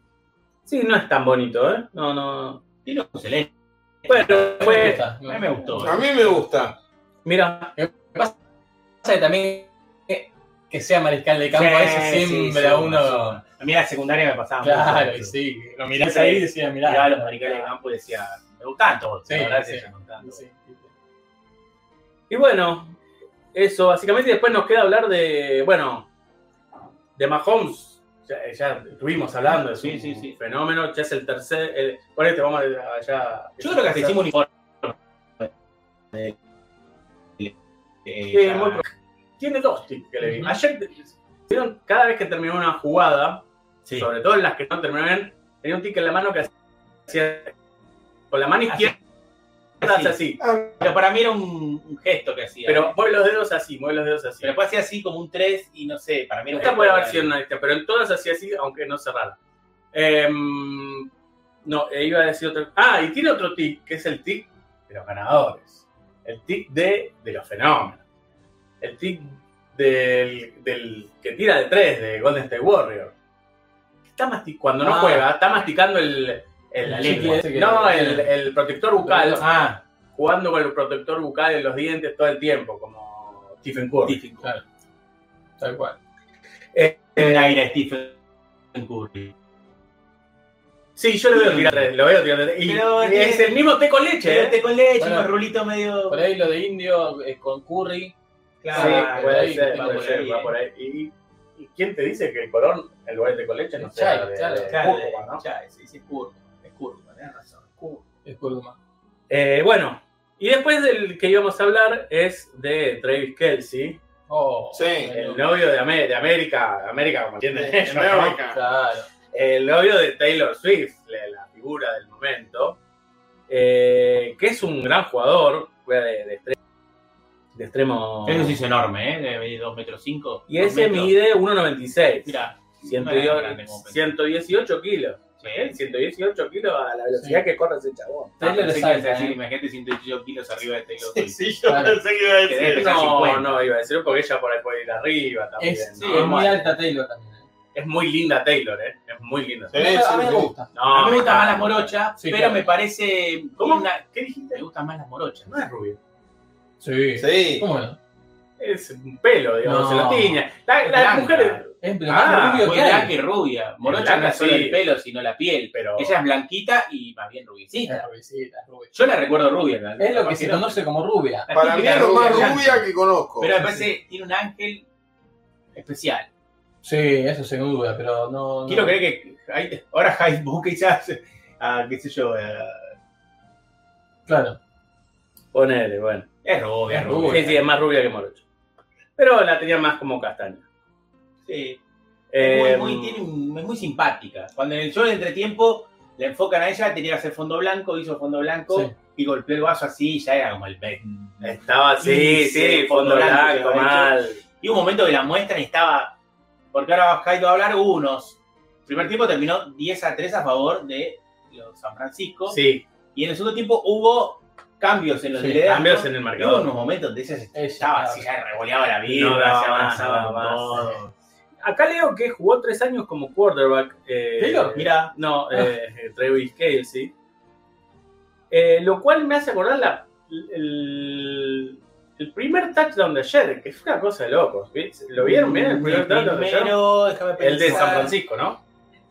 Speaker 4: sí, no es tan bonito, ¿eh? No, no.
Speaker 3: Tiene un celeste.
Speaker 4: Bueno,
Speaker 2: Me
Speaker 4: fue...
Speaker 2: gusta.
Speaker 3: A mí me gustó.
Speaker 6: A mí me gusta.
Speaker 4: Mira,
Speaker 2: Pasa que también eh, que sea mariscal de campo,
Speaker 3: Sí,
Speaker 2: eso
Speaker 3: sí,
Speaker 2: siempre
Speaker 3: sí,
Speaker 2: a uno.
Speaker 3: A mí la secundaria me pasaba
Speaker 2: Claro,
Speaker 3: mucho.
Speaker 2: y sí. Lo mirás ahí y decías, mirá.
Speaker 3: Miraba a los mariscales de campo y decía, me gustan todos.
Speaker 2: Sí,
Speaker 3: la verdad
Speaker 2: sí.
Speaker 3: es que me gustan todos.
Speaker 2: Sí.
Speaker 4: Y bueno, eso, básicamente después nos queda hablar de, bueno, de Mahomes. Ya, ya estuvimos hablando, es
Speaker 3: Sí,
Speaker 4: un
Speaker 3: sí, sí.
Speaker 4: fenómeno, ya es el tercer, el- bueno, este vamos a- ya...
Speaker 3: Yo creo que hasta hicimos un informe. Eh,
Speaker 4: Sí, muy pro- Tiene dos tips que le vi.
Speaker 2: Ujú.
Speaker 4: Ayer, vieron, cada vez que terminaba una jugada,
Speaker 3: Sí.
Speaker 4: sobre todo en las que no terminaban, bien, tenía un tic en la mano que hacía, con la mano
Speaker 3: Así. Ah,
Speaker 4: izquierda hace así,
Speaker 3: Pero para mí era un, un gesto que hacía. eh.
Speaker 4: pero mueve los dedos así, mueve los dedos así.
Speaker 3: pero después hacía así como un 3 y no sé, para mí era un
Speaker 4: Esta
Speaker 3: gesto
Speaker 4: puede haber
Speaker 3: de-
Speaker 4: sido una lista, pero en todas hacía así, aunque no cerrara. Em, no, e iba a decir otro. Ah, y tiene otro tic, que es el tic de los ganadores. El tic de, de los fenómenos. El tic del, del que tira de tres, de Golden State Warrior. Está masti- cuando no
Speaker 2: Ah.
Speaker 4: juega, está masticando el, el-
Speaker 2: La
Speaker 4: el-
Speaker 2: lengua.
Speaker 4: No, el, el protector bucal.
Speaker 2: Ah,
Speaker 4: Jugando con el protector bucal en los dientes todo el tiempo, como Stephen Curry.
Speaker 3: Stephen Curry.
Speaker 2: claro. Tal cual.
Speaker 3: Un aire a Stephen Curry.
Speaker 4: Sí, yo lo veo tirar tres, lo veo tirar tres. Y,
Speaker 3: Pero
Speaker 4: y
Speaker 3: tiene-
Speaker 4: es el mismo té con leche,
Speaker 3: Che,
Speaker 4: ¿eh?
Speaker 3: te con leche,
Speaker 2: Bueno.
Speaker 3: unos rulitos medio.
Speaker 2: Por ahí lo de indio eh, con curry.
Speaker 4: sí, puede
Speaker 2: ahí,
Speaker 4: ser,
Speaker 2: tipo
Speaker 4: puede
Speaker 2: por
Speaker 4: ser,
Speaker 3: ahí,
Speaker 4: va
Speaker 3: eh.
Speaker 4: por ahí. ¿Y, y quién te dice que el color, en lugar de té con leche, no
Speaker 2: El
Speaker 4: sea
Speaker 2: chai,
Speaker 4: de,
Speaker 2: claro,
Speaker 4: de
Speaker 3: Claro,
Speaker 4: cúrcuma, ¿no?
Speaker 3: ya, sí, sí, es curva. Es curva, tenés razón. es curva.
Speaker 2: Es cúrcuma.
Speaker 4: Eh, bueno, y después del que íbamos a hablar es de Travis Kelsey,
Speaker 2: Oh,
Speaker 6: Sí,
Speaker 2: bueno,
Speaker 4: el novio de, Amé- de América, América como entienden ellos, ¿no?
Speaker 6: America.
Speaker 2: Claro.
Speaker 4: El novio de Taylor Swift, la la figura del momento, eh, que es un gran jugador, juega de, de extre- de extremo...
Speaker 3: Eso sí es enorme, ¿eh? Debe medir 2 metros 5.
Speaker 4: Y ese mide 1,96.
Speaker 3: Mira,
Speaker 4: 118, 118 kilos. ¿eh? 118 kilos a la velocidad
Speaker 2: Sí.
Speaker 4: que corre ese chabón.
Speaker 3: Ah,
Speaker 2: Taylor es alta, ¿eh?
Speaker 3: Imagínate 118 kilos arriba de Taylor Swift.
Speaker 6: Sí, yo
Speaker 2: Claro.
Speaker 6: pensé que iba a
Speaker 3: Que
Speaker 6: decir.
Speaker 3: debe- pesar
Speaker 4: No,
Speaker 3: 50.
Speaker 4: no, iba a decirlo porque ella por ahí puede ir arriba también.
Speaker 2: Es,
Speaker 4: ¿no?
Speaker 2: sí, es muy
Speaker 4: Bueno,
Speaker 2: alta Taylor también. ¿eh?
Speaker 4: es muy linda Taylor, ¿eh? Es muy linda.
Speaker 6: Sí, sí,
Speaker 2: a mí me
Speaker 6: sí.
Speaker 2: gusta.
Speaker 4: No,
Speaker 3: A mí me gusta más las morochas,
Speaker 2: Sí,
Speaker 3: pero
Speaker 2: claro.
Speaker 3: me parece.
Speaker 4: ¿Cómo?
Speaker 3: una-
Speaker 4: ¿Qué dijiste?
Speaker 3: Me gustan más las morochas.
Speaker 4: No es rubio.
Speaker 2: Sí.
Speaker 6: Sí.
Speaker 2: ¿Cómo no?
Speaker 4: Es un pelo, digamos,
Speaker 2: No.
Speaker 4: se lo tiña. La-
Speaker 3: Es
Speaker 4: las
Speaker 3: blanca.
Speaker 4: mujeres.
Speaker 2: Es lo
Speaker 4: Ah,
Speaker 2: más rubio
Speaker 3: Fue
Speaker 2: que hay.
Speaker 3: blanca y rubia. Morocha
Speaker 4: blanca,
Speaker 3: no es solo
Speaker 4: sí.
Speaker 3: el pelo, sino la piel.
Speaker 4: Pero.
Speaker 3: Ella es blanquita y más bien
Speaker 2: Es
Speaker 3: rubiecita.
Speaker 2: rubiecita, es rubia.
Speaker 3: Yo la recuerdo rubia. la-
Speaker 2: Es lo
Speaker 3: la
Speaker 2: que se
Speaker 3: quiero.
Speaker 2: conoce como rubia.
Speaker 3: La
Speaker 6: Para mí
Speaker 3: típica
Speaker 6: es lo más
Speaker 3: blanca.
Speaker 6: rubia que conozco.
Speaker 3: Pero me parece tiene un ángel especial.
Speaker 2: Sí, eso sin duda, pero no. no.
Speaker 3: Quiero creer que ahí- ahora Jaime ah, eh, busca quizás a qué sé yo. a-
Speaker 2: Claro.
Speaker 4: Ponele, bueno.
Speaker 3: Es rubia,
Speaker 2: Es
Speaker 3: es
Speaker 2: rubia.
Speaker 3: rubia.
Speaker 4: Sí, sí, es más rubia que morocho. Pero la tenía más como castaña.
Speaker 3: Sí.
Speaker 4: Eh,
Speaker 3: es, muy, muy- tiene un- es muy simpática. Cuando en el show de entretiempo la enfocan a ella, tenía que hacer fondo blanco, hizo fondo blanco
Speaker 2: Sí.
Speaker 3: y golpeó el vaso así, ya era como el pe-
Speaker 4: Estaba así,
Speaker 3: Sí,
Speaker 4: sí,
Speaker 3: sí,
Speaker 4: fondo
Speaker 3: fondo blanco,
Speaker 4: blanco, mal.
Speaker 3: Y hubo un momento que la muestran y estaba. Porque ahora Jairo va a hablar unos. Primer tiempo terminó 10 a 3 a favor de los San Francisco.
Speaker 4: Sí,
Speaker 3: Y en el segundo tiempo hubo cambios en los
Speaker 2: Sí,
Speaker 3: liderazgos.
Speaker 4: cambios en el
Speaker 3: Y hubo
Speaker 4: marcador.
Speaker 3: unos momentos de esas
Speaker 2: Ella
Speaker 3: estaba
Speaker 2: estaba-
Speaker 3: así, ya revoleaba la vida,
Speaker 4: No,
Speaker 3: se
Speaker 4: gracias,
Speaker 3: abrazaba
Speaker 4: no,
Speaker 3: con
Speaker 4: no,
Speaker 3: todo.
Speaker 4: Acá leo que jugó tres años como quarterback. eh,
Speaker 2: Taylor,
Speaker 3: Mira,
Speaker 4: No, eh, eh, Travis Kelsey. Eh, lo cual me hace acordar la- el, el primer touchdown de ayer, que fue una cosa de locos. ¿vi? ¿Lo vieron bien el primer touchdown de ayer?
Speaker 3: primero, déjame pensar.
Speaker 4: El de San Francisco, ¿no?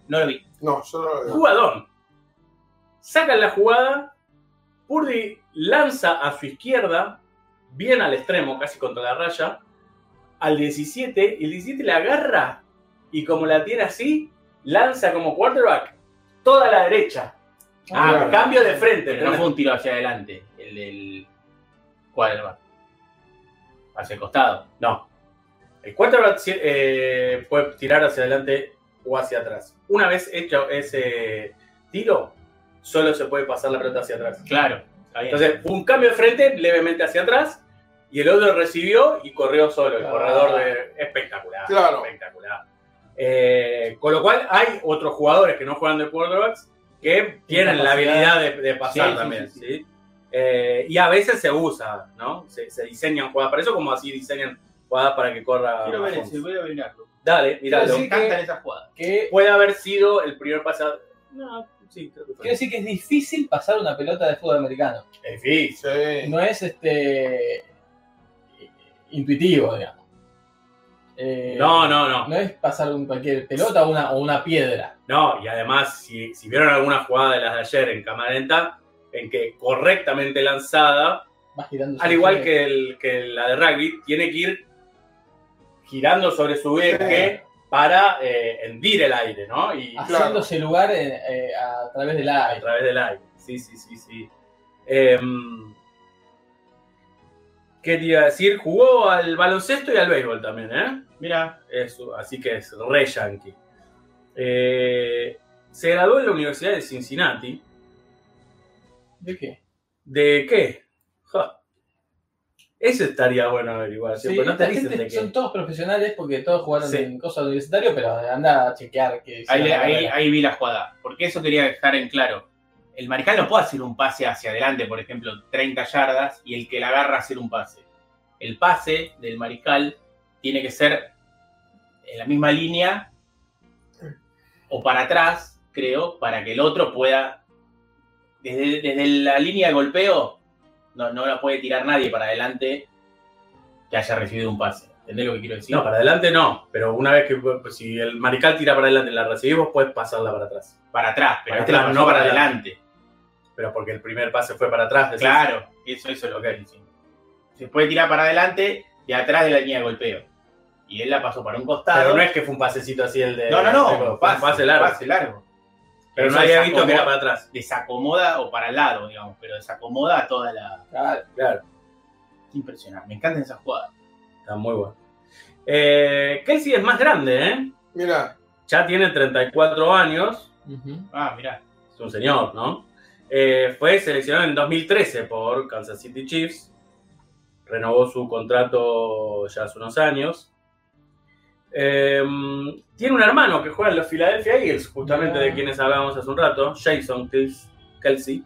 Speaker 3: No lo vi.
Speaker 6: No, yo no lo veo.
Speaker 4: Jugadón. Sacan la jugada. Purdy lanza a su izquierda, bien al extremo, casi contra la raya, al 17. Y el 17 la agarra y como la tiene así, lanza como quarterback toda la derecha.
Speaker 2: Ah,
Speaker 4: Ah,
Speaker 2: claro.
Speaker 4: cambio de frente.
Speaker 3: Pero no
Speaker 4: ¿entendés?
Speaker 3: fue un tiro hacia adelante, el del quarterback. Hacia el costado.
Speaker 4: No. El quarterback sí, eh, puede tirar hacia adelante o hacia atrás. Una vez hecho ese tiro, solo se puede pasar la pelota hacia atrás.
Speaker 3: Claro. está bien.
Speaker 4: Entonces, fue un cambio de frente levemente hacia atrás y el otro recibió y corrió solo. El
Speaker 2: Ah.
Speaker 4: corredor de, espectacular.
Speaker 6: Claro.
Speaker 4: Espectacular. Eh, con lo cual, hay otros jugadores que no juegan de quarterbacks que tienen la
Speaker 2: Capacidad.
Speaker 4: habilidad de, de pasar
Speaker 3: Sí, sí,
Speaker 4: también.
Speaker 3: sí,
Speaker 4: ¿sí? Eh, y a veces se usa, ¿no? Se, se diseñan jugadas para eso, como así diseñan jugadas para que corra.
Speaker 3: Quiero ver
Speaker 4: Mahomes.
Speaker 3: ese, voy a mirarlo.
Speaker 4: Dale, míralo.
Speaker 2: Quiero
Speaker 3: Me
Speaker 2: decir
Speaker 3: encantan esas jugadas.
Speaker 2: Que,
Speaker 4: Puede haber sido el primer pasado. No, sí, creo que fue.
Speaker 2: quiero decir que es difícil pasar una pelota de fútbol americano.
Speaker 4: En fin.
Speaker 6: Sí.
Speaker 2: no es este intuitivo, digamos. Eh,
Speaker 4: No, no, no.
Speaker 2: no es pasar un cualquier pelota o una, o una piedra.
Speaker 4: No, y además, si, si vieron alguna jugada de las de ayer en cámara lenta, en que correctamente lanzada,
Speaker 2: Vas girando.
Speaker 4: al
Speaker 2: sobre-
Speaker 4: igual que, el- que la de rugby, tiene que ir girando sobre su eje para eh, hendir el aire, ¿no? Y
Speaker 2: haciéndose lugar en- eh, a través del
Speaker 4: a
Speaker 2: aire.
Speaker 4: través del aire. Sí, sí, sí, sí. Em, ¿Qué te iba a decir? Jugó al baloncesto y al béisbol también, ¿eh?
Speaker 3: Mira,
Speaker 4: Eso, así que es re yankee. Eh, se graduó en la Universidad de Cincinnati.
Speaker 2: ¿De qué?
Speaker 4: ¿De qué? Ja. Eso estaría bueno averiguar.
Speaker 2: Sí,
Speaker 4: ¿sí? Porque no te
Speaker 2: esta
Speaker 4: dicen
Speaker 2: gente
Speaker 4: de
Speaker 2: Son
Speaker 4: qué.
Speaker 2: todos profesionales porque todos jugaron
Speaker 4: Sí.
Speaker 2: en cosas universitarias, pero anda a chequear que
Speaker 3: ahí,
Speaker 2: hicieron la
Speaker 3: ahí-
Speaker 2: carrera.
Speaker 3: ahí vi la jugada. Porque eso quería dejar en claro. El mariscal no puede hacer un pase hacia adelante, por ejemplo, 30 yardas, y el que la agarra hacer un pase. El pase del mariscal tiene que ser en la misma línea o para atrás, creo, para que el otro pueda. Desde, desde la línea de golpeo, no, no la puede tirar nadie para adelante que haya recibido un pase. ¿Entendés lo que quiero decir?
Speaker 4: No, para adelante no. Pero una vez que pues, si el marical tira para adelante y la recibimos, puedes pasarla para atrás.
Speaker 3: Para atrás, pero
Speaker 4: Para
Speaker 3: este
Speaker 4: atrás,
Speaker 3: la
Speaker 4: no
Speaker 3: pasó para
Speaker 4: para
Speaker 3: adelante.
Speaker 4: Pero porque el primer pase fue para atrás. decís,
Speaker 3: Claro, eso, eso es lo que dicen. Se puede tirar para adelante y atrás de la línea de golpeo. Y él la pasó para un costado.
Speaker 4: Pero no es que fue un pasecito así el de.
Speaker 3: no, no,
Speaker 4: fue
Speaker 3: no,
Speaker 4: un
Speaker 3: pase,
Speaker 4: pase largo.
Speaker 3: pase largo.
Speaker 4: Pero no
Speaker 3: Eso
Speaker 4: había
Speaker 3: es
Speaker 4: visto que era
Speaker 3: acomoda-
Speaker 4: para atrás.
Speaker 3: Desacomoda o para el lado, digamos, pero desacomoda a toda la.
Speaker 2: Claro.
Speaker 4: Claro,
Speaker 3: Impresionante, me encantan esas jugadas.
Speaker 4: está muy bueno. Eh, Kelsey es más grande, ¿eh?
Speaker 6: Mira,
Speaker 4: Ya tiene 34 años.
Speaker 2: Ujú.
Speaker 3: Ah, mirá.
Speaker 4: es un señor, ¿no? Eh, fue seleccionado en 2013 por Kansas City Chiefs. Renovó su contrato ya hace unos años. Eh, tiene un hermano que juega en los Philadelphia Eagles, justamente
Speaker 2: Ah.
Speaker 4: de quienes hablábamos hace un rato, Jason Kels- Kelsey.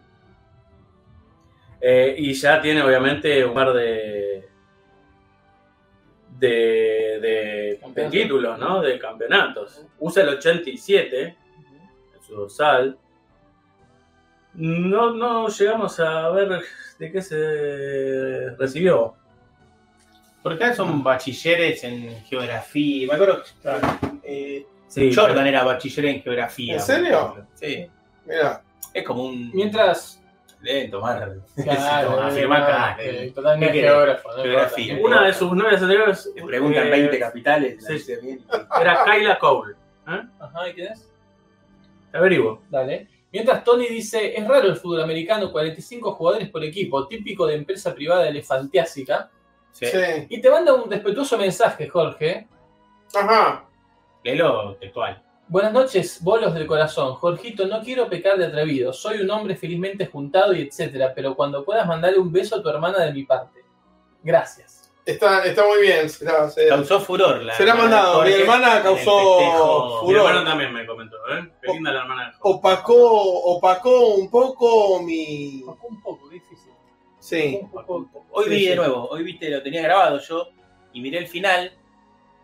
Speaker 4: Eh, y ya tiene obviamente un par de, de, de- de
Speaker 2: Campeonato.
Speaker 4: títulos, ¿no? De campeonatos. Usa el 87, en su dorsal. No, no llegamos a ver de qué se recibió.
Speaker 3: Porque acá
Speaker 4: Ah.
Speaker 3: son bachilleres en geografía. Me acuerdo que eh,
Speaker 4: Sí,
Speaker 3: Jordan era bachiller en geografía.
Speaker 6: ¿En serio?
Speaker 3: por ejemplo. Sí.
Speaker 6: mira.
Speaker 3: Es como un.
Speaker 2: Mientras.
Speaker 3: Deben tomar.
Speaker 2: Claro,
Speaker 3: afirma
Speaker 2: eh,
Speaker 3: acá,
Speaker 2: eh,
Speaker 3: eh,
Speaker 2: totalmente
Speaker 3: ¿qué querés?
Speaker 2: geógrafo. no
Speaker 3: Geografía.
Speaker 2: importa.
Speaker 4: Una de sus novias anteriores
Speaker 3: Te preguntan
Speaker 4: eh,
Speaker 3: 20 capitales.
Speaker 4: sí.
Speaker 3: la dice bien.
Speaker 4: era Kyla Cole.
Speaker 2: Ajá, ¿y qué es?
Speaker 4: Te averiguo.
Speaker 2: Dale. Mientras Tony dice, es raro el fútbol americano, 45 jugadores por equipo, típico de empresa privada elefantiásica.
Speaker 3: Sí.
Speaker 6: Sí.
Speaker 2: Y te manda un respetuoso mensaje, Jorge.
Speaker 6: Ajá.
Speaker 3: Léelo textual.
Speaker 2: Buenas noches, bolos del corazón. Jorgito, no quiero pecar de atrevido. Soy un hombre felizmente juntado y etcétera, pero cuando puedas mandarle un beso a tu hermana de mi parte. Gracias.
Speaker 6: Está, está muy bien. Será, será-
Speaker 3: Causó furor. La
Speaker 6: será
Speaker 3: hermana de
Speaker 6: mandado. Mi
Speaker 3: Jorge en
Speaker 6: hermana
Speaker 3: el
Speaker 6: causó
Speaker 3: festejo.
Speaker 4: Mi hermana
Speaker 6: furor.
Speaker 4: también me comentó, ¿eh? Qué
Speaker 6: O-
Speaker 4: linda la hermana. de Jorge.
Speaker 6: Opacó, opacó un poco mi.
Speaker 2: Un poco difícil.
Speaker 6: Sí.
Speaker 2: Un poco.
Speaker 3: Hoy
Speaker 6: Sí,
Speaker 3: vi
Speaker 6: sí.
Speaker 3: de nuevo, hoy viste, lo tenía grabado yo y miré el final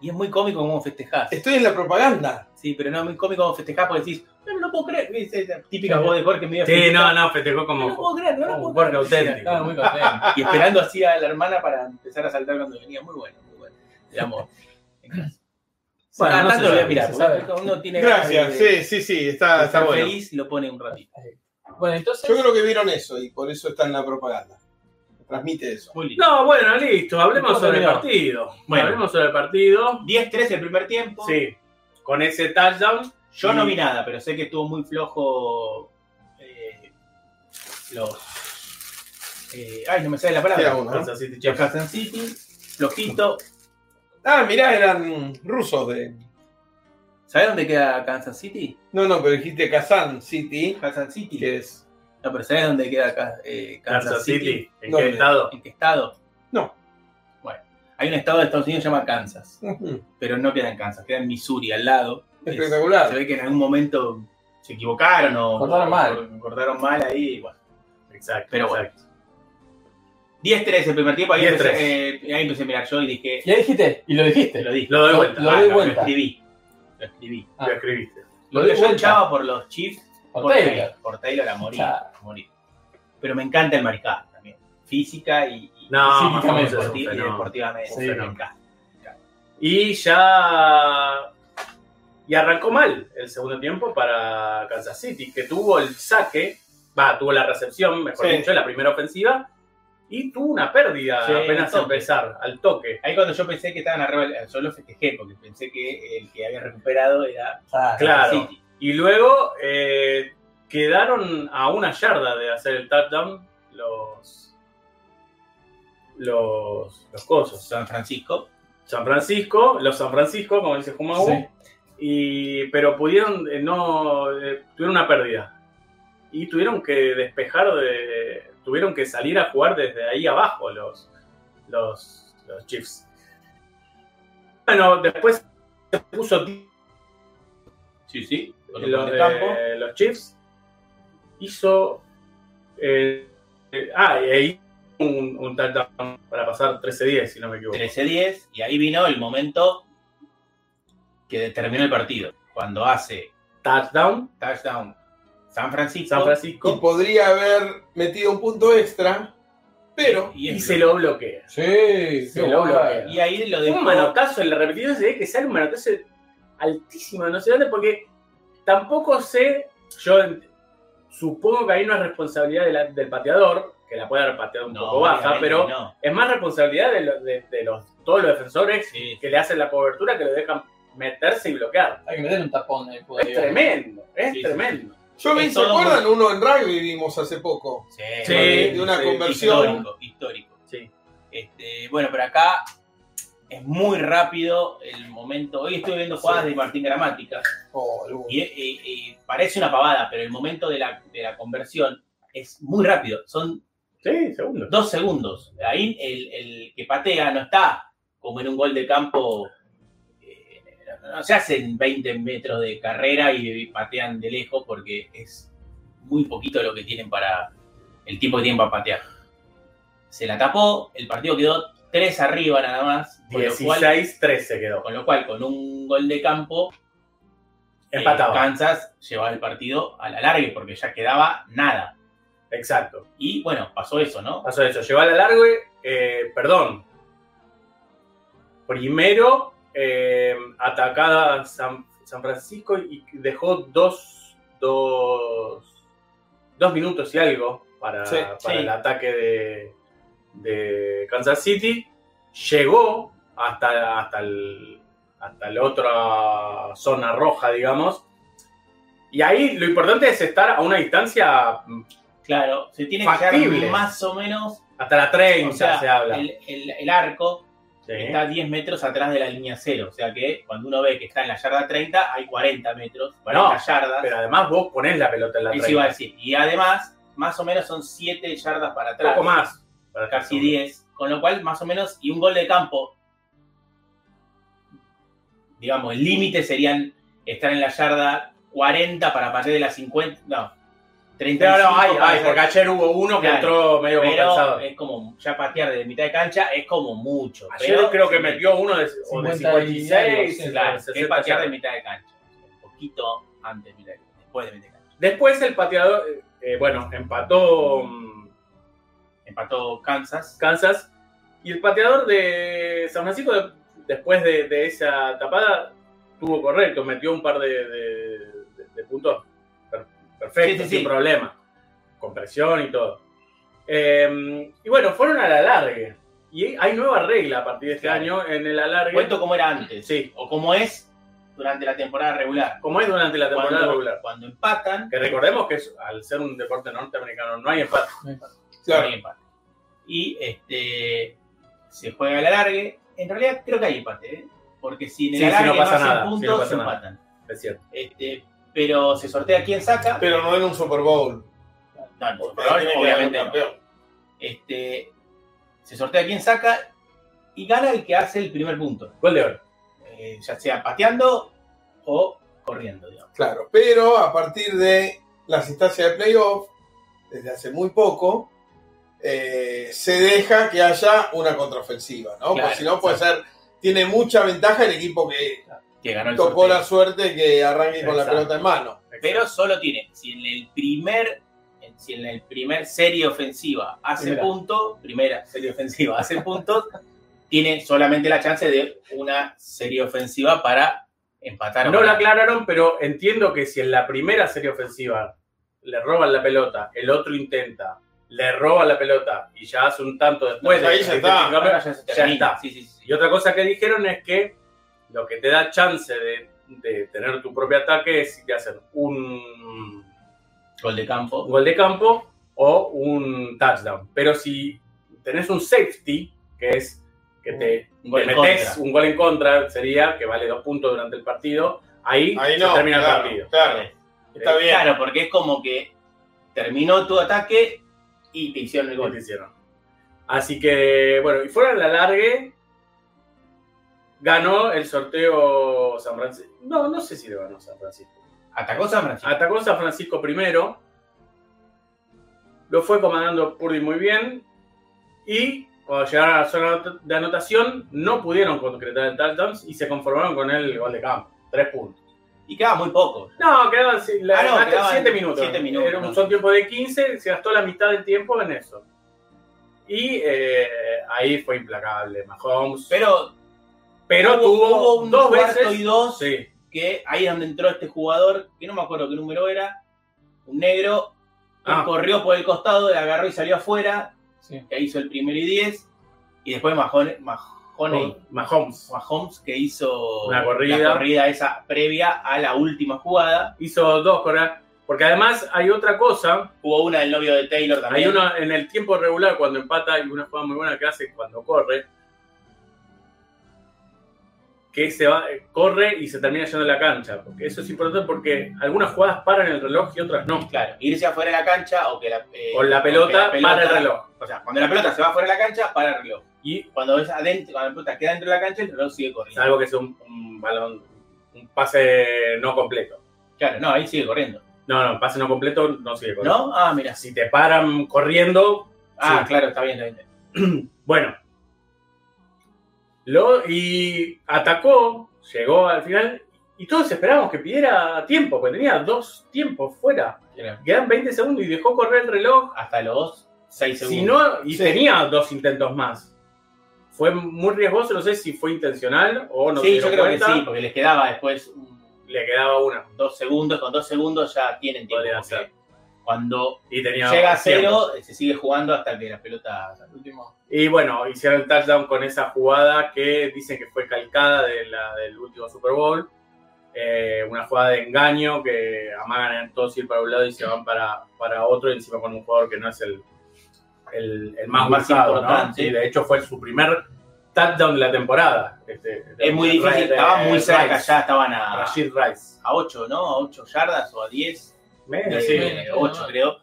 Speaker 3: y es muy cómico cómo festejás.
Speaker 6: Estoy en la propaganda.
Speaker 3: Sí, pero no es muy cómico cómo festejás porque decís, no, no lo puedo creer. ¿Viste? Esa típica voz de Jorge medio
Speaker 4: Sí,
Speaker 3: feliz.
Speaker 4: no, no, festejó
Speaker 3: No lo
Speaker 4: como
Speaker 3: puedo creer, no lo
Speaker 4: como
Speaker 3: puedo
Speaker 4: un
Speaker 3: creer.
Speaker 4: porco auténtico.
Speaker 2: Estaba muy contento.
Speaker 3: Y esperando así a la hermana para empezar a saltar cuando venía. Muy bueno, muy bueno. El amor.
Speaker 4: Bueno,
Speaker 3: Ah,
Speaker 4: no
Speaker 3: tanto lo
Speaker 4: se
Speaker 3: voy a
Speaker 4: sabe,
Speaker 3: mirar,
Speaker 2: se
Speaker 3: porque
Speaker 2: sabe.
Speaker 3: uno tiene ganas
Speaker 6: Gracias.
Speaker 3: de- de
Speaker 6: Sí, sí, sí. Está, está
Speaker 3: estar
Speaker 6: bueno.
Speaker 3: feliz lo pone un ratito.
Speaker 2: Bueno, entonces.
Speaker 6: Yo creo que vieron eso y por eso está en la propaganda. Transmite eso.
Speaker 3: Juli.
Speaker 4: No, bueno, listo, hablemos
Speaker 2: ¿Cómo
Speaker 4: sobre el
Speaker 2: terminó?
Speaker 4: partido.
Speaker 3: Bueno.
Speaker 4: Hablemos sobre el partido.
Speaker 3: 10-3 el primer tiempo.
Speaker 4: Sí, con ese touchdown.
Speaker 3: Yo no
Speaker 4: Y-
Speaker 3: vi nada, pero sé que estuvo muy flojo eh, los... eh, ay, no me sale la
Speaker 6: Era
Speaker 3: palabra.
Speaker 6: uno, ¿no?
Speaker 4: Kansas City
Speaker 3: Los
Speaker 4: Chiefs.
Speaker 3: Kansas City, flojito.
Speaker 6: Ah, mirá, eran rusos de.
Speaker 3: ¿Sabés dónde queda Kansas City?
Speaker 6: No, no, pero dijiste Kazan City,
Speaker 3: Kansas City.
Speaker 6: que es.
Speaker 3: No, pero ¿sabés dónde queda Ca- eh, Kansas,
Speaker 4: Kansas
Speaker 3: City?
Speaker 4: City, en qué
Speaker 6: ¿Dónde?
Speaker 4: estado.
Speaker 3: ¿En qué estado?
Speaker 6: No.
Speaker 3: Bueno, hay un estado de Estados Unidos que se llama Kansas,
Speaker 6: Ujú,
Speaker 3: pero no queda en Kansas, queda en Missouri, al lado. Es- Se
Speaker 6: Espectacular.
Speaker 3: ve que en algún momento se equivocaron o
Speaker 2: Cortaron mal.
Speaker 3: o cortaron mal ahí. y Bueno.
Speaker 4: Exacto.
Speaker 3: Pero bueno.
Speaker 4: exacto.
Speaker 3: 10-3 el primer tiempo. Ahí
Speaker 4: 10-3.
Speaker 3: empecé, eh, ahí empecé a mirar yo y dije,
Speaker 2: Ya dijiste, y lo
Speaker 3: te
Speaker 2: dijiste.
Speaker 3: lo dije,
Speaker 4: Lo doy vuelta.
Speaker 2: Lo
Speaker 4: Ah,
Speaker 2: doy
Speaker 4: no,
Speaker 2: vuelta.
Speaker 3: lo escribí. Lo escribí.
Speaker 4: Lo escribiste.
Speaker 2: Lo
Speaker 3: Porque
Speaker 2: doy
Speaker 3: yo
Speaker 2: vuelta.
Speaker 3: hinchaba por los Chiefs,
Speaker 2: Por Taylor.
Speaker 3: Por Taylor a morir,
Speaker 2: Claro.
Speaker 3: a morir. Pero me encanta el mariscal también. Física y, y-
Speaker 4: No,
Speaker 3: y
Speaker 2: Mahomes es un
Speaker 3: deporti- y
Speaker 4: fenómeno.
Speaker 3: deportivamente.
Speaker 4: Un
Speaker 3: me
Speaker 4: fenómeno.
Speaker 3: encanta.
Speaker 4: Y ya. Y arrancó mal el segundo tiempo para Kansas City, que tuvo el saque, va, tuvo la recepción, mejor
Speaker 6: Sí.
Speaker 4: dicho, la primera ofensiva, y tuvo una pérdida
Speaker 3: Sí,
Speaker 4: apenas
Speaker 3: al
Speaker 4: a
Speaker 3: toque.
Speaker 4: empezar, al toque.
Speaker 3: Ahí cuando yo pensé que estaban arriba, del- yo lo festejé porque pensé que el que había recuperado era
Speaker 2: Claro.
Speaker 4: Claro.
Speaker 3: Kansas City.
Speaker 4: Y luego eh, quedaron a una yarda de hacer el touchdown los. Los, los cosos.
Speaker 3: San Francisco.
Speaker 4: San Francisco, los San Francisco, como dice Jumagu,
Speaker 2: Sí.
Speaker 4: y, pero pudieron, eh, no, eh, tuvieron una pérdida. Y tuvieron que despejar, de, tuvieron que salir a jugar desde ahí abajo los, los, los Chiefs. Bueno, después se puso t-
Speaker 3: Sí, sí. con los
Speaker 4: los,
Speaker 3: de campo.
Speaker 4: de los Chiefs, hizo... eh, eh, ah, y ahí un, un touchdown para pasar 13-10, si no me equivoco.
Speaker 3: 13-10, y ahí vino el momento que determinó el partido. Cuando hace
Speaker 4: Touchdown,
Speaker 3: touchdown San Francisco,
Speaker 4: San
Speaker 6: Y
Speaker 4: Francisco.
Speaker 6: podría haber metido un punto extra, pero.
Speaker 3: y,
Speaker 4: y
Speaker 3: es-
Speaker 4: se lo bloquea.
Speaker 2: Sí,
Speaker 4: Se
Speaker 2: qué
Speaker 4: lo
Speaker 2: bueno.
Speaker 4: bloquea.
Speaker 3: y ahí lo dejó.
Speaker 4: Un manotazo en la repetición se ve que sale un manotazo altísimo, no sé dónde, porque tampoco sé, yo en- supongo que hay una responsabilidad de la- del pateador, que la puede haber pateado un
Speaker 3: No,
Speaker 4: poco baja,
Speaker 3: obviamente
Speaker 4: pero
Speaker 3: no.
Speaker 4: es más responsabilidad de, lo- de- de los, todos los defensores
Speaker 3: Sí,
Speaker 4: que le hacen la cobertura que lo dejan meterse y bloquear.
Speaker 2: Hay que meter un tapón ahí, por
Speaker 4: Es
Speaker 2: Dios.
Speaker 4: tremendo, es
Speaker 3: Sí, sí,
Speaker 4: tremendo.
Speaker 6: Yo vi,
Speaker 3: Es
Speaker 6: ¿se
Speaker 3: todo
Speaker 6: acuerdan? Uno en rugby vimos hace poco.
Speaker 3: sí,
Speaker 4: Sí,
Speaker 6: de una conversión.
Speaker 3: Histórico, histórico.
Speaker 4: Sí.
Speaker 3: Este, bueno, pero acá es muy rápido el momento. Hoy estuve viendo jugadas de Martín Gramática.
Speaker 6: Oh, boludo.
Speaker 3: Y, y- y parece una pavada, pero el momento de la, de la conversión es muy rápido. Son
Speaker 4: Sí, segundo.
Speaker 3: dos segundos. Ahí el, el que patea no está como en un gol de campo. eh, No se hacen 20 metros de carrera y patean de lejos porque es muy poquito lo que tienen para. el tiempo que tienen para patear. Se la tapó, el partido quedó tres arriba nada más. Con lo, cual,
Speaker 4: 16-13 quedó.
Speaker 3: con lo cual, con un gol de campo, eh,
Speaker 4: Empataba.
Speaker 3: Kansas llevaba el partido a la larga porque ya quedaba nada.
Speaker 4: Exacto.
Speaker 3: Y bueno, pasó eso, ¿no?
Speaker 4: Pasó eso, llegó a la largo, eh, perdón. Primero, eh, atacada San, San Francisco y dejó dos, dos, dos minutos y algo para,
Speaker 6: Sí,
Speaker 4: para
Speaker 3: sí.
Speaker 4: el ataque de, de Kansas City. Llegó hasta, hasta, el, hasta la otra zona roja, digamos, Y ahí lo importante es estar a una distancia mm,
Speaker 3: Claro, se tiene que
Speaker 4: Factible.
Speaker 3: llegar más o menos.
Speaker 4: hasta la 30,
Speaker 3: o sea,
Speaker 4: se habla.
Speaker 3: El, el- el arco
Speaker 4: Sí.
Speaker 3: está 10 metros atrás de la línea cero. O sea que cuando uno ve que está en la yarda 30, hay 40 metros, 40
Speaker 4: No,
Speaker 3: yardas.
Speaker 4: Pero además vos ponés la pelota en la
Speaker 3: Eso iba a
Speaker 4: 30.
Speaker 3: decir. Y además, más o menos son 7 yardas para
Speaker 4: Un
Speaker 3: atrás.
Speaker 4: poco más. para estar
Speaker 3: Casi
Speaker 4: seguro.
Speaker 3: 10. Con lo cual, más o menos, y un gol de campo. Digamos, el límite serían estar en la yarda 40 para partir de la 50. No. 35
Speaker 4: No, no, hay,
Speaker 3: para
Speaker 4: hay,
Speaker 3: hacer-
Speaker 4: porque ayer hubo uno que
Speaker 3: Claro.
Speaker 4: entró medio compensado.
Speaker 3: Pero eh, es como ya patear de mitad de cancha es como mucho.
Speaker 4: Ayer
Speaker 3: pero
Speaker 4: creo que
Speaker 3: sí,
Speaker 4: metió uno de, o
Speaker 2: 50
Speaker 4: de
Speaker 2: y
Speaker 4: 56.
Speaker 2: algo, sí,
Speaker 4: claro,
Speaker 3: Claro, es
Speaker 4: 60
Speaker 3: patear de
Speaker 4: yardas.
Speaker 3: mitad de cancha. Un poquito antes de mitad de cancha. Después de mitad de cancha.
Speaker 4: Después el pateador, eh, eh, bueno, empató mm,
Speaker 3: Empató Kansas.
Speaker 4: Kansas. Y el pateador de San Francisco, de- después de, de esa tapada, tuvo correcto, metió un par de, de- de- de puntos per-
Speaker 3: Sí,
Speaker 4: perfectos,
Speaker 3: sí, sí.
Speaker 4: sin problema, con presión y todo. Eh, y bueno, fueron al alargue. Y hay nueva regla a partir de este
Speaker 3: Claro.
Speaker 4: año en el alargue.
Speaker 3: Cuento cómo era antes.
Speaker 4: Sí,
Speaker 3: O cómo es durante la temporada regular.
Speaker 4: como es durante la temporada
Speaker 3: Cuando,
Speaker 4: regular.
Speaker 3: cuando empatan,
Speaker 4: Que recordemos que es- al ser un deporte norteamericano no hay empate.
Speaker 6: Claro.
Speaker 3: no hay empate. Y este, se juega al alargue. En realidad creo que hay empate, ¿eh? porque si en el
Speaker 4: Ah, Sí, si no
Speaker 3: alargue no,
Speaker 4: pasa
Speaker 3: hacen
Speaker 4: nada, si no
Speaker 3: puntos,
Speaker 4: pasa
Speaker 3: se
Speaker 4: nada.
Speaker 3: empatan.
Speaker 4: Es cierto.
Speaker 3: Este, pero se sortea quién saca.
Speaker 6: Pero no era un Super Bowl.
Speaker 3: No, no,
Speaker 6: Porque ahí tiene que haber un
Speaker 3: obviamente no.
Speaker 6: campeón.
Speaker 3: este, se sortea quién saca y gana el que hace el primer punto,
Speaker 4: Gol de oro.
Speaker 3: Eh, ya sea pateando o corriendo. digamos.
Speaker 6: Claro, pero a partir de las instancias de playoff, desde hace muy poco, eh, se deja que haya una contraofensiva, ¿no?
Speaker 3: Claro,
Speaker 6: Porque si no puede ser, tiene mucha ventaja el equipo que
Speaker 3: Que ganó el
Speaker 6: tocó
Speaker 3: sorteo.
Speaker 6: la suerte que arranque con la
Speaker 4: Exacto.
Speaker 6: pelota en mano.
Speaker 3: Pero solo tiene, si en el primer, si en el primer serie ofensiva hace
Speaker 2: Primera.
Speaker 3: punto, primera serie ofensiva hace puntos, tiene solamente la chance de una serie ofensiva para empatar. o
Speaker 4: No lo
Speaker 3: ganar.
Speaker 4: aclararon, pero entiendo que si en la primera serie ofensiva le roban la pelota, el otro intenta, le roban la pelota y ya hace un tanto después.
Speaker 6: No, ahí ya está.
Speaker 3: Ahora ya se
Speaker 4: Ya
Speaker 3: termina.
Speaker 4: está.
Speaker 3: Sí, sí, sí, sí.
Speaker 4: Y otra cosa que dijeron es que lo que te da chance de, de tener tu propio ataque es si te hacen un
Speaker 3: Gol de campo.
Speaker 4: gol de campo o un touchdown. Pero si tenés un safety, que es que te,
Speaker 3: Un gol
Speaker 4: te
Speaker 3: en
Speaker 4: metés
Speaker 3: contra.
Speaker 4: un gol en contra, sería que vale dos puntos durante el partido, ahí,
Speaker 6: Ahí
Speaker 4: se
Speaker 6: no,
Speaker 4: termina
Speaker 6: claro,
Speaker 4: el partido.
Speaker 6: claro, está bien.
Speaker 3: Eh, Claro, porque es como que terminó tu ataque y te hicieron el
Speaker 4: Lo que
Speaker 3: gol.
Speaker 4: hicieron. Así que, bueno, y fuera la largue, ganó el sorteo San Francisco. No, no sé si lo ganó San Francisco.
Speaker 3: Atacó San Francisco.
Speaker 4: Atacó San Francisco primero, lo fue comandando Purdy muy bien y cuando llegaron a la zona de anotación no pudieron concretar el touchdown y se conformaron con el gol de campo, tres puntos.
Speaker 3: Y quedaba muy poco.
Speaker 4: No, quedaban sí, la-
Speaker 3: Ah, no,
Speaker 4: ganaste
Speaker 3: quedaban
Speaker 4: siete minutos.
Speaker 3: siete minutos,
Speaker 4: Era un
Speaker 3: no.
Speaker 4: son tiempo de 15, se gastó la mitad del tiempo en eso. Y eh, ahí fue implacable Mahomes. Pero,
Speaker 3: Pero hubo-
Speaker 4: tuvo
Speaker 3: hubo un
Speaker 4: dos
Speaker 3: cuarto
Speaker 4: veces.
Speaker 3: y dos
Speaker 4: Sí,
Speaker 3: que ahí es donde entró este jugador, que no me acuerdo qué número era, un negro, que
Speaker 4: Ah.
Speaker 3: corrió por el costado, le agarró y salió afuera,
Speaker 2: Sí.
Speaker 3: que hizo el primero y diez, y después Mahone- Mahoney,
Speaker 4: Mahomes.
Speaker 3: Mahomes, que hizo
Speaker 4: Una Oh. corrida.
Speaker 3: la corrida esa previa a la última jugada.
Speaker 4: Hizo dos correas. Porque además hay otra cosa
Speaker 3: Hubo una del novio de Taylor
Speaker 4: Hay
Speaker 3: también.
Speaker 4: una en el tiempo regular cuando empata y una jugada muy buena que hace cuando corre. Que se va, corre y se termina yendo a la cancha. Porque eso es importante porque algunas jugadas paran el reloj y otras no.
Speaker 3: Claro, irse afuera de la cancha o que la, eh,
Speaker 4: Con la
Speaker 3: o que
Speaker 4: pelota,
Speaker 3: la
Speaker 4: para el reloj.
Speaker 3: O sea, cuando la pelota se va fuera de la cancha, para el reloj.
Speaker 4: Y
Speaker 3: Cuando, es adentro, cuando la pelota queda dentro de la cancha, el reloj sigue corriendo.
Speaker 4: salvo que sea un, un balón, un pase no completo.
Speaker 3: Claro, no, ahí sigue corriendo.
Speaker 4: No, no, pase no completo no sigue corriendo.
Speaker 3: ¿No? Ah, mira.
Speaker 4: Si te paran corriendo,
Speaker 3: Ah,
Speaker 4: Sí.
Speaker 3: claro, está bien, está bien.
Speaker 4: Bueno. Lo, y atacó, llegó al final. Y todos esperábamos que pidiera tiempo, porque tenía dos tiempos fuera.
Speaker 3: Era
Speaker 4: Quedan 20 segundos y dejó correr el reloj.
Speaker 3: Hasta los 6 segundos.
Speaker 4: Si no, y
Speaker 6: Sí.
Speaker 4: tenía dos intentos más. Fue muy riesgoso, no sé si fue intencional o no. se
Speaker 3: sí, yo
Speaker 4: dieron
Speaker 3: creo
Speaker 4: cuenta.
Speaker 3: que sí, porque les quedaba después un-
Speaker 4: Le quedaba una.
Speaker 3: dos segundos. Con dos segundos ya tienen tiempo.
Speaker 4: Podría
Speaker 3: porque
Speaker 4: ser.
Speaker 3: Cuando
Speaker 4: Y tenía
Speaker 3: llega a
Speaker 4: tiempo.
Speaker 3: cero, se sigue jugando hasta que la pelota. hasta el último.
Speaker 4: Y bueno, hicieron el touchdown con esa jugada que dicen que fue calcada de la del último Super Bowl. eh, una jugada de engaño que amagan a todos ir para un lado y se van para, para otro, y encima con un jugador que no es el, el, el más
Speaker 3: Más
Speaker 4: basado, ¿no?
Speaker 3: importante.
Speaker 4: Sí, de hecho fue su primer touchdown de la temporada. Este,
Speaker 3: Es muy difícil, eh,
Speaker 4: Rice-
Speaker 3: estaba muy
Speaker 4: Rice,
Speaker 3: cerca ya, estaban a,
Speaker 4: Rashid Rice.
Speaker 3: a 8, ¿no? A 8 yardas o a 10.
Speaker 4: Menos,
Speaker 3: de
Speaker 4: sí.
Speaker 2: menos.
Speaker 3: 8, creo.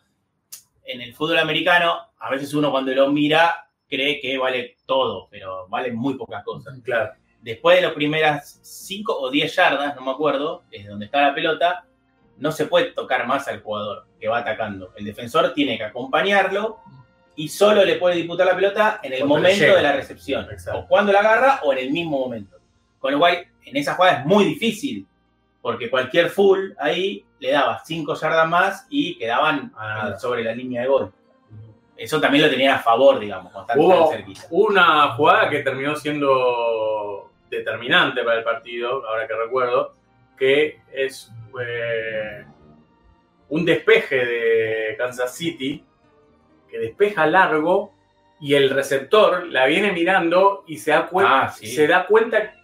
Speaker 3: En el fútbol americano, a veces uno cuando lo mira cree que vale todo, pero valen muy pocas cosas.
Speaker 4: Claro.
Speaker 3: Después de las primeras 5 o 10 yardas, no me acuerdo, desde donde está la pelota, no se puede tocar más al jugador que va atacando. El defensor tiene que acompañarlo y solo le puede disputar la pelota en el
Speaker 4: Cuando le
Speaker 3: momento
Speaker 4: llega.
Speaker 3: de la recepción.
Speaker 4: Exacto.
Speaker 3: O cuando la agarra o en el mismo momento. Con lo cual, en esa jugada es muy difícil. Porque cualquier full ahí le daba 5 yardas más y quedaban
Speaker 4: Ah.
Speaker 3: eh, sobre la línea de gol. Eso también lo tenían a favor, digamos, cuando están tan
Speaker 4: Hubo
Speaker 3: cerquita.
Speaker 4: una jugada que terminó siendo determinante para el partido, ahora que recuerdo, que es eh, un despeje de Kansas City, que despeja largo y el receptor la viene mirando y se da cuenta
Speaker 3: Ah, sí.
Speaker 4: se da cuenta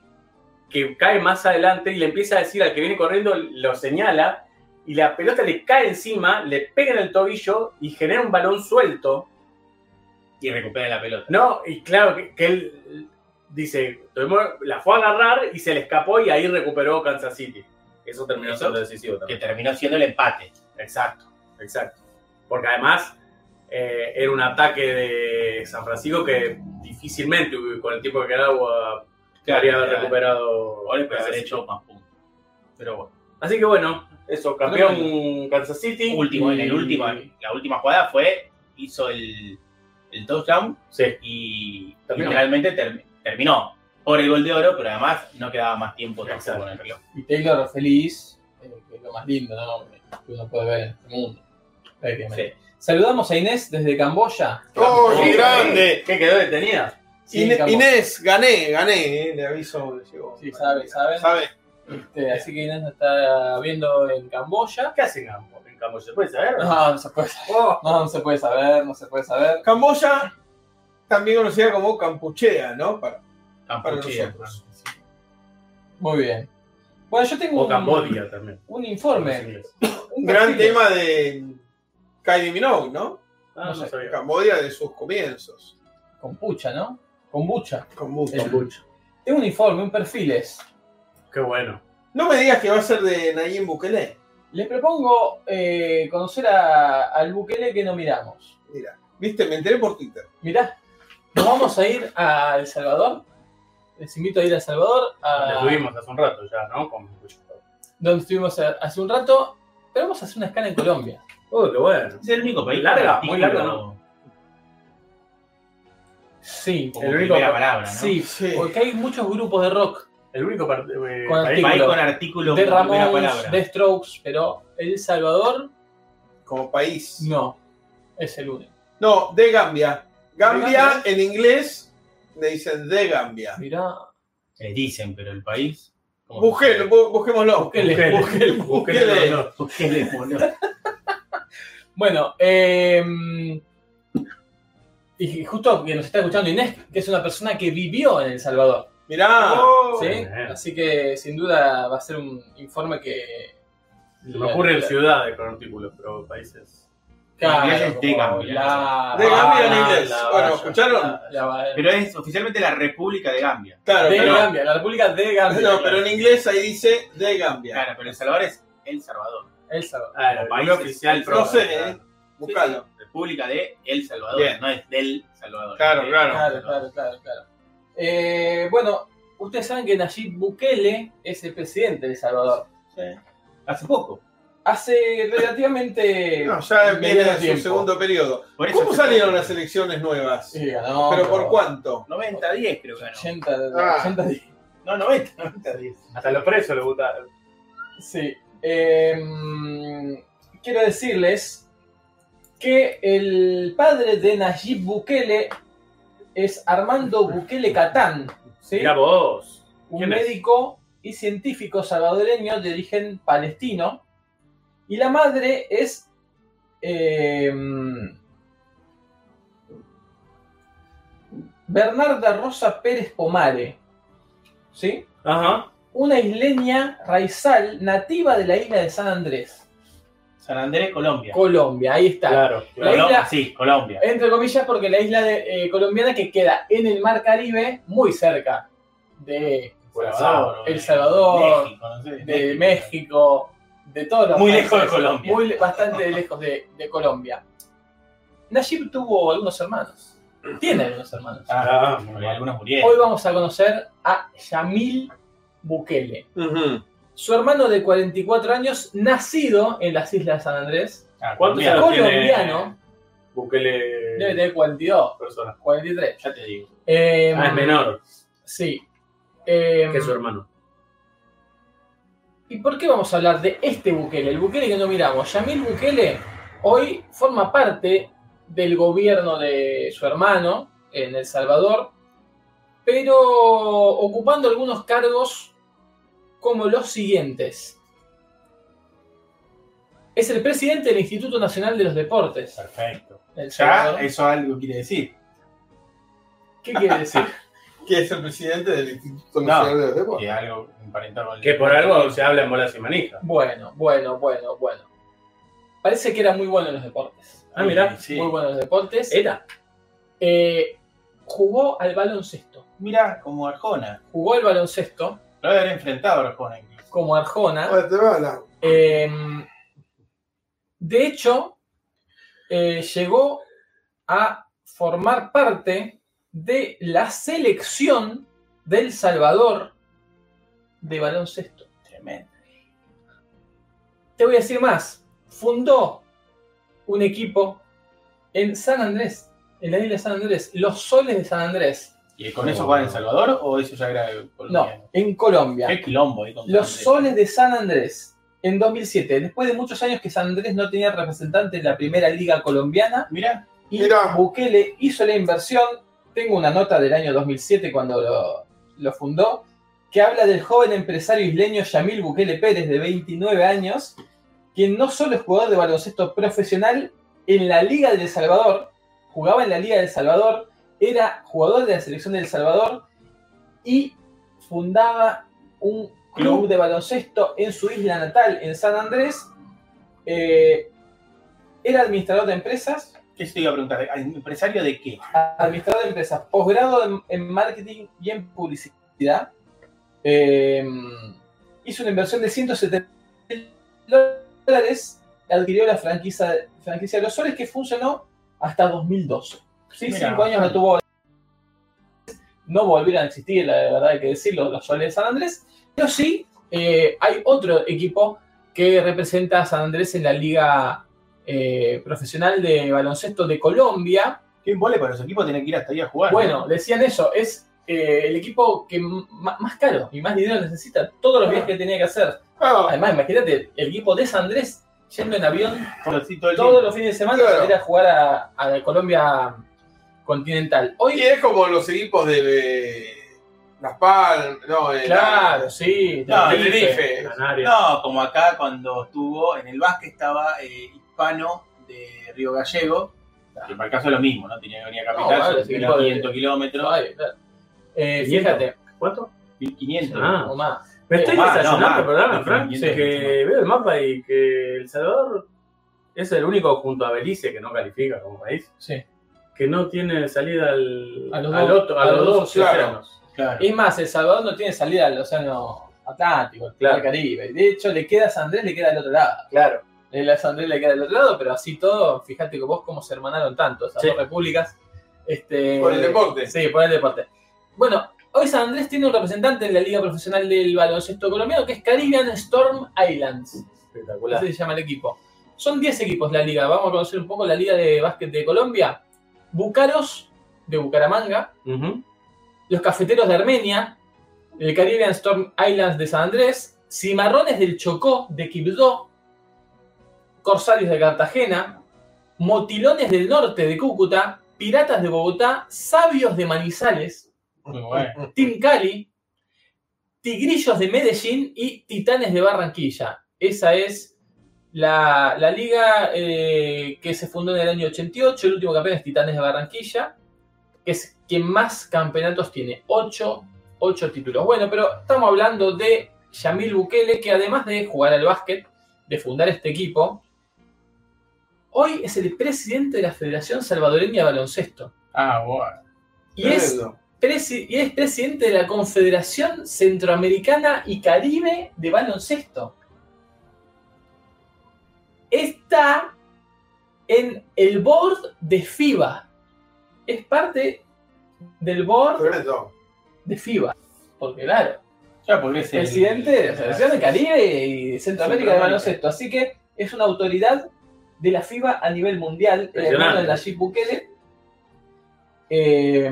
Speaker 4: que cae más adelante y le empieza a decir al que viene corriendo, lo señala y la pelota le cae encima, le pega en el tobillo y genera un balón suelto.
Speaker 3: Y recuperan la pelota.
Speaker 4: No, y claro que, que él dice, tomó- la fue a agarrar y se le escapó y ahí recuperó Kansas City. Eso terminó
Speaker 3: Eso.
Speaker 4: siendo decisivo
Speaker 3: Que
Speaker 4: también.
Speaker 3: terminó siendo el empate.
Speaker 4: Exacto, exacto. Porque además eh, era un ataque de San Francisco que difícilmente con el tiempo que quedaba habría recuperado.
Speaker 3: Ahora puede
Speaker 4: Kansas
Speaker 3: haber
Speaker 4: City.
Speaker 3: hecho más puntos. Pero bueno.
Speaker 4: Así que bueno, eso, campeón Kansas City.
Speaker 3: Último, en
Speaker 4: Y-
Speaker 3: el último, la última jugada fue, hizo el, el touchdown
Speaker 4: Sí,
Speaker 3: y
Speaker 4: Terminó.
Speaker 3: literalmente term- terminó por el gol de oro, pero además no quedaba más tiempo
Speaker 4: Exacto.
Speaker 3: tampoco con el reloj.
Speaker 2: Y Taylor feliz, eh, que es lo más lindo ¿no? que uno puede ver en este mundo. prácticamente. Saludamos a Inés desde Camboya.
Speaker 6: ¡Oh,
Speaker 2: Camboya.
Speaker 6: qué grande!
Speaker 4: que quedó detenida.
Speaker 2: Sí,
Speaker 6: Ine-
Speaker 2: Camboya.
Speaker 6: Inés, gané, gané, eh, le aviso. le llegó.
Speaker 2: Sí, sabe, sabe.
Speaker 6: ¿Sabe?
Speaker 2: Este, así que Inés nos está viendo en Camboya.
Speaker 4: ¿Qué hacen en Cambo- en Camboya? ¿Se puede saber?
Speaker 3: Ah.
Speaker 2: No, no se puede saber.
Speaker 4: Oh,
Speaker 2: No, no se puede saber, no se puede saber.
Speaker 6: Camboya, también conocida como Campuchea, ¿no? Para, para
Speaker 3: Campuchea.
Speaker 6: nosotros.
Speaker 2: Muy bien. Bueno, yo tengo
Speaker 4: o
Speaker 2: un,
Speaker 4: Cambodia también.
Speaker 2: un
Speaker 4: en
Speaker 2: informe.
Speaker 4: inglés.
Speaker 2: Un
Speaker 6: Un gran
Speaker 2: perfil.
Speaker 6: tema de Kylie Minogue, ¿no?
Speaker 2: No
Speaker 4: Ah, no
Speaker 2: sé.
Speaker 4: sabía.
Speaker 6: Cambodia de sus comienzos.
Speaker 2: Con pucha, ¿no? Con bucha.
Speaker 6: Con mucho.
Speaker 2: Eh. Tengo un informe, un perfiles.
Speaker 4: Qué bueno.
Speaker 6: No me digas que va a ser de Nayib Bukele.
Speaker 2: Les propongo eh, conocer a- al Bukele que no miramos.
Speaker 6: Mira, viste, me enteré por Twitter.
Speaker 2: Mirá, nos vamos a ir a El Salvador. Les invito a ir a El Salvador,
Speaker 4: La
Speaker 2: a
Speaker 4: tuvimos hace un rato ya, ¿no? Con
Speaker 2: donde estuvimos a- hace un rato. Pero vamos a hacer una escala en Colombia.
Speaker 4: Oh, qué bueno.
Speaker 3: Es el único país
Speaker 4: Larga,
Speaker 3: que
Speaker 4: muy
Speaker 3: articula
Speaker 4: larga, ¿no?
Speaker 2: Sí,
Speaker 3: Como
Speaker 4: El único-
Speaker 3: primera palabra, ¿no?
Speaker 2: sí,
Speaker 6: Sí.
Speaker 2: porque hay muchos grupos de rock
Speaker 4: El único par- eh,
Speaker 2: Con
Speaker 4: país-
Speaker 3: País
Speaker 2: artículo.
Speaker 3: con artículo
Speaker 2: de
Speaker 3: como primera
Speaker 2: Ramones,
Speaker 3: palabra.
Speaker 2: de Strokes, pero El Salvador
Speaker 6: Como país.
Speaker 2: no es el único.
Speaker 6: No, de Gambia.
Speaker 2: ¿De
Speaker 6: Gambia
Speaker 2: Gambia?
Speaker 6: en inglés le dicen de Gambia.
Speaker 2: Mirá,
Speaker 3: Eh, dicen, pero el país. ¿cómo
Speaker 6: Bujelo, bu- busquémoslo.
Speaker 2: Bukele.
Speaker 4: Bukele.
Speaker 2: Bukele.
Speaker 4: Bukele.
Speaker 6: Bukele.
Speaker 3: Bukele, boludo.
Speaker 2: Bueno, eh, y justo que nos está escuchando Inés, que es una persona que vivió en El Salvador.
Speaker 6: Mirá,
Speaker 2: ¿sí?
Speaker 4: bien.
Speaker 2: Así que sin duda va a ser un informe que.
Speaker 4: Se me ocurren ciudades con artículos, pero países.
Speaker 2: Claro,
Speaker 3: En inglés es de
Speaker 2: como
Speaker 3: Gambia.
Speaker 2: La,
Speaker 6: de Gambia en
Speaker 2: Habana,
Speaker 6: inglés.
Speaker 2: Ah, la
Speaker 6: Bueno,
Speaker 2: Habana,
Speaker 6: ¿escucharon?
Speaker 2: la- la-
Speaker 3: Pero es oficialmente la República de Gambia.
Speaker 6: Claro,
Speaker 2: de
Speaker 6: pero,
Speaker 2: Gambia, la República de Gambia.
Speaker 6: no, pero en inglés ahí dice de Gambia.
Speaker 3: Claro, pero El Salvador es El Salvador.
Speaker 2: El Salvador.
Speaker 4: Ah, el
Speaker 3: Como
Speaker 4: país
Speaker 3: países.
Speaker 4: oficial.
Speaker 3: No
Speaker 6: No
Speaker 4: pero-
Speaker 6: sé, ¿eh? Buscalo.
Speaker 3: República de El Salvador,
Speaker 6: Bien.
Speaker 3: no es del Salvador.
Speaker 6: Claro,
Speaker 3: Es de
Speaker 6: claro.
Speaker 3: El
Speaker 2: Claro,
Speaker 3: Salvador.
Speaker 2: claro, claro, claro. Eh, bueno, ustedes saben que Nayib Bukele es el presidente de El Salvador.
Speaker 3: Hace poco.
Speaker 2: Hace relativamente.
Speaker 6: No, ya viene
Speaker 2: mediano
Speaker 6: su
Speaker 2: tiempo.
Speaker 6: segundo periodo.
Speaker 3: Por eso
Speaker 6: ¿Cómo
Speaker 3: hace
Speaker 6: salieron
Speaker 3: poco.
Speaker 6: las elecciones nuevas?
Speaker 2: Sí, ganó,
Speaker 6: ¿Pero por cuánto?
Speaker 3: 90-10 creo que ganó.
Speaker 2: 80,
Speaker 6: Ah.
Speaker 2: 80 días.
Speaker 3: No, 90, 90-10.
Speaker 4: Hasta los presos le gusta.
Speaker 2: Sí. Em, quiero decirles que el padre de Nayib Bukele es Armando Bukele Catán, ¿sí?
Speaker 4: Mira vos.
Speaker 2: un
Speaker 4: ¿quién es?
Speaker 2: médico y científico salvadoreño de origen palestino. Y la madre es... em, Bernarda Rosa Pérez Pomare. ¿Sí?
Speaker 4: Ajá.
Speaker 2: una isleña raizal nativa de la isla de San Andrés,
Speaker 3: San Andrés, Colombia.
Speaker 2: Colombia. Ahí está.
Speaker 4: Claro.
Speaker 2: La
Speaker 3: Colom-
Speaker 2: isla-
Speaker 3: Sí, Colombia.
Speaker 2: Entre comillas, porque la isla de- eh, colombiana que queda en el mar Caribe, muy cerca de El Salvador,
Speaker 3: México, no sé,
Speaker 2: de México, de todos los
Speaker 3: Muy
Speaker 2: países.
Speaker 3: lejos de Colombia.
Speaker 2: Muy le- bastante lejos de, de Colombia. Najib tuvo algunos hermanos. Tiene algunos hermanos.
Speaker 4: Ah, muy
Speaker 3: Bueno,
Speaker 4: bien.
Speaker 3: Algunos murieron.
Speaker 2: Hoy vamos a conocer a Yamil Bukele. Su hermano de 44 años, nacido en las Islas de San Andrés,
Speaker 3: Ah,
Speaker 4: ¿Cuántos
Speaker 3: colombiano.
Speaker 4: años? tiene-
Speaker 2: colombiano, debe
Speaker 4: Bukele
Speaker 2: tener 42,
Speaker 4: persona.
Speaker 2: 43.
Speaker 3: Ya te digo.
Speaker 2: Eh,
Speaker 4: Ah, es menor
Speaker 2: Sí. Eh,
Speaker 4: que su hermano.
Speaker 2: ¿Y por qué vamos a hablar de este Bukele? El Bukele que no miramos. Yamil Bukele hoy forma parte del gobierno de su hermano en El Salvador, pero ocupando algunos cargos como los siguientes. Es el presidente del Instituto Nacional de los Deportes.
Speaker 3: Perfecto.
Speaker 2: El
Speaker 3: Ya, eh,
Speaker 2: Salvador.
Speaker 3: eso algo quiere decir.
Speaker 2: ¿Qué quiere decir?
Speaker 6: Que es el presidente del Instituto
Speaker 3: No.
Speaker 6: Nacional de los Deportes.
Speaker 3: Que algo emparentado con el-
Speaker 4: Que por algo se habla en bolas y manija.
Speaker 2: Bueno, bueno, bueno, bueno. Parece que era muy bueno en los deportes.
Speaker 4: Ah, mirá.
Speaker 3: Sí.
Speaker 2: Muy bueno en los deportes.
Speaker 4: Era.
Speaker 2: Eh, jugó al baloncesto.
Speaker 3: Mirá, como Arjona.
Speaker 2: Jugó al baloncesto
Speaker 3: Lo debe haber enfrentado a Arjona incluso.
Speaker 2: como Arjona.
Speaker 6: Ahora te va a hablar.
Speaker 2: Eh, de hecho, eh, llegó a formar parte de la selección del Salvador de baloncesto.
Speaker 3: Tremendo.
Speaker 2: Te voy a decir más. Fundó un equipo en San Andrés, en la isla de San Andrés, los Soles de San Andrés.
Speaker 3: ¿Y con eso juega en El Salvador o eso ya era colombiano?
Speaker 2: No, en Colombia.
Speaker 3: Qué quilombo ahí con San
Speaker 2: Los
Speaker 3: Andrés.
Speaker 2: Soles de San Andrés, en 2007, después de muchos años que San Andrés no tenía representante en la primera liga colombiana,
Speaker 3: Mirá,
Speaker 2: y
Speaker 6: Mirá.
Speaker 2: Bukele hizo la inversión, tengo una nota del año 2007 cuando lo, lo fundó, que habla del joven empresario isleño Yamil Bukele Pérez, de 29 años, quien no solo es jugador de baloncesto profesional en la Liga del Salvador, jugaba en la Liga del Salvador, era jugador de la selección del Salvador y fundaba un club de baloncesto en su isla natal, en San Andrés. Eh, era administrador de empresas,
Speaker 3: eso te iba a preguntar. ¿Empresario de qué?
Speaker 2: administrador de empresas, posgrado en, en marketing y en publicidad. Eh, hizo una inversión de 170 mil dólares, adquirió la franquicia, franquicia de los soles que funcionó hasta 2012. Sí,
Speaker 3: Mira.
Speaker 2: cinco años no tuvo. No volvieron a existir, la verdad hay que decirlo, los soles de San Andrés. Pero sí, eh, hay otro equipo que representa a San Andrés en la Liga eh, Profesional de Baloncesto de Colombia.
Speaker 3: ¿Qué vole para los equipos tener que ir hasta ahí a jugar?
Speaker 2: Bueno, decían eso, es eh, el equipo que m- ma- más caro y más dinero necesita, todos los viajes que tenía que hacer.
Speaker 6: Ah,
Speaker 2: Además, imagínate, el equipo de San Andrés yendo en avión
Speaker 3: Por así todo el
Speaker 2: todos
Speaker 3: tiempo.
Speaker 2: los fines de semana
Speaker 6: Claro.
Speaker 2: para ir a jugar a, a la Colombia continental.
Speaker 6: y
Speaker 2: Hoy,
Speaker 6: es como los equipos de, de Las Palmas, no, de
Speaker 2: claro, sí,
Speaker 3: No,
Speaker 6: de
Speaker 2: Tenerife.
Speaker 6: Tenerife.
Speaker 4: Canarias.
Speaker 3: No, como acá cuando estuvo en el básquet estaba eh, hispano de Río Gallego. Que para el caso es lo mismo, ¿no? Tenía que venir a
Speaker 2: No,
Speaker 3: Capital,
Speaker 2: vale,
Speaker 3: son
Speaker 2: sí, vale.
Speaker 3: 500
Speaker 2: No,
Speaker 3: kilómetros,
Speaker 2: ahí, claro. Eh,
Speaker 4: ¿Quinientos?
Speaker 2: fíjate,
Speaker 3: 1500.
Speaker 4: Ah.
Speaker 2: o más.
Speaker 4: Me estoy
Speaker 2: Eh, más,
Speaker 3: no,
Speaker 4: desayunando el
Speaker 3: más.
Speaker 4: programa, Frank.
Speaker 3: Sí,
Speaker 4: que veo el mapa y que El Salvador es el único junto a Belice que no califica como país,
Speaker 2: Sí.
Speaker 4: que no tiene salida al,
Speaker 2: A los
Speaker 4: al
Speaker 2: dos-
Speaker 4: otro-
Speaker 2: a
Speaker 4: a
Speaker 2: los
Speaker 4: los dos
Speaker 6: claro.
Speaker 4: océanos.
Speaker 3: Claro.
Speaker 2: Es más, El Salvador no tiene salida al Océano Atlántico, al
Speaker 4: Claro.
Speaker 2: Caribe. De hecho, le queda a San Andrés, le queda al otro lado.
Speaker 4: Claro.
Speaker 2: El la San Andrés le queda del otro lado, pero así todo, fíjate que vos cómo se hermanaron tanto esas
Speaker 4: Sí.
Speaker 2: dos repúblicas. Este,
Speaker 6: Por el deporte.
Speaker 2: Sí, por el deporte. Bueno, hoy San Andrés tiene un representante en la Liga Profesional del Baloncesto Colombiano que es Caribbean Storm Islands.
Speaker 4: Espectacular.
Speaker 2: Así se llama el equipo. Son 10 equipos la liga. Vamos a conocer un poco la Liga de Básquet de Colombia. Bucaros de Bucaramanga,
Speaker 4: Ujú.
Speaker 2: los Cafeteros de Armenia, el Caribbean Storm Islands de San Andrés, Cimarrones del Chocó de Quibdó, Corsarios de Cartagena, Motilones del Norte de Cúcuta, Piratas de Bogotá, Sabios de Manizales,
Speaker 3: Muy bueno.
Speaker 2: Team Cali, Tigrillos de Medellín y Titanes de Barranquilla. Esa es la, la liga eh, que se fundó en el año 88. El último campeón es Titanes de Barranquilla, que es quien más campeonatos tiene, 8 ocho títulos. Bueno, pero estamos hablando de Yamil Bukele, que además de jugar al básquet, de fundar este equipo, hoy es el presidente de la Federación Salvadoreña de Baloncesto.
Speaker 4: Ah, bueno.
Speaker 2: Y es presi- y es presidente de la Confederación Centroamericana y Caribe de Baloncesto. Está en el board de FIBA. Es parte del board
Speaker 6: Tremendo.
Speaker 2: de FIBA. Porque claro,
Speaker 3: Ya, porque es el-
Speaker 2: presidente de la Federación de Caribe y de Centroamérica de
Speaker 3: Centroamérica.
Speaker 2: Baloncesto. Así que es una autoridad de la FIBA a nivel mundial. El hermano de Nayib Bukele. Eh,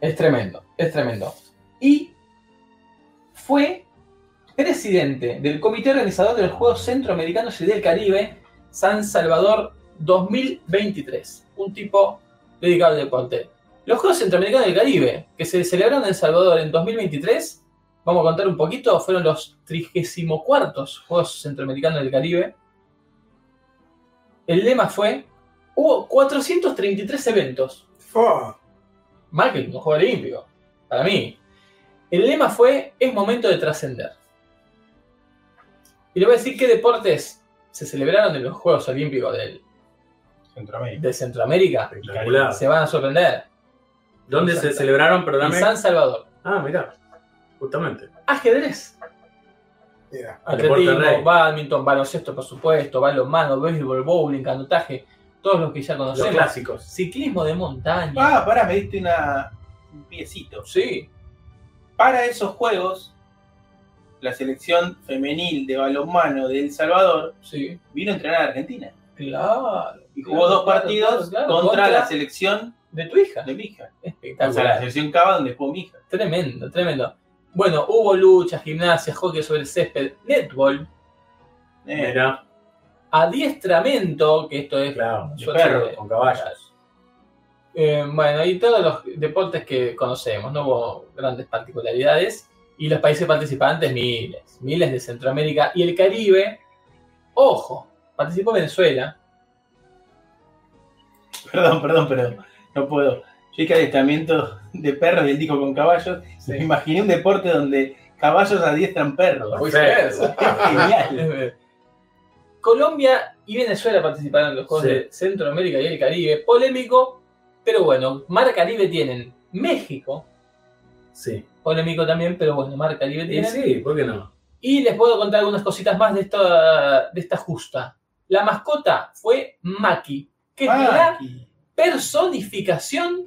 Speaker 2: es tremendo, es tremendo. Y fue presidente del comité organizador de los Juegos Centroamericanos y del Caribe San Salvador 2023. Un tipo dedicado al deporte. Los Juegos Centroamericanos del Caribe, que se celebraron en El Salvador en 2023, vamos a contar un poquito, fueron los 34 Juegos Centroamericanos del Caribe. El lema fue, hubo 433 eventos,
Speaker 6: Fua.
Speaker 2: más que un Juego Olímpico, para mí. El lema fue, es momento de trascender. Y le voy a decir qué deportes se celebraron en los Juegos Olímpicos del-
Speaker 3: Centroamérica.
Speaker 2: de Centroamérica.
Speaker 4: Espectacular.
Speaker 2: Se van a sorprender.
Speaker 4: ¿Dónde se celebraron? Pero
Speaker 2: En
Speaker 4: dame.
Speaker 2: San Salvador.
Speaker 4: Ah, mirá. Justamente.
Speaker 2: Ajedrez.
Speaker 6: Mira.
Speaker 4: Ah, Deporte
Speaker 2: Atletismo,
Speaker 4: rey.
Speaker 2: badminton, baloncesto, por supuesto, balonmano, béisbol, bowling, canotaje, todos los que ya
Speaker 4: Los
Speaker 2: conocemos.
Speaker 4: clásicos.
Speaker 2: Ciclismo de montaña.
Speaker 3: Ah, pará, me diste una, un piecito.
Speaker 2: Sí.
Speaker 3: Para esos juegos, la selección femenil de balonmano de El Salvador
Speaker 2: Sí.
Speaker 3: vino a entrenar a Argentina.
Speaker 2: Claro.
Speaker 3: Y jugó dos partidos contra, la selección
Speaker 2: de tu hija.
Speaker 3: de Mija. O sea, la
Speaker 2: Espectacular.
Speaker 3: selección Cava donde jugó Mija.
Speaker 2: Tremendo, tremendo. Bueno, hubo lucha, gimnasia, hockey sobre el césped, netball,
Speaker 3: Eh,
Speaker 4: Mirá.
Speaker 2: adiestramiento, que esto es
Speaker 4: Claro.
Speaker 2: Yo
Speaker 4: Yo
Speaker 2: sé.
Speaker 4: perro con caballos.
Speaker 2: Eh, bueno, y todos los deportes que conocemos, no hubo grandes particularidades. Y los países participantes, miles, miles de Centroamérica y el Caribe. Ojo, participó Venezuela.
Speaker 3: Perdón, perdón, pero no puedo. Yo dije adiestramiento de perros y él dijo con caballos. Me imaginé un deporte donde caballos adiestran perros.
Speaker 4: Uy,
Speaker 2: Viceversa.
Speaker 3: Es genial.
Speaker 2: Colombia y Venezuela participaron en los Juegos
Speaker 4: Sí.
Speaker 2: de Centroamérica y el Caribe. Polémico, pero bueno, Mar Caribe tienen México.
Speaker 4: Sí.
Speaker 2: Polémico también, pero bueno, Mar Caribe
Speaker 4: Y
Speaker 2: tienen.
Speaker 4: sí, ¿por qué no?
Speaker 2: Y les puedo contar algunas cositas más de esta, de esta justa. La mascota fue Maki, que es la personificación,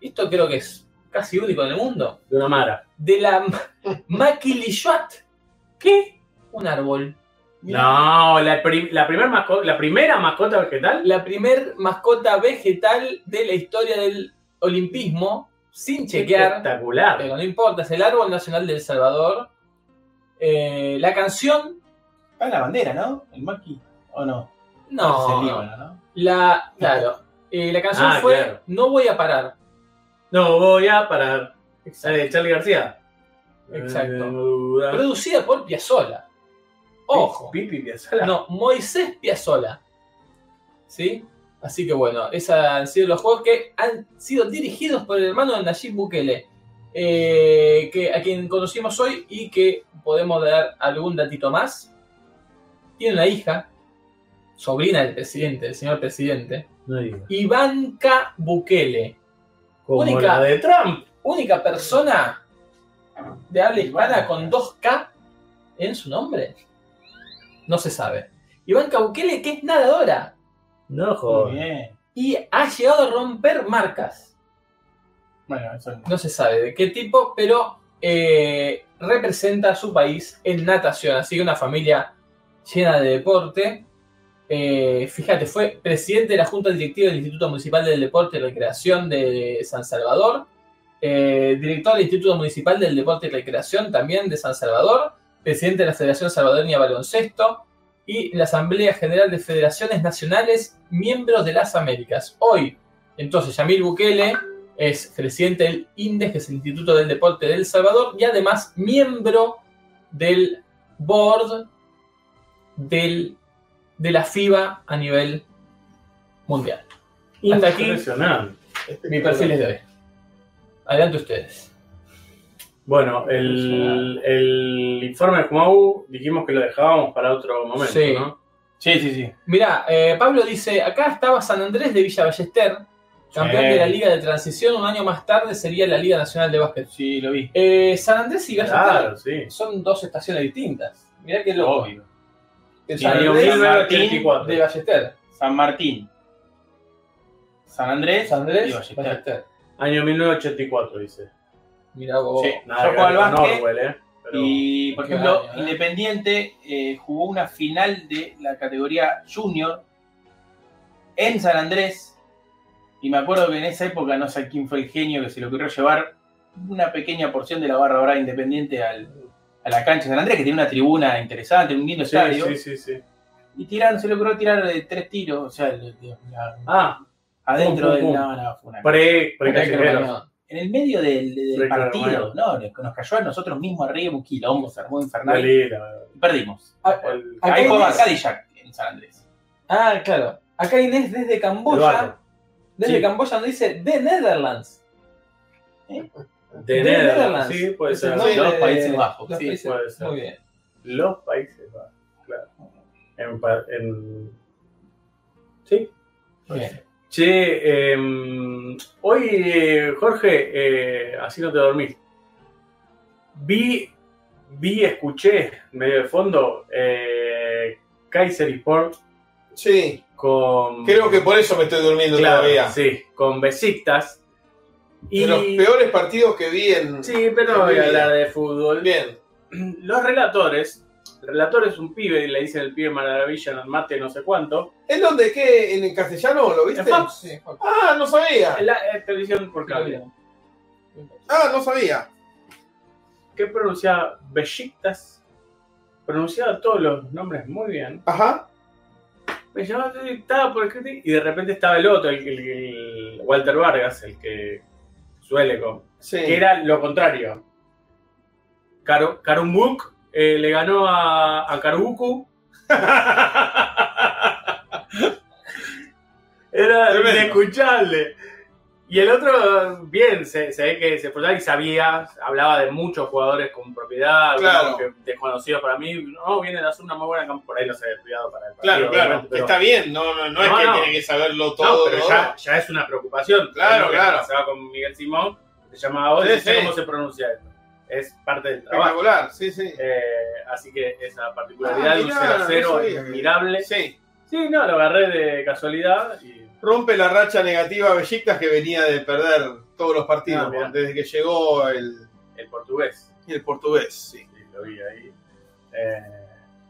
Speaker 2: esto creo que es casi único en el mundo,
Speaker 4: De una mara.
Speaker 2: de la Ma- Maki Lichuat, que un árbol.
Speaker 4: No, la, pri- la, primer masco- la primera mascota vegetal.
Speaker 2: La primer mascota vegetal de la historia del olimpismo, sin chequear.
Speaker 4: Espectacular.
Speaker 2: pero no importa, es el árbol nacional del Salvador. Eh, la canción,
Speaker 3: Ah, la bandera, ¿no? El maqui. ¿O no? Es
Speaker 2: no,
Speaker 3: el Líbano, ¿no?
Speaker 2: La, claro. Eh, la canción
Speaker 4: Ah,
Speaker 2: fue
Speaker 4: claro.
Speaker 2: No voy a parar.
Speaker 4: No voy a parar. Sale Charlie García.
Speaker 2: Exacto.
Speaker 4: Eh, duda.
Speaker 2: Producida por Piazzolla. Ojo.
Speaker 4: Pipi Piazzolla.
Speaker 2: No, Moisés Piazzolla. ¿Sí? Así que bueno, esos han sido los juegos que han sido dirigidos por el hermano de Nayib Bukele. eh, que, a quien conocimos hoy y que podemos dar algún datito más. Tiene una hija, sobrina del presidente, del señor presidente,
Speaker 4: No digo.
Speaker 2: Ivanka Bukele.
Speaker 4: Como
Speaker 2: Única.
Speaker 4: la de Trump.
Speaker 2: única persona de habla hispana con 2K en su nombre? No se sabe. Iván Bukele, que es nadadora
Speaker 4: No
Speaker 3: Muy
Speaker 4: joder.
Speaker 3: bien.
Speaker 2: y ha llegado a romper marcas.
Speaker 3: Bueno, eso no.
Speaker 2: No se sabe de qué tipo, pero eh, representa a su país en natación. Así que una familia llena de deporte. Eh, fíjate, fue presidente de la Junta Directiva del Instituto Municipal del Deporte y Recreación de San Salvador. Eh, director del Instituto Municipal del Deporte y Recreación también de San Salvador. Presidente de la Federación Salvadoreña de Baloncesto. Y la Asamblea General de Federaciones Nacionales, miembros de las Américas. Hoy, entonces, Yamil Bukele es presidente del INDES, que es el Instituto del Deporte del Salvador, y además miembro del board del, de la FIBA a nivel mundial. Hasta aquí
Speaker 4: Impresionante.
Speaker 3: Este
Speaker 2: mi perfil es de hoy. Adelante ustedes.
Speaker 4: Bueno, el, el informe de Kumau dijimos que lo dejábamos para otro momento,
Speaker 2: Sí.
Speaker 4: ¿no?
Speaker 3: Sí, sí, sí.
Speaker 2: Mirá, eh, Pablo dice, acá estaba San Andrés de Villa Ballester, campeón
Speaker 3: Sí.
Speaker 2: de la Liga de Transición, un año más tarde sería la Liga Nacional de Básquet.
Speaker 3: Sí, lo vi.
Speaker 2: Eh, San Andrés y Ballester
Speaker 4: Claro, sí.
Speaker 2: son dos estaciones distintas. Mirá que loco.
Speaker 3: Obvio.
Speaker 2: El
Speaker 3: Sí,
Speaker 2: San
Speaker 3: Río
Speaker 2: Andrés
Speaker 3: San Martín
Speaker 4: 1984.
Speaker 2: de Ballester.
Speaker 3: San Martín. San Andrés.
Speaker 2: San Andrés
Speaker 3: y
Speaker 2: Ballester.
Speaker 3: Ballester.
Speaker 4: Año 1984, dice.
Speaker 2: Mirá vos.
Speaker 3: Sí.
Speaker 4: Nada
Speaker 3: Yo
Speaker 4: que
Speaker 3: juego al
Speaker 4: ver con
Speaker 3: básquet
Speaker 4: Orwell, ¿eh? Pero-
Speaker 3: Y, por
Speaker 2: Qué
Speaker 3: ejemplo,
Speaker 2: daño, ¿eh?
Speaker 3: Independiente eh, jugó una final de la categoría junior en San Andrés. Y me acuerdo que en esa época no sé quién fue el genio que se le ocurrió llevar una pequeña porción de la barra brava independiente al- a la cancha de San Andrés, que tiene una tribuna interesante, un lindo
Speaker 4: Sí,
Speaker 3: estadio.
Speaker 4: sí, sí, sí.
Speaker 3: Y tiraron, se le ocurrió tirar de tres tiros, o sea, el- el- la-
Speaker 4: Ah,
Speaker 3: adentro
Speaker 4: pum,
Speaker 3: del
Speaker 4: pum.
Speaker 3: no, no, fue una-
Speaker 4: pre, pre
Speaker 2: Mirá que
Speaker 4: callejeros.
Speaker 2: hermano.
Speaker 3: En el medio del, del
Speaker 4: Sí, claro,
Speaker 3: partido, no, nos- nos cayó a nosotros mismos arriba un quilombo, se armó infernal.
Speaker 4: Dalila,
Speaker 3: Y perdimos.
Speaker 2: Ah,
Speaker 4: el-
Speaker 2: ah,
Speaker 3: Ahí
Speaker 2: Acá
Speaker 3: jugaba
Speaker 2: Inés.
Speaker 3: Cadillac en San Andrés.
Speaker 2: Ah, claro. Acá Inés desde
Speaker 4: el
Speaker 2: Camboya,
Speaker 4: barrio.
Speaker 2: desde
Speaker 4: Sí.
Speaker 2: Camboya nos dice The Netherlands.
Speaker 4: De Netherlands. Sí, puede
Speaker 2: Es el
Speaker 4: ser.
Speaker 2: nombre
Speaker 3: Los
Speaker 2: de-
Speaker 3: Países Bajos,
Speaker 2: los
Speaker 3: sí,
Speaker 2: Países-
Speaker 4: puede ser.
Speaker 2: Muy bien.
Speaker 4: Los Países Bajos, claro. En, pa- en- Sí.
Speaker 2: muy bien.
Speaker 4: Che, em, hoy, eh, Jorge, eh, así no te dormís. Vi, vi, escuché, medio de fondo, eh, Kaiser Sport
Speaker 6: Sí,
Speaker 4: con...
Speaker 6: creo que por eso me estoy durmiendo
Speaker 4: Claro,
Speaker 6: todavía.
Speaker 4: sí, con Besiktas. Y...
Speaker 6: De los peores partidos que vi en.
Speaker 4: Sí, pero no voy a hablar de fútbol.
Speaker 6: Bien.
Speaker 4: Los relatores, el relator es un pibe, le dicen el pibe maravilla, no mate, no sé cuánto.
Speaker 6: ¿En dónde? ¿Qué? ¿En el castellano? ¿Lo viste?
Speaker 4: En Fox.
Speaker 2: Sí, Jorge.
Speaker 6: Ah, no sabía.
Speaker 4: En la eh, televisión por cable.
Speaker 6: Ah, no sabía.
Speaker 4: Que pronunciaba Besiktas. Pronunciaba todos los nombres muy bien.
Speaker 6: Ajá.
Speaker 4: Me llamaba, estaba por escribir y de repente estaba el otro, el, el- el Walter Vargas, el que suele con,
Speaker 6: Sí.
Speaker 4: que era lo contrario. Kar- Karumbuk eh, le ganó a, a Karubuku. era
Speaker 6: Tremendo.
Speaker 4: inescuchable. Y el otro, bien, se, se ve que se esforzaba y sabía, hablaba de muchos jugadores con propiedad,
Speaker 6: Claro.
Speaker 4: algunos que desconocidos para mí. No, viene de hacer una muy buena campo, por ahí no se había estudiado para el partido.
Speaker 6: Claro, claro.
Speaker 4: obviamente, pero-
Speaker 6: Está bien, no, no, no es
Speaker 4: No,
Speaker 6: que
Speaker 4: no.
Speaker 6: tiene que saberlo
Speaker 4: no,
Speaker 6: todo.
Speaker 4: pero
Speaker 6: ¿no?
Speaker 4: ya, ya es una preocupación.
Speaker 6: Claro,
Speaker 4: Lo que
Speaker 6: claro.
Speaker 4: Pasaba con Miguel Simón, se llamaba hoy,
Speaker 6: Sí,
Speaker 4: no sé
Speaker 6: sí.
Speaker 4: cómo se pronuncia esto. Es parte del trabajo.
Speaker 6: Espectacular, sí, sí.
Speaker 4: Eh, así que esa particularidad
Speaker 6: Ah,
Speaker 4: de un
Speaker 6: mirá,
Speaker 4: 0 a
Speaker 6: no
Speaker 4: 0
Speaker 6: sabía que-
Speaker 4: admirable.
Speaker 6: Sí.
Speaker 4: Sí, no, lo agarré de casualidad y
Speaker 6: Rompe la racha negativa Bellictas que venía de perder todos los partidos
Speaker 4: Ah, mirá.
Speaker 6: desde que llegó el,
Speaker 4: el portugués.
Speaker 6: el portugués. Sí.
Speaker 4: Sí, lo vi ahí. Eh,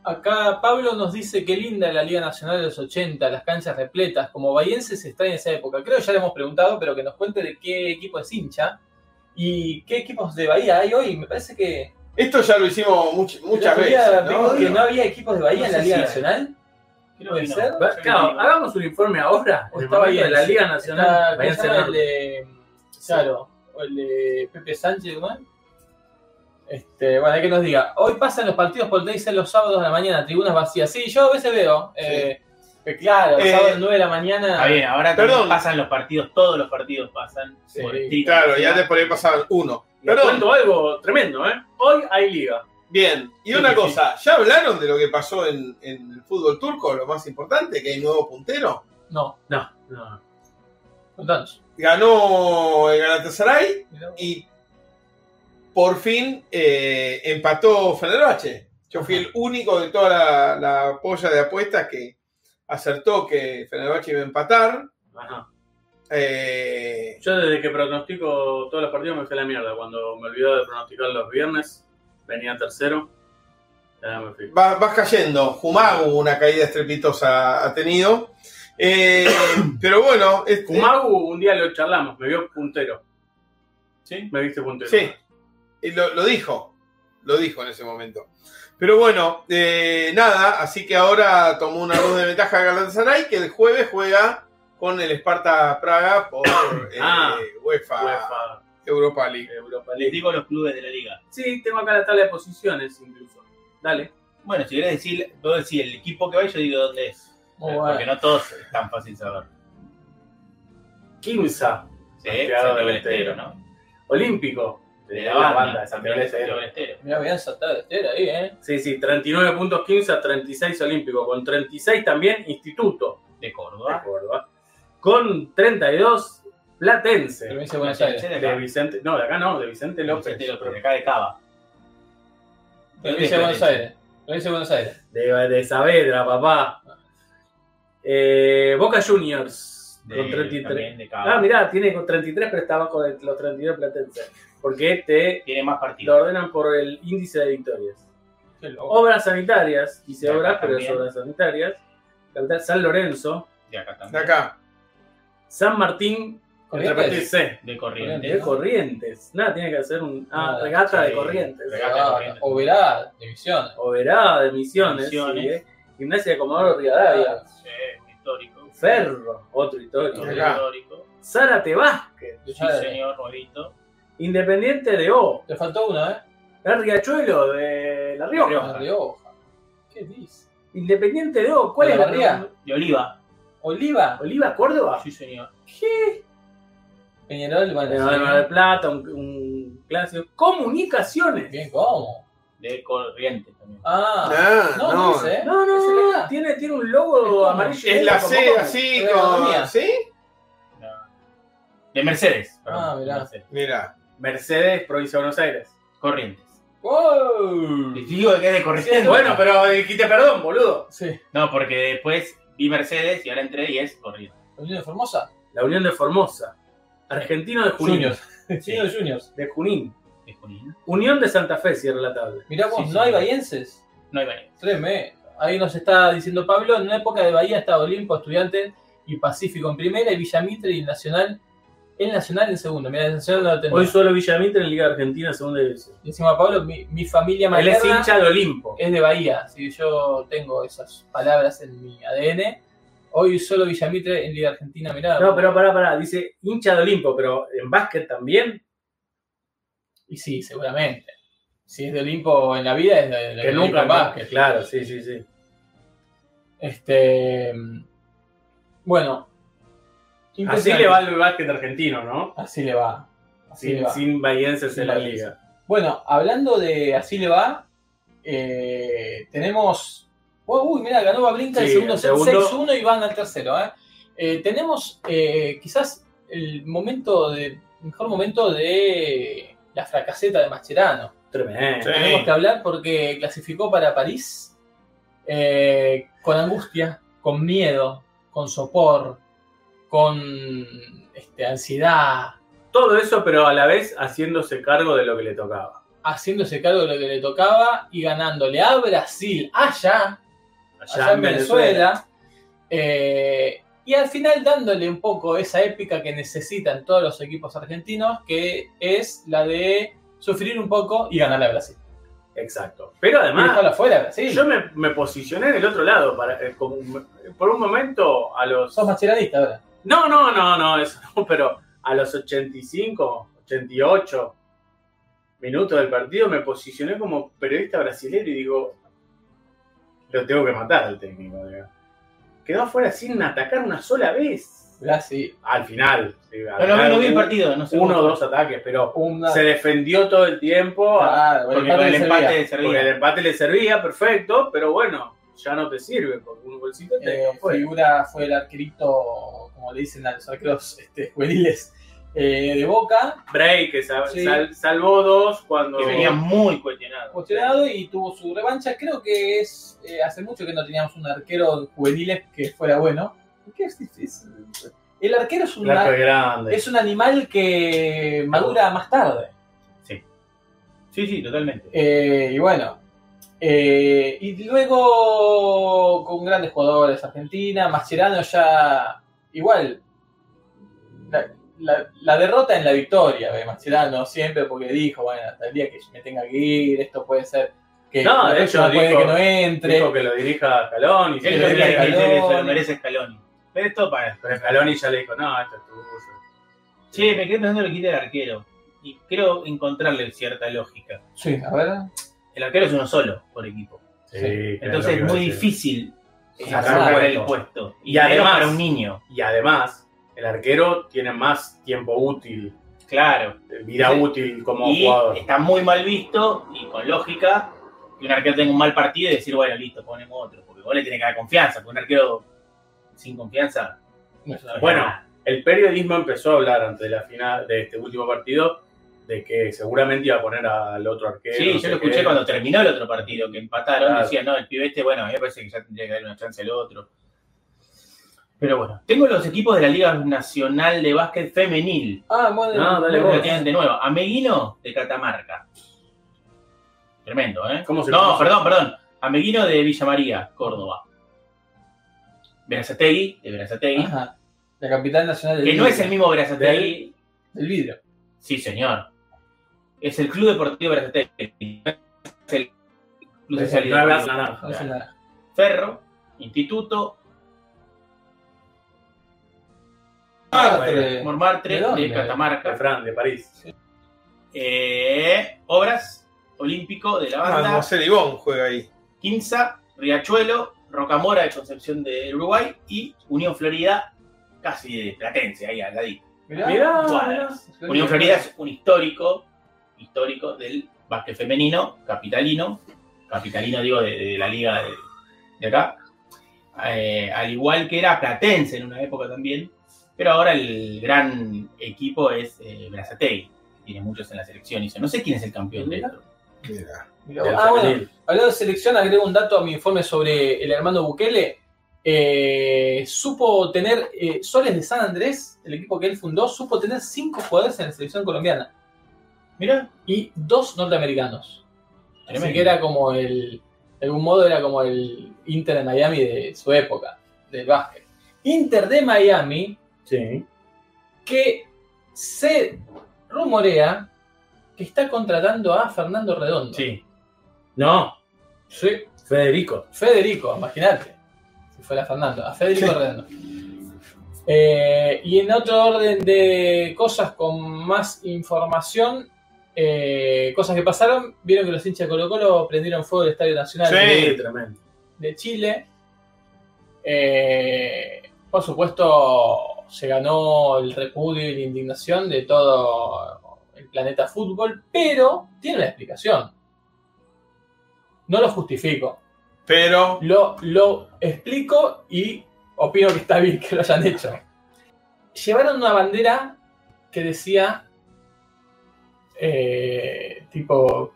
Speaker 2: Acá Pablo nos dice que linda la Liga Nacional de los 80, las canchas repletas, como bahiense se está en esa época. Creo que ya le hemos preguntado, pero que nos cuente de qué equipo es hincha y qué equipos de Bahía hay hoy. Me parece que
Speaker 6: Esto ya lo hicimos much- muchas
Speaker 2: el otro día
Speaker 6: veces.
Speaker 2: vimos
Speaker 6: ¿no?
Speaker 2: que no había equipos de Bahía
Speaker 3: No
Speaker 2: en la
Speaker 3: sé
Speaker 2: Liga
Speaker 3: si hay.
Speaker 2: Nacional.
Speaker 3: Creo
Speaker 2: ¿Puede
Speaker 3: que no.
Speaker 2: ser?
Speaker 3: Va-
Speaker 4: claro, hagamos un informe ahora.
Speaker 2: O
Speaker 4: en el
Speaker 2: está
Speaker 4: momento de la
Speaker 2: Bahiense.
Speaker 4: Liga Nacional.
Speaker 2: Está- ¿cómo
Speaker 4: Bahiense
Speaker 2: se llama
Speaker 4: no.
Speaker 2: el de, claro, o el de Pepe Sánchez, ¿cómo es? Este, bueno, hay que nos diga. Hoy pasan los partidos por Televisa los sábados a la mañana, tribunas vacías. Sí, yo a veces veo. eh, que claro, los
Speaker 6: Eh,
Speaker 2: sábados 9 de la mañana.
Speaker 3: Está bien, ahora
Speaker 6: Perdón.
Speaker 3: también pasan los partidos, todos los partidos pasan
Speaker 2: Sí,
Speaker 3: por streaming.
Speaker 6: Claro, ya después le pasaban uno.
Speaker 4: Les
Speaker 6: Perdón.
Speaker 4: cuento algo tremendo, ¿eh? Hoy hay liga.
Speaker 6: Bien, y
Speaker 4: Sí,
Speaker 6: una
Speaker 4: sí,
Speaker 6: cosa, ¿ya hablaron de lo que pasó en, en el fútbol turco? Lo más importante, que hay nuevo puntero.
Speaker 2: No,
Speaker 4: No, no.
Speaker 2: contanos.
Speaker 6: Ganó el Galatasaray y por fin eh, empató Fenerbahce. Yo fui el único de toda la, la polla de apuestas que acertó que Fenerbahce iba a empatar.
Speaker 4: Ajá.
Speaker 6: Eh,
Speaker 4: Yo desde que pronostico todos los partidos me fui a la mierda. Cuando me olvidaba de pronosticar los viernes, venía tercero. Ya me fui.
Speaker 6: Va- vas cayendo. Jumagu una caída estrepitosa ha tenido. Eh, pero bueno, este-
Speaker 4: Fumagu un día lo charlamos, me vio puntero.
Speaker 3: ¿Sí?
Speaker 4: Me viste puntero.
Speaker 6: Sí, y lo, lo dijo, lo dijo en ese momento. Pero bueno, eh, nada, así que ahora tomó una luz de ventaja Galatasaray que el jueves juega con el Sparta Praga por eh,
Speaker 4: Ah,
Speaker 6: UEFA,
Speaker 4: UEFA,
Speaker 6: Europa League.
Speaker 4: Europa
Speaker 3: Les
Speaker 4: League.
Speaker 3: digo los clubes de la liga.
Speaker 4: Sí, tengo acá la tabla de posiciones incluso. Dale.
Speaker 3: Bueno, si querés decir, vos decís el equipo que va, yo digo dónde es.
Speaker 2: Muy
Speaker 3: Eh,
Speaker 2: bueno.
Speaker 3: Porque no todos es tan fácil saber.
Speaker 4: Quimsa.
Speaker 3: Sí,
Speaker 4: Santiago
Speaker 3: Santiago
Speaker 4: del
Speaker 3: del Estero,
Speaker 4: Estero.
Speaker 3: ¿no?
Speaker 4: olímpico de la, banda de Santiago del Estero.
Speaker 3: del Estero.
Speaker 2: Mirá, bien saltado de estera ahí, ¿eh?
Speaker 4: Sí, sí, 39 puntos 15 a 36 olímpico, con 36 también instituto
Speaker 3: De
Speaker 4: de
Speaker 3: Córdoba.
Speaker 4: Córdoba, con 32 platense.
Speaker 2: Provincia de Buenos Aires.
Speaker 3: De
Speaker 4: De
Speaker 3: acá.
Speaker 4: Vicente, no, de acá no, de Vicente López.
Speaker 3: De López, de acá de Cava.
Speaker 2: Provincia de Buenos Aires. Provincia de Buenos Aires.
Speaker 4: De, de Saavedra, papá.
Speaker 3: Ah.
Speaker 4: Eh, Boca Juniors,
Speaker 3: De-
Speaker 4: con 33.
Speaker 3: también de
Speaker 4: Ah,
Speaker 3: Cava.
Speaker 4: mirá, tiene con 33, pero está abajo de los 32 platenses. Porque te
Speaker 3: Tiene más
Speaker 4: lo
Speaker 3: partidos.
Speaker 4: ordenan por el índice de victorias.
Speaker 2: Qué loco.
Speaker 4: Obras sanitarias, dice
Speaker 3: De acá
Speaker 4: obras, pero es
Speaker 3: también.
Speaker 4: obras sanitarias. Capital San Lorenzo,
Speaker 3: De acá
Speaker 6: De
Speaker 3: también.
Speaker 6: acá.
Speaker 4: San Martín,
Speaker 2: Corrientes.
Speaker 4: C,
Speaker 3: De
Speaker 4: de
Speaker 3: Corrientes.
Speaker 4: Corrientes. Nada, tiene que hacer un. Ah,
Speaker 2: Nada,
Speaker 4: regata de
Speaker 3: sí,
Speaker 4: Corrientes.
Speaker 3: regata.
Speaker 2: Ah,
Speaker 3: Corrientes.
Speaker 2: Oberá, División.
Speaker 4: Oberá de Misiones.
Speaker 3: Misiones.
Speaker 4: sí, eh. Gimnasia de Comodoro Rivadavia.
Speaker 3: Sí, histórico.
Speaker 4: Ferro, otro histórico.
Speaker 6: De acá.
Speaker 3: Histórico.
Speaker 4: Zárate Vázquez.
Speaker 2: Tu
Speaker 3: Sí,
Speaker 2: madre.
Speaker 3: señor Rodito.
Speaker 4: Independiente de O.
Speaker 2: Te faltó uno, ¿eh?
Speaker 4: El Riachuelo de La Rioja.
Speaker 2: La Rioja. ¿Qué dice?
Speaker 4: Independiente de O. ¿Cuál es la
Speaker 2: Olavarría.
Speaker 4: Rioja?
Speaker 3: De Oliva.
Speaker 2: Oliva.
Speaker 4: ¿Oliva Córdoba?
Speaker 3: Sí, señor.
Speaker 2: Peñarol,
Speaker 4: De
Speaker 2: Valencia.
Speaker 4: Mar del Plata, un, un clásico. Comunicaciones.
Speaker 2: Bien, ¿cómo?
Speaker 3: De Corrientes también.
Speaker 2: Ah.
Speaker 6: Ah,
Speaker 2: No, no dice, ¿eh?
Speaker 4: No, no,
Speaker 2: Es
Speaker 4: no,
Speaker 2: la-
Speaker 4: Tiene, tiene un
Speaker 2: Es
Speaker 4: logo
Speaker 2: como-
Speaker 4: amarillo. y
Speaker 6: Es
Speaker 4: negro
Speaker 6: la
Speaker 4: como
Speaker 6: C
Speaker 4: como-
Speaker 6: así
Speaker 2: Pero
Speaker 6: con.
Speaker 2: economía.
Speaker 6: ¿Sí?
Speaker 3: De Mercedes. perdón.
Speaker 2: Ah, mirá.
Speaker 3: Mercedes.
Speaker 6: Mira.
Speaker 4: Mercedes, provincia de Buenos Aires.
Speaker 3: Corrientes.
Speaker 2: ¡Wow!
Speaker 3: Les digo que es de Corrientes.
Speaker 4: Bueno, pero dijiste perdón, boludo.
Speaker 2: Sí.
Speaker 3: No, porque después vi Mercedes y ahora entré y es Corrientes.
Speaker 2: ¿Unión de Formosa?
Speaker 4: La Unión de Formosa. Argentino de Junín.
Speaker 2: Juniors. Chino Juniors.
Speaker 4: De Junín.
Speaker 3: Es Junín.
Speaker 4: Unión de Santa Fe, cierra la tabla.
Speaker 2: Mirá vos,
Speaker 3: Sí, sí.
Speaker 2: ¿no hay bahienses?
Speaker 3: No hay varias.
Speaker 2: Tremendo. Ahí nos está diciendo Pablo, en una época de Bahía estaba Olimpo, Estudiantes y Pacífico en primera y Villamitre y Nacional, el Nacional en segundo. Mira, el Nacional no lo tenemos.
Speaker 4: Hoy solo Villamitre en Liga Argentina, segunda división.
Speaker 2: Y encima Pablo, mi, mi familia
Speaker 4: Él es
Speaker 2: materna
Speaker 4: hincha de Olimpo.
Speaker 2: es de Bahía, si yo tengo esas palabras en mi ADN. Hoy solo Villamitre en Liga Argentina, mirá.
Speaker 4: No, pero pará, pará. Dice hincha de Olimpo, pero en básquet también.
Speaker 2: Y sí, seguramente. Si es de Olimpo en la vida, es de, de
Speaker 4: Que
Speaker 2: Olimpo
Speaker 4: nunca
Speaker 2: en
Speaker 4: más.
Speaker 2: básquet.
Speaker 4: Claro, sí, sí, sí.
Speaker 2: Este, bueno.
Speaker 4: Así
Speaker 2: Impresionante.
Speaker 4: le va al básquet argentino, ¿no?
Speaker 2: Así le va. Así le
Speaker 4: Sin,
Speaker 2: va.
Speaker 4: sin bahienses
Speaker 2: Sin
Speaker 4: en la
Speaker 2: bahienses.
Speaker 4: liga.
Speaker 2: Bueno, hablando de así le va, eh, tenemos. Oh, Uy, mira, ganó Bablinka
Speaker 4: Sí,
Speaker 2: el segundo
Speaker 4: el
Speaker 2: set
Speaker 4: segundo.
Speaker 2: 6-1 y van al tercero. ¿eh? Eh, tenemos eh, quizás el momento de mejor momento de la fracaseta de Mascherano.
Speaker 4: Tremendo.
Speaker 6: Sí.
Speaker 2: Tenemos que hablar porque clasificó para París eh, con angustia, con miedo, con sopor, con este, ansiedad,
Speaker 4: Todo eso, pero a la vez haciéndose cargo de lo que le tocaba.
Speaker 2: haciéndose cargo de lo que le tocaba y ganándole a Brasil allá, allá, en Venezuela. eh, y al final dándole un poco esa épica que necesitan todos los equipos argentinos, que es la de sufrir un poco y ganarle a Brasil.
Speaker 4: Exacto. Pero
Speaker 2: Y
Speaker 4: además,
Speaker 2: dejarla fuera de Brasil.
Speaker 4: Ah. yo me, me posicioné en el otro lado. Para, eh, como un- por un momento, a los.
Speaker 2: Sos macheranista ahora.
Speaker 4: No, no, no, no, eso no, pero a los 85, 88 minutos del partido me posicioné como periodista brasileño y digo, lo tengo que matar al técnico. digo. Quedó afuera sin atacar una sola vez.
Speaker 2: Brasil.
Speaker 4: Al final. sí, al
Speaker 3: No, no, vi-
Speaker 4: final
Speaker 3: no vi el
Speaker 4: un-
Speaker 3: partido, no sé.
Speaker 4: Uno o
Speaker 3: cómo.
Speaker 4: dos ataques, pero
Speaker 2: Una,
Speaker 4: se defendió todo el tiempo. a-
Speaker 2: Ah, bueno,
Speaker 3: Porque con el
Speaker 2: le servía.
Speaker 3: empate
Speaker 4: porque el
Speaker 3: servía.
Speaker 4: empate le servía, perfecto, pero bueno, ya no te sirve, porque un bolsito te
Speaker 2: Eh,
Speaker 4: quedó afuera.
Speaker 2: figura fue el arquerito, como le dicen a los arqueros este, juveniles eh, de Boca,
Speaker 4: Break, que sal-
Speaker 2: Sí.
Speaker 4: sal- salvó dos cuando.
Speaker 3: Que venía muy cuestionado.
Speaker 2: cuestionado y tuvo su revancha. Creo que es eh, hace mucho que no teníamos un arquero juvenil que fuera bueno. ¿Qué es difícil? El arquero es un,
Speaker 4: Claro, es grande.
Speaker 2: es un animal que madura más tarde.
Speaker 3: Sí, sí, totalmente.
Speaker 2: Eh, y bueno. eh, y luego con grandes jugadores Argentina, Mascherano ya igual. La, la- la derrota en la victoria de Mascherano siempre porque dijo, bueno, hasta el día que me tenga que ir, esto puede ser que
Speaker 4: No,
Speaker 2: la
Speaker 4: de hecho,
Speaker 2: próxima puede
Speaker 4: dijo-
Speaker 2: que no entre.
Speaker 4: Dijo que lo dirija Scaloni.
Speaker 3: Él
Speaker 2: lo dirija
Speaker 3: lo
Speaker 4: que
Speaker 3: quería que
Speaker 2: Scaloni.
Speaker 3: dice eso, lo merece Scaloni. Pero esto para.
Speaker 4: Pero Scaloni ya le dijo, no, esto es tuyo.
Speaker 3: Che, me quedé pensando en lo que quita el arquero. Y creo encontrarle cierta lógica.
Speaker 2: Sí, a ver.
Speaker 3: El arquero es uno solo por equipo.
Speaker 4: Sí,
Speaker 2: Sí.
Speaker 4: claro,
Speaker 3: Entonces es
Speaker 4: lo que
Speaker 3: muy
Speaker 4: iba a decir.
Speaker 3: difícil
Speaker 2: Sacar
Speaker 3: sacar por
Speaker 4: puesto.
Speaker 3: el puesto.
Speaker 4: Y
Speaker 3: menos
Speaker 4: además-
Speaker 3: para un niño.
Speaker 4: Y además, el arquero tiene más tiempo útil
Speaker 3: Claro.
Speaker 4: vida útil como
Speaker 3: y
Speaker 4: jugador.
Speaker 3: está muy mal visto y con lógica que un arquero tenga un mal partido y decir, bueno, listo, ponemos otro. Porque vos le tenés que dar confianza, porque un arquero sin confianza. no es una
Speaker 2: Ah,
Speaker 4: Bueno,
Speaker 3: verdad.
Speaker 4: El periodismo empezó a hablar antes de la final de este último partido de que seguramente iba a poner al otro arquero.
Speaker 3: sí,
Speaker 4: no
Speaker 3: yo
Speaker 4: sé
Speaker 3: lo escuché
Speaker 4: qué.
Speaker 3: cuando terminó el otro partido, que empataron,
Speaker 4: Claro.
Speaker 3: decían, no, el pibe este, bueno, a mí me parece que ya tendría que darle una chance al otro. Pero bueno, tengo los equipos de la Liga Nacional de Básquet Femenil.
Speaker 2: Ah, bueno,
Speaker 4: No, dale
Speaker 2: bueno.
Speaker 4: vos.
Speaker 3: Lo tienen de nuevo. Ameguino de Catamarca. Tremendo, ¿eh?
Speaker 4: ¿Cómo se
Speaker 3: no,
Speaker 4: pronuncia?
Speaker 3: perdón, perdón. Ameguino de Villa María, Córdoba. Verazategui, de Verazategui.
Speaker 4: Ah,
Speaker 2: Ajá. La capital nacional del
Speaker 3: Que no
Speaker 2: vidrio.
Speaker 3: es el mismo Verazategui.
Speaker 2: Del vidrio.
Speaker 3: Sí, señor. Es el Club Deportivo Verazategui. No Es el Club
Speaker 4: No
Speaker 3: Social y
Speaker 4: hablas
Speaker 3: Deportivo.
Speaker 4: nada.
Speaker 2: No es el naranja.
Speaker 3: Ferro, Instituto,
Speaker 4: Ah,
Speaker 2: Martre.
Speaker 3: Mormartre,
Speaker 2: Eh, ¿De
Speaker 3: de,
Speaker 2: dónde?
Speaker 4: De
Speaker 3: Catamarca.
Speaker 4: Fran, de París.
Speaker 3: Eh, obras, Olímpico de la Banda.
Speaker 6: Ah, José Libón juega ahí.
Speaker 3: Quimsa, Riachuelo, Rocamora de Concepción de Uruguay y Unión Florida, casi de Platense, ahí al ladito.
Speaker 2: Mirá.
Speaker 4: Mirá,
Speaker 3: Cuadras.
Speaker 2: mirá.
Speaker 3: Unión Florida es un histórico, histórico del básquet femenino, capitalino, capitalino digo de, de la liga de, de acá, Eh, al igual que era Platense en una época también, pero ahora el gran equipo es eh, Brazatei, que tiene muchos en la selección, y eso. no sé quién es el campeón de esto.
Speaker 2: Mirá vos. Ah, bueno. Hablando de selección, agrego un dato a mi informe sobre el Armando Bukele. Eh, supo tener eh, Soles de San Andrés, el equipo que él fundó, supo tener cinco jugadores en la selección colombiana
Speaker 3: Mira,
Speaker 2: y dos norteamericanos. Así
Speaker 3: Tremendo.
Speaker 2: que era como el, de algún modo era como el Inter de Miami de su época, del básquet. Inter de Miami
Speaker 4: Sí.
Speaker 2: que se rumorea que está contratando a Fernando Redondo.
Speaker 3: sí,
Speaker 4: No,
Speaker 2: Sí.
Speaker 4: Federico.
Speaker 2: Federico, imagínate. Si fuera Fernando, a Federico Redondo. Eh, y en otro orden de cosas con más información, eh, cosas que pasaron, vieron que los hinchas de Colo Colo prendieron fuego el Estadio Nacional
Speaker 6: Sí.
Speaker 2: de,
Speaker 4: tremendo.
Speaker 2: de Chile. Eh, por supuesto, se ganó el repudio y la indignación de todo el planeta fútbol, pero tiene una explicación. No lo justifico.
Speaker 6: Pero
Speaker 2: Lo, lo explico y opino que está bien que lo hayan hecho. Llevaron una bandera que decía eh, tipo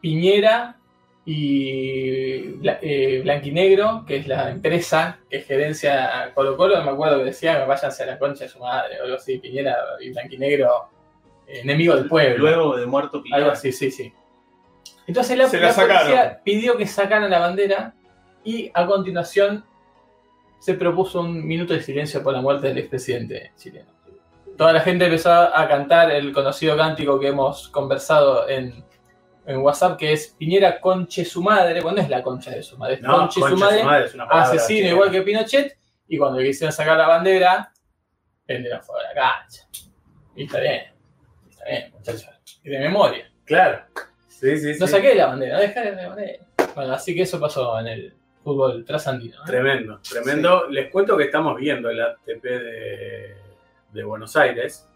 Speaker 2: Piñera y Bla- eh, Blanquinegro, que es la empresa que gerencia Colo Colo, me acuerdo que decía, váyanse a la concha de su madre, o algo así, Piñera y Blanquinegro, eh, enemigo del pueblo.
Speaker 3: luego de muerto Pilar.
Speaker 2: Algo así, sí, sí. Entonces la,
Speaker 6: Se la
Speaker 2: la
Speaker 6: sacaron.
Speaker 2: policía pidió que sacaran la bandera y a continuación se propuso un minuto de silencio por la muerte del expresidente chileno. Toda la gente empezó a cantar el conocido cántico que hemos conversado en, en WhatsApp, que es Piñera conche su madre. Bueno, no es la concha de su madre, es
Speaker 4: No,
Speaker 2: conche,
Speaker 4: concha
Speaker 2: su madre,
Speaker 4: es una palabra
Speaker 2: asesino
Speaker 4: chilena.
Speaker 2: igual que Pinochet. Y cuando le quisieron sacar la bandera, prendieron fuego a la cancha. Y está bien, está bien, muchachos. Y de memoria.
Speaker 4: Claro. Sí, sí,
Speaker 2: No
Speaker 4: sí.
Speaker 2: saqué la bandera, dejé la bandera. Bueno, así que eso pasó en el fútbol trasandino. ¿eh?
Speaker 4: Tremendo, tremendo. Les cuento que estamos viendo el ATP de, de Buenos Aires,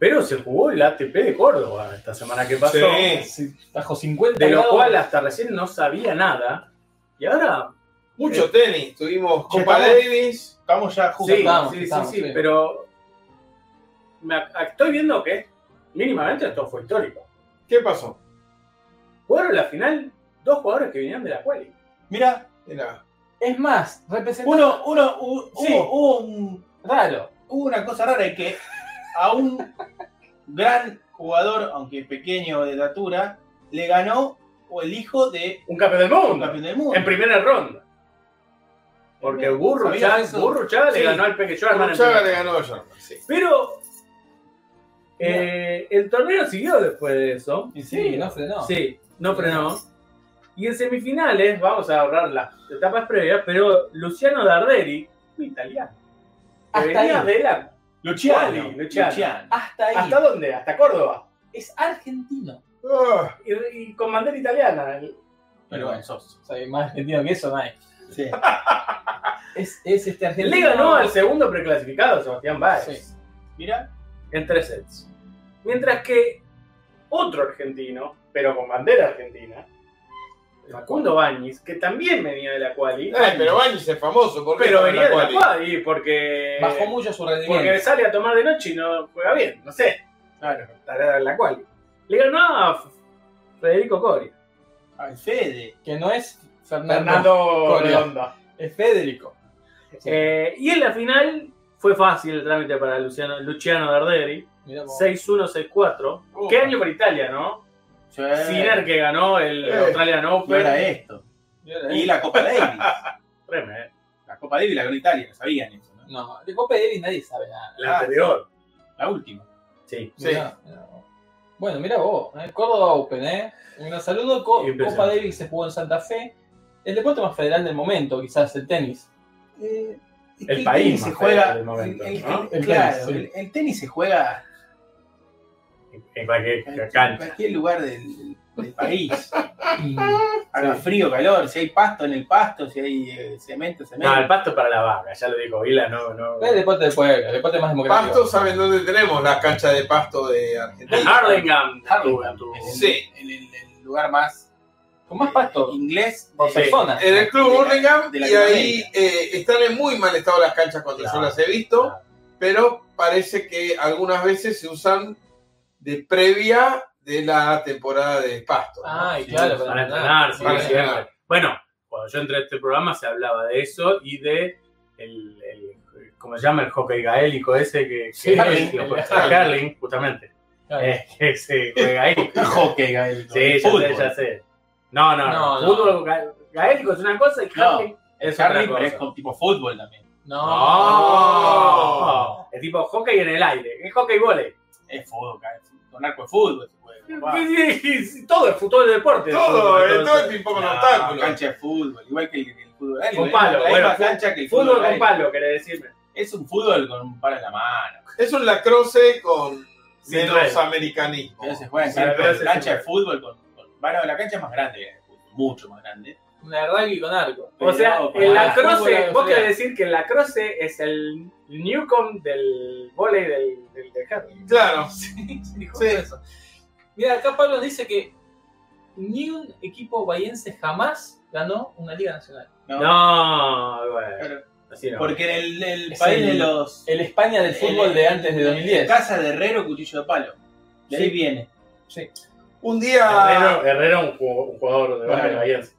Speaker 4: pero se jugó el ATP de Córdoba esta semana que pasó,
Speaker 6: Sí.
Speaker 2: Sí, Bajo 50
Speaker 4: de lo
Speaker 2: grados.
Speaker 4: cual hasta recién no sabía nada. Y ahora,
Speaker 6: mucho tenis. Tuvimos
Speaker 2: Ya
Speaker 6: Copa
Speaker 2: estamos-
Speaker 6: Davis. Estamos ya
Speaker 4: sí,
Speaker 6: justo.
Speaker 2: estamos,
Speaker 4: sí,
Speaker 2: estamos,
Speaker 4: sí, sí,
Speaker 2: sí.
Speaker 4: pero me ac- estoy viendo que mínimamente esto fue histórico.
Speaker 6: ¿Qué pasó?
Speaker 4: Jugaron la final dos jugadores que venían de la quali.
Speaker 3: Mira,
Speaker 6: Mirá.
Speaker 2: Es más, representó
Speaker 3: uno, uno, hu-
Speaker 2: Sí.
Speaker 3: hubo- hubo un
Speaker 2: raro.
Speaker 3: hubo una cosa rara es que a un gran jugador, aunque pequeño de estatura, le ganó o el hijo de
Speaker 4: Un campeón del
Speaker 3: un
Speaker 4: mundo,
Speaker 3: campeón del mundo.
Speaker 4: en primera ronda. Porque Burro
Speaker 2: ¿Sabías
Speaker 4: Chá,
Speaker 2: eso?
Speaker 4: Burro Chá
Speaker 3: Sí.
Speaker 4: le ganó al Peque Schwarzman en
Speaker 6: Chaga
Speaker 4: primera
Speaker 6: le ganó a Jordan. Sí.
Speaker 4: Pero eh, el torneo siguió después de eso.
Speaker 3: Sí,
Speaker 2: Sí, no frenó.
Speaker 4: Sí, no frenó. Y en semifinales, vamos a ahorrar las etapas previas, pero Luciano Darderi, un italiano, que
Speaker 2: Hasta
Speaker 4: venía
Speaker 2: ahí.
Speaker 4: de la
Speaker 3: Luciano,
Speaker 4: quali, Luciano.
Speaker 3: Luciano.
Speaker 2: Hasta ahí.
Speaker 4: ¿Hasta dónde? Hasta Córdoba.
Speaker 2: Es argentino.
Speaker 6: Ah,
Speaker 4: Y, y con bandera italiana. El-
Speaker 2: Pero bueno, sos. Soy más argentino que eso, no hay.
Speaker 3: Sí.
Speaker 2: Es, es este argentino.
Speaker 4: Le ganó al segundo preclasificado, Sebastián Báez.
Speaker 2: Sí.
Speaker 3: Mira,
Speaker 4: en tres sets. Mientras que otro argentino, pero con bandera argentina, Facundo Bañis, que también venía de la Quali,
Speaker 6: Ay, pero Bañis es famoso. ¿por qué
Speaker 4: pero
Speaker 6: no
Speaker 4: venía de la
Speaker 6: Napoli?
Speaker 4: Quali porque,
Speaker 2: Bajó mucho su rendimiento.
Speaker 4: porque sale a tomar de noche y no juega bien, no sé. Claro, estará en la Quali. Le ganó a Federico Coria.
Speaker 2: Al Fede, que no es Fernando,
Speaker 4: Fernando
Speaker 2: Coria.
Speaker 4: Redonda.
Speaker 2: es Federico. Sí.
Speaker 4: Eh, y en la final fue fácil el trámite para Luciano, Luciano Darderi.
Speaker 2: Mirá vos.
Speaker 4: 6-1-6-4.
Speaker 6: Ufa.
Speaker 4: ¿Qué año para Italia, no? Sinner que ganó el
Speaker 6: Eh.
Speaker 4: Australian
Speaker 7: Y ahora
Speaker 4: Open.
Speaker 7: esto. Y la Copa Davis.
Speaker 4: Tremendo. eh.
Speaker 7: La Copa Davis la ganó Italia, no sabían eso, ¿no?
Speaker 2: No, de Copa Davis nadie sabe nada.
Speaker 4: La anterior.
Speaker 7: La última.
Speaker 4: Sí.
Speaker 6: Sí.
Speaker 2: Mirá, mirá vos. Bueno, mira vos, eh, Córdoba Open, ¿eh? Un gran saludo. Co-
Speaker 4: Impresionante.
Speaker 2: Copa Davis se jugó en Santa Fe. El deporte más federal del momento, quizás el tenis.
Speaker 4: El país
Speaker 7: tenis
Speaker 4: más
Speaker 7: se juega.
Speaker 4: federal del momento,
Speaker 7: el- el-
Speaker 4: ¿no?
Speaker 7: el-
Speaker 2: El
Speaker 7: claro,
Speaker 2: tenis,
Speaker 7: el, el tenis se juega
Speaker 4: En cualquier
Speaker 7: en
Speaker 4: cancha.
Speaker 7: cualquier lugar del, del país. Haga frío, calor, si hay pasto en el pasto, si hay eh, cemento, cemento.
Speaker 4: No, el pasto para la vaca, ya lo dijo Vila, no, no.
Speaker 2: Es el deporte de Puebla, el deporte más democrático.
Speaker 6: Pasto, ¿saben dónde tenemos las canchas de pasto de Argentina?
Speaker 4: Ah, Hardingham.
Speaker 7: Harlem,
Speaker 4: tu- tu-
Speaker 7: en el-
Speaker 6: Sí.
Speaker 7: En el, el lugar más
Speaker 2: Con más pasto
Speaker 7: eh, inglés.
Speaker 2: por
Speaker 7: de-
Speaker 2: persona.
Speaker 6: En el club
Speaker 7: De la-
Speaker 6: Burlingame
Speaker 7: de
Speaker 6: y
Speaker 7: la
Speaker 6: ahí
Speaker 7: Latinoamérica.
Speaker 6: eh, están en muy mal estado las canchas cuando yo
Speaker 4: Claro,
Speaker 6: las he visto,
Speaker 4: claro.
Speaker 6: pero parece que algunas veces se usan de previa de la temporada de pasto. ¿no?
Speaker 2: Ay,
Speaker 6: Sí,
Speaker 2: claro,
Speaker 4: para entrenar, sí,
Speaker 6: para
Speaker 4: sí,
Speaker 6: entrenar.
Speaker 4: siempre. Bueno, cuando yo entré a este programa se hablaba de eso y de el, el- ¿cómo se llama? El hockey gaélico ese que, que
Speaker 2: Sí,
Speaker 4: que-
Speaker 2: el-
Speaker 4: que-
Speaker 2: el-
Speaker 4: el Carling, justamente.
Speaker 2: Claro.
Speaker 4: Eh, que se juega ahí.
Speaker 7: Hockey, Gael.
Speaker 4: Sí, ya
Speaker 7: Fútbol.
Speaker 4: sé, ya sé. No, no, no.
Speaker 2: No, no.
Speaker 4: Fútbol ga- gaélico es una cosa y
Speaker 7: No,
Speaker 4: Carling es
Speaker 7: Harlem,
Speaker 4: otra
Speaker 7: pero es
Speaker 4: cosa.
Speaker 7: con tipo fútbol también.
Speaker 4: No. Es tipo hockey en el aire, es hockey volei.
Speaker 7: Es fútbol, Gael. Con arco de fútbol se juega. guau.
Speaker 4: Todo es fútbol de deporte.
Speaker 6: Todo, eh, todo es
Speaker 4: entonces.
Speaker 6: ping-pong con
Speaker 4: No,
Speaker 7: Con
Speaker 6: obstáculos.
Speaker 7: cancha de fútbol, igual que el, que el fútbol.
Speaker 4: Con
Speaker 7: es-
Speaker 4: palo,
Speaker 7: es más
Speaker 4: bueno,
Speaker 7: cancha que el fútbol.
Speaker 4: Fútbol con
Speaker 6: eh.
Speaker 7: Gael.
Speaker 4: palo, querés decirme.
Speaker 7: Es un fútbol con un palo en la mano.
Speaker 6: Es un lacrosse con
Speaker 4: Sí,
Speaker 6: menos
Speaker 4: bueno.
Speaker 6: americanismo.
Speaker 7: Pero se juega en
Speaker 4: Oh, Sí,
Speaker 7: cancha,
Speaker 4: pero ese
Speaker 7: cancha
Speaker 4: se
Speaker 7: de fútbol con, con- Bueno, la cancha es más grande que el fútbol, mucho más grande.
Speaker 2: Una rugby con arco.
Speaker 4: O sea,
Speaker 7: Pero,
Speaker 4: el
Speaker 7: para
Speaker 2: fútbol
Speaker 4: lacrosse,
Speaker 2: australiano.
Speaker 4: vos querés decir que el lacrosse es el Newcomb del volei del, del, del Harlem.
Speaker 6: Claro.
Speaker 2: Sí, justo eso. Mira, acá Pablo dice que ni un equipo bahiense jamás ganó una liga nacional.
Speaker 7: No,
Speaker 4: No, bueno.
Speaker 7: Pero-
Speaker 4: Así no.
Speaker 7: porque en el, el
Speaker 2: Es
Speaker 7: país
Speaker 2: el-
Speaker 7: de los.
Speaker 2: El España del fútbol de antes de 2010.
Speaker 7: Casa de Herrero, cuchillo de palo. De ahí viene.
Speaker 6: Un día.
Speaker 4: Herrero un, ju- un jugador de
Speaker 7: Claro.
Speaker 4: volei bahiense.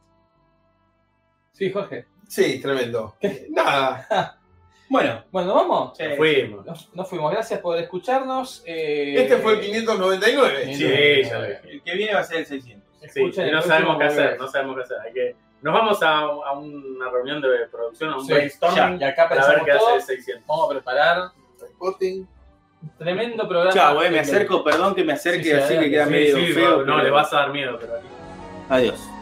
Speaker 2: Sí, Jorge.
Speaker 6: Sí, tremendo. Nada.
Speaker 7: Bueno,
Speaker 2: Bueno, vamos.
Speaker 7: sí.
Speaker 4: Fuimos.
Speaker 2: Nos, nos fuimos. Gracias por escucharnos. eh,
Speaker 6: Este fue el 599.
Speaker 4: Sí, ya lo dije.
Speaker 7: el que viene va a ser el 600.
Speaker 4: Sí,
Speaker 2: Escuchen,
Speaker 4: y no
Speaker 2: el
Speaker 4: sabemos
Speaker 2: próximo
Speaker 4: qué hacer,
Speaker 2: volvés.
Speaker 4: no sabemos qué hacer. Hay que, nos vamos a, a una reunión de producción, a un
Speaker 2: Sí,
Speaker 4: brainstorming
Speaker 2: Y acá
Speaker 4: para ver
Speaker 2: pensamos
Speaker 4: qué hace
Speaker 2: todo.
Speaker 4: el 600.
Speaker 2: Vamos a preparar
Speaker 6: Sporting.
Speaker 2: un tremendo programa. Este,
Speaker 7: Chao, eh, me acerco, perdón que me acerque,
Speaker 2: Sí, sí,
Speaker 7: así que queda
Speaker 4: Sí,
Speaker 7: medio
Speaker 4: sí,
Speaker 7: feo.
Speaker 4: no,
Speaker 7: pero-
Speaker 4: le vas a dar miedo, pero...
Speaker 7: Adiós.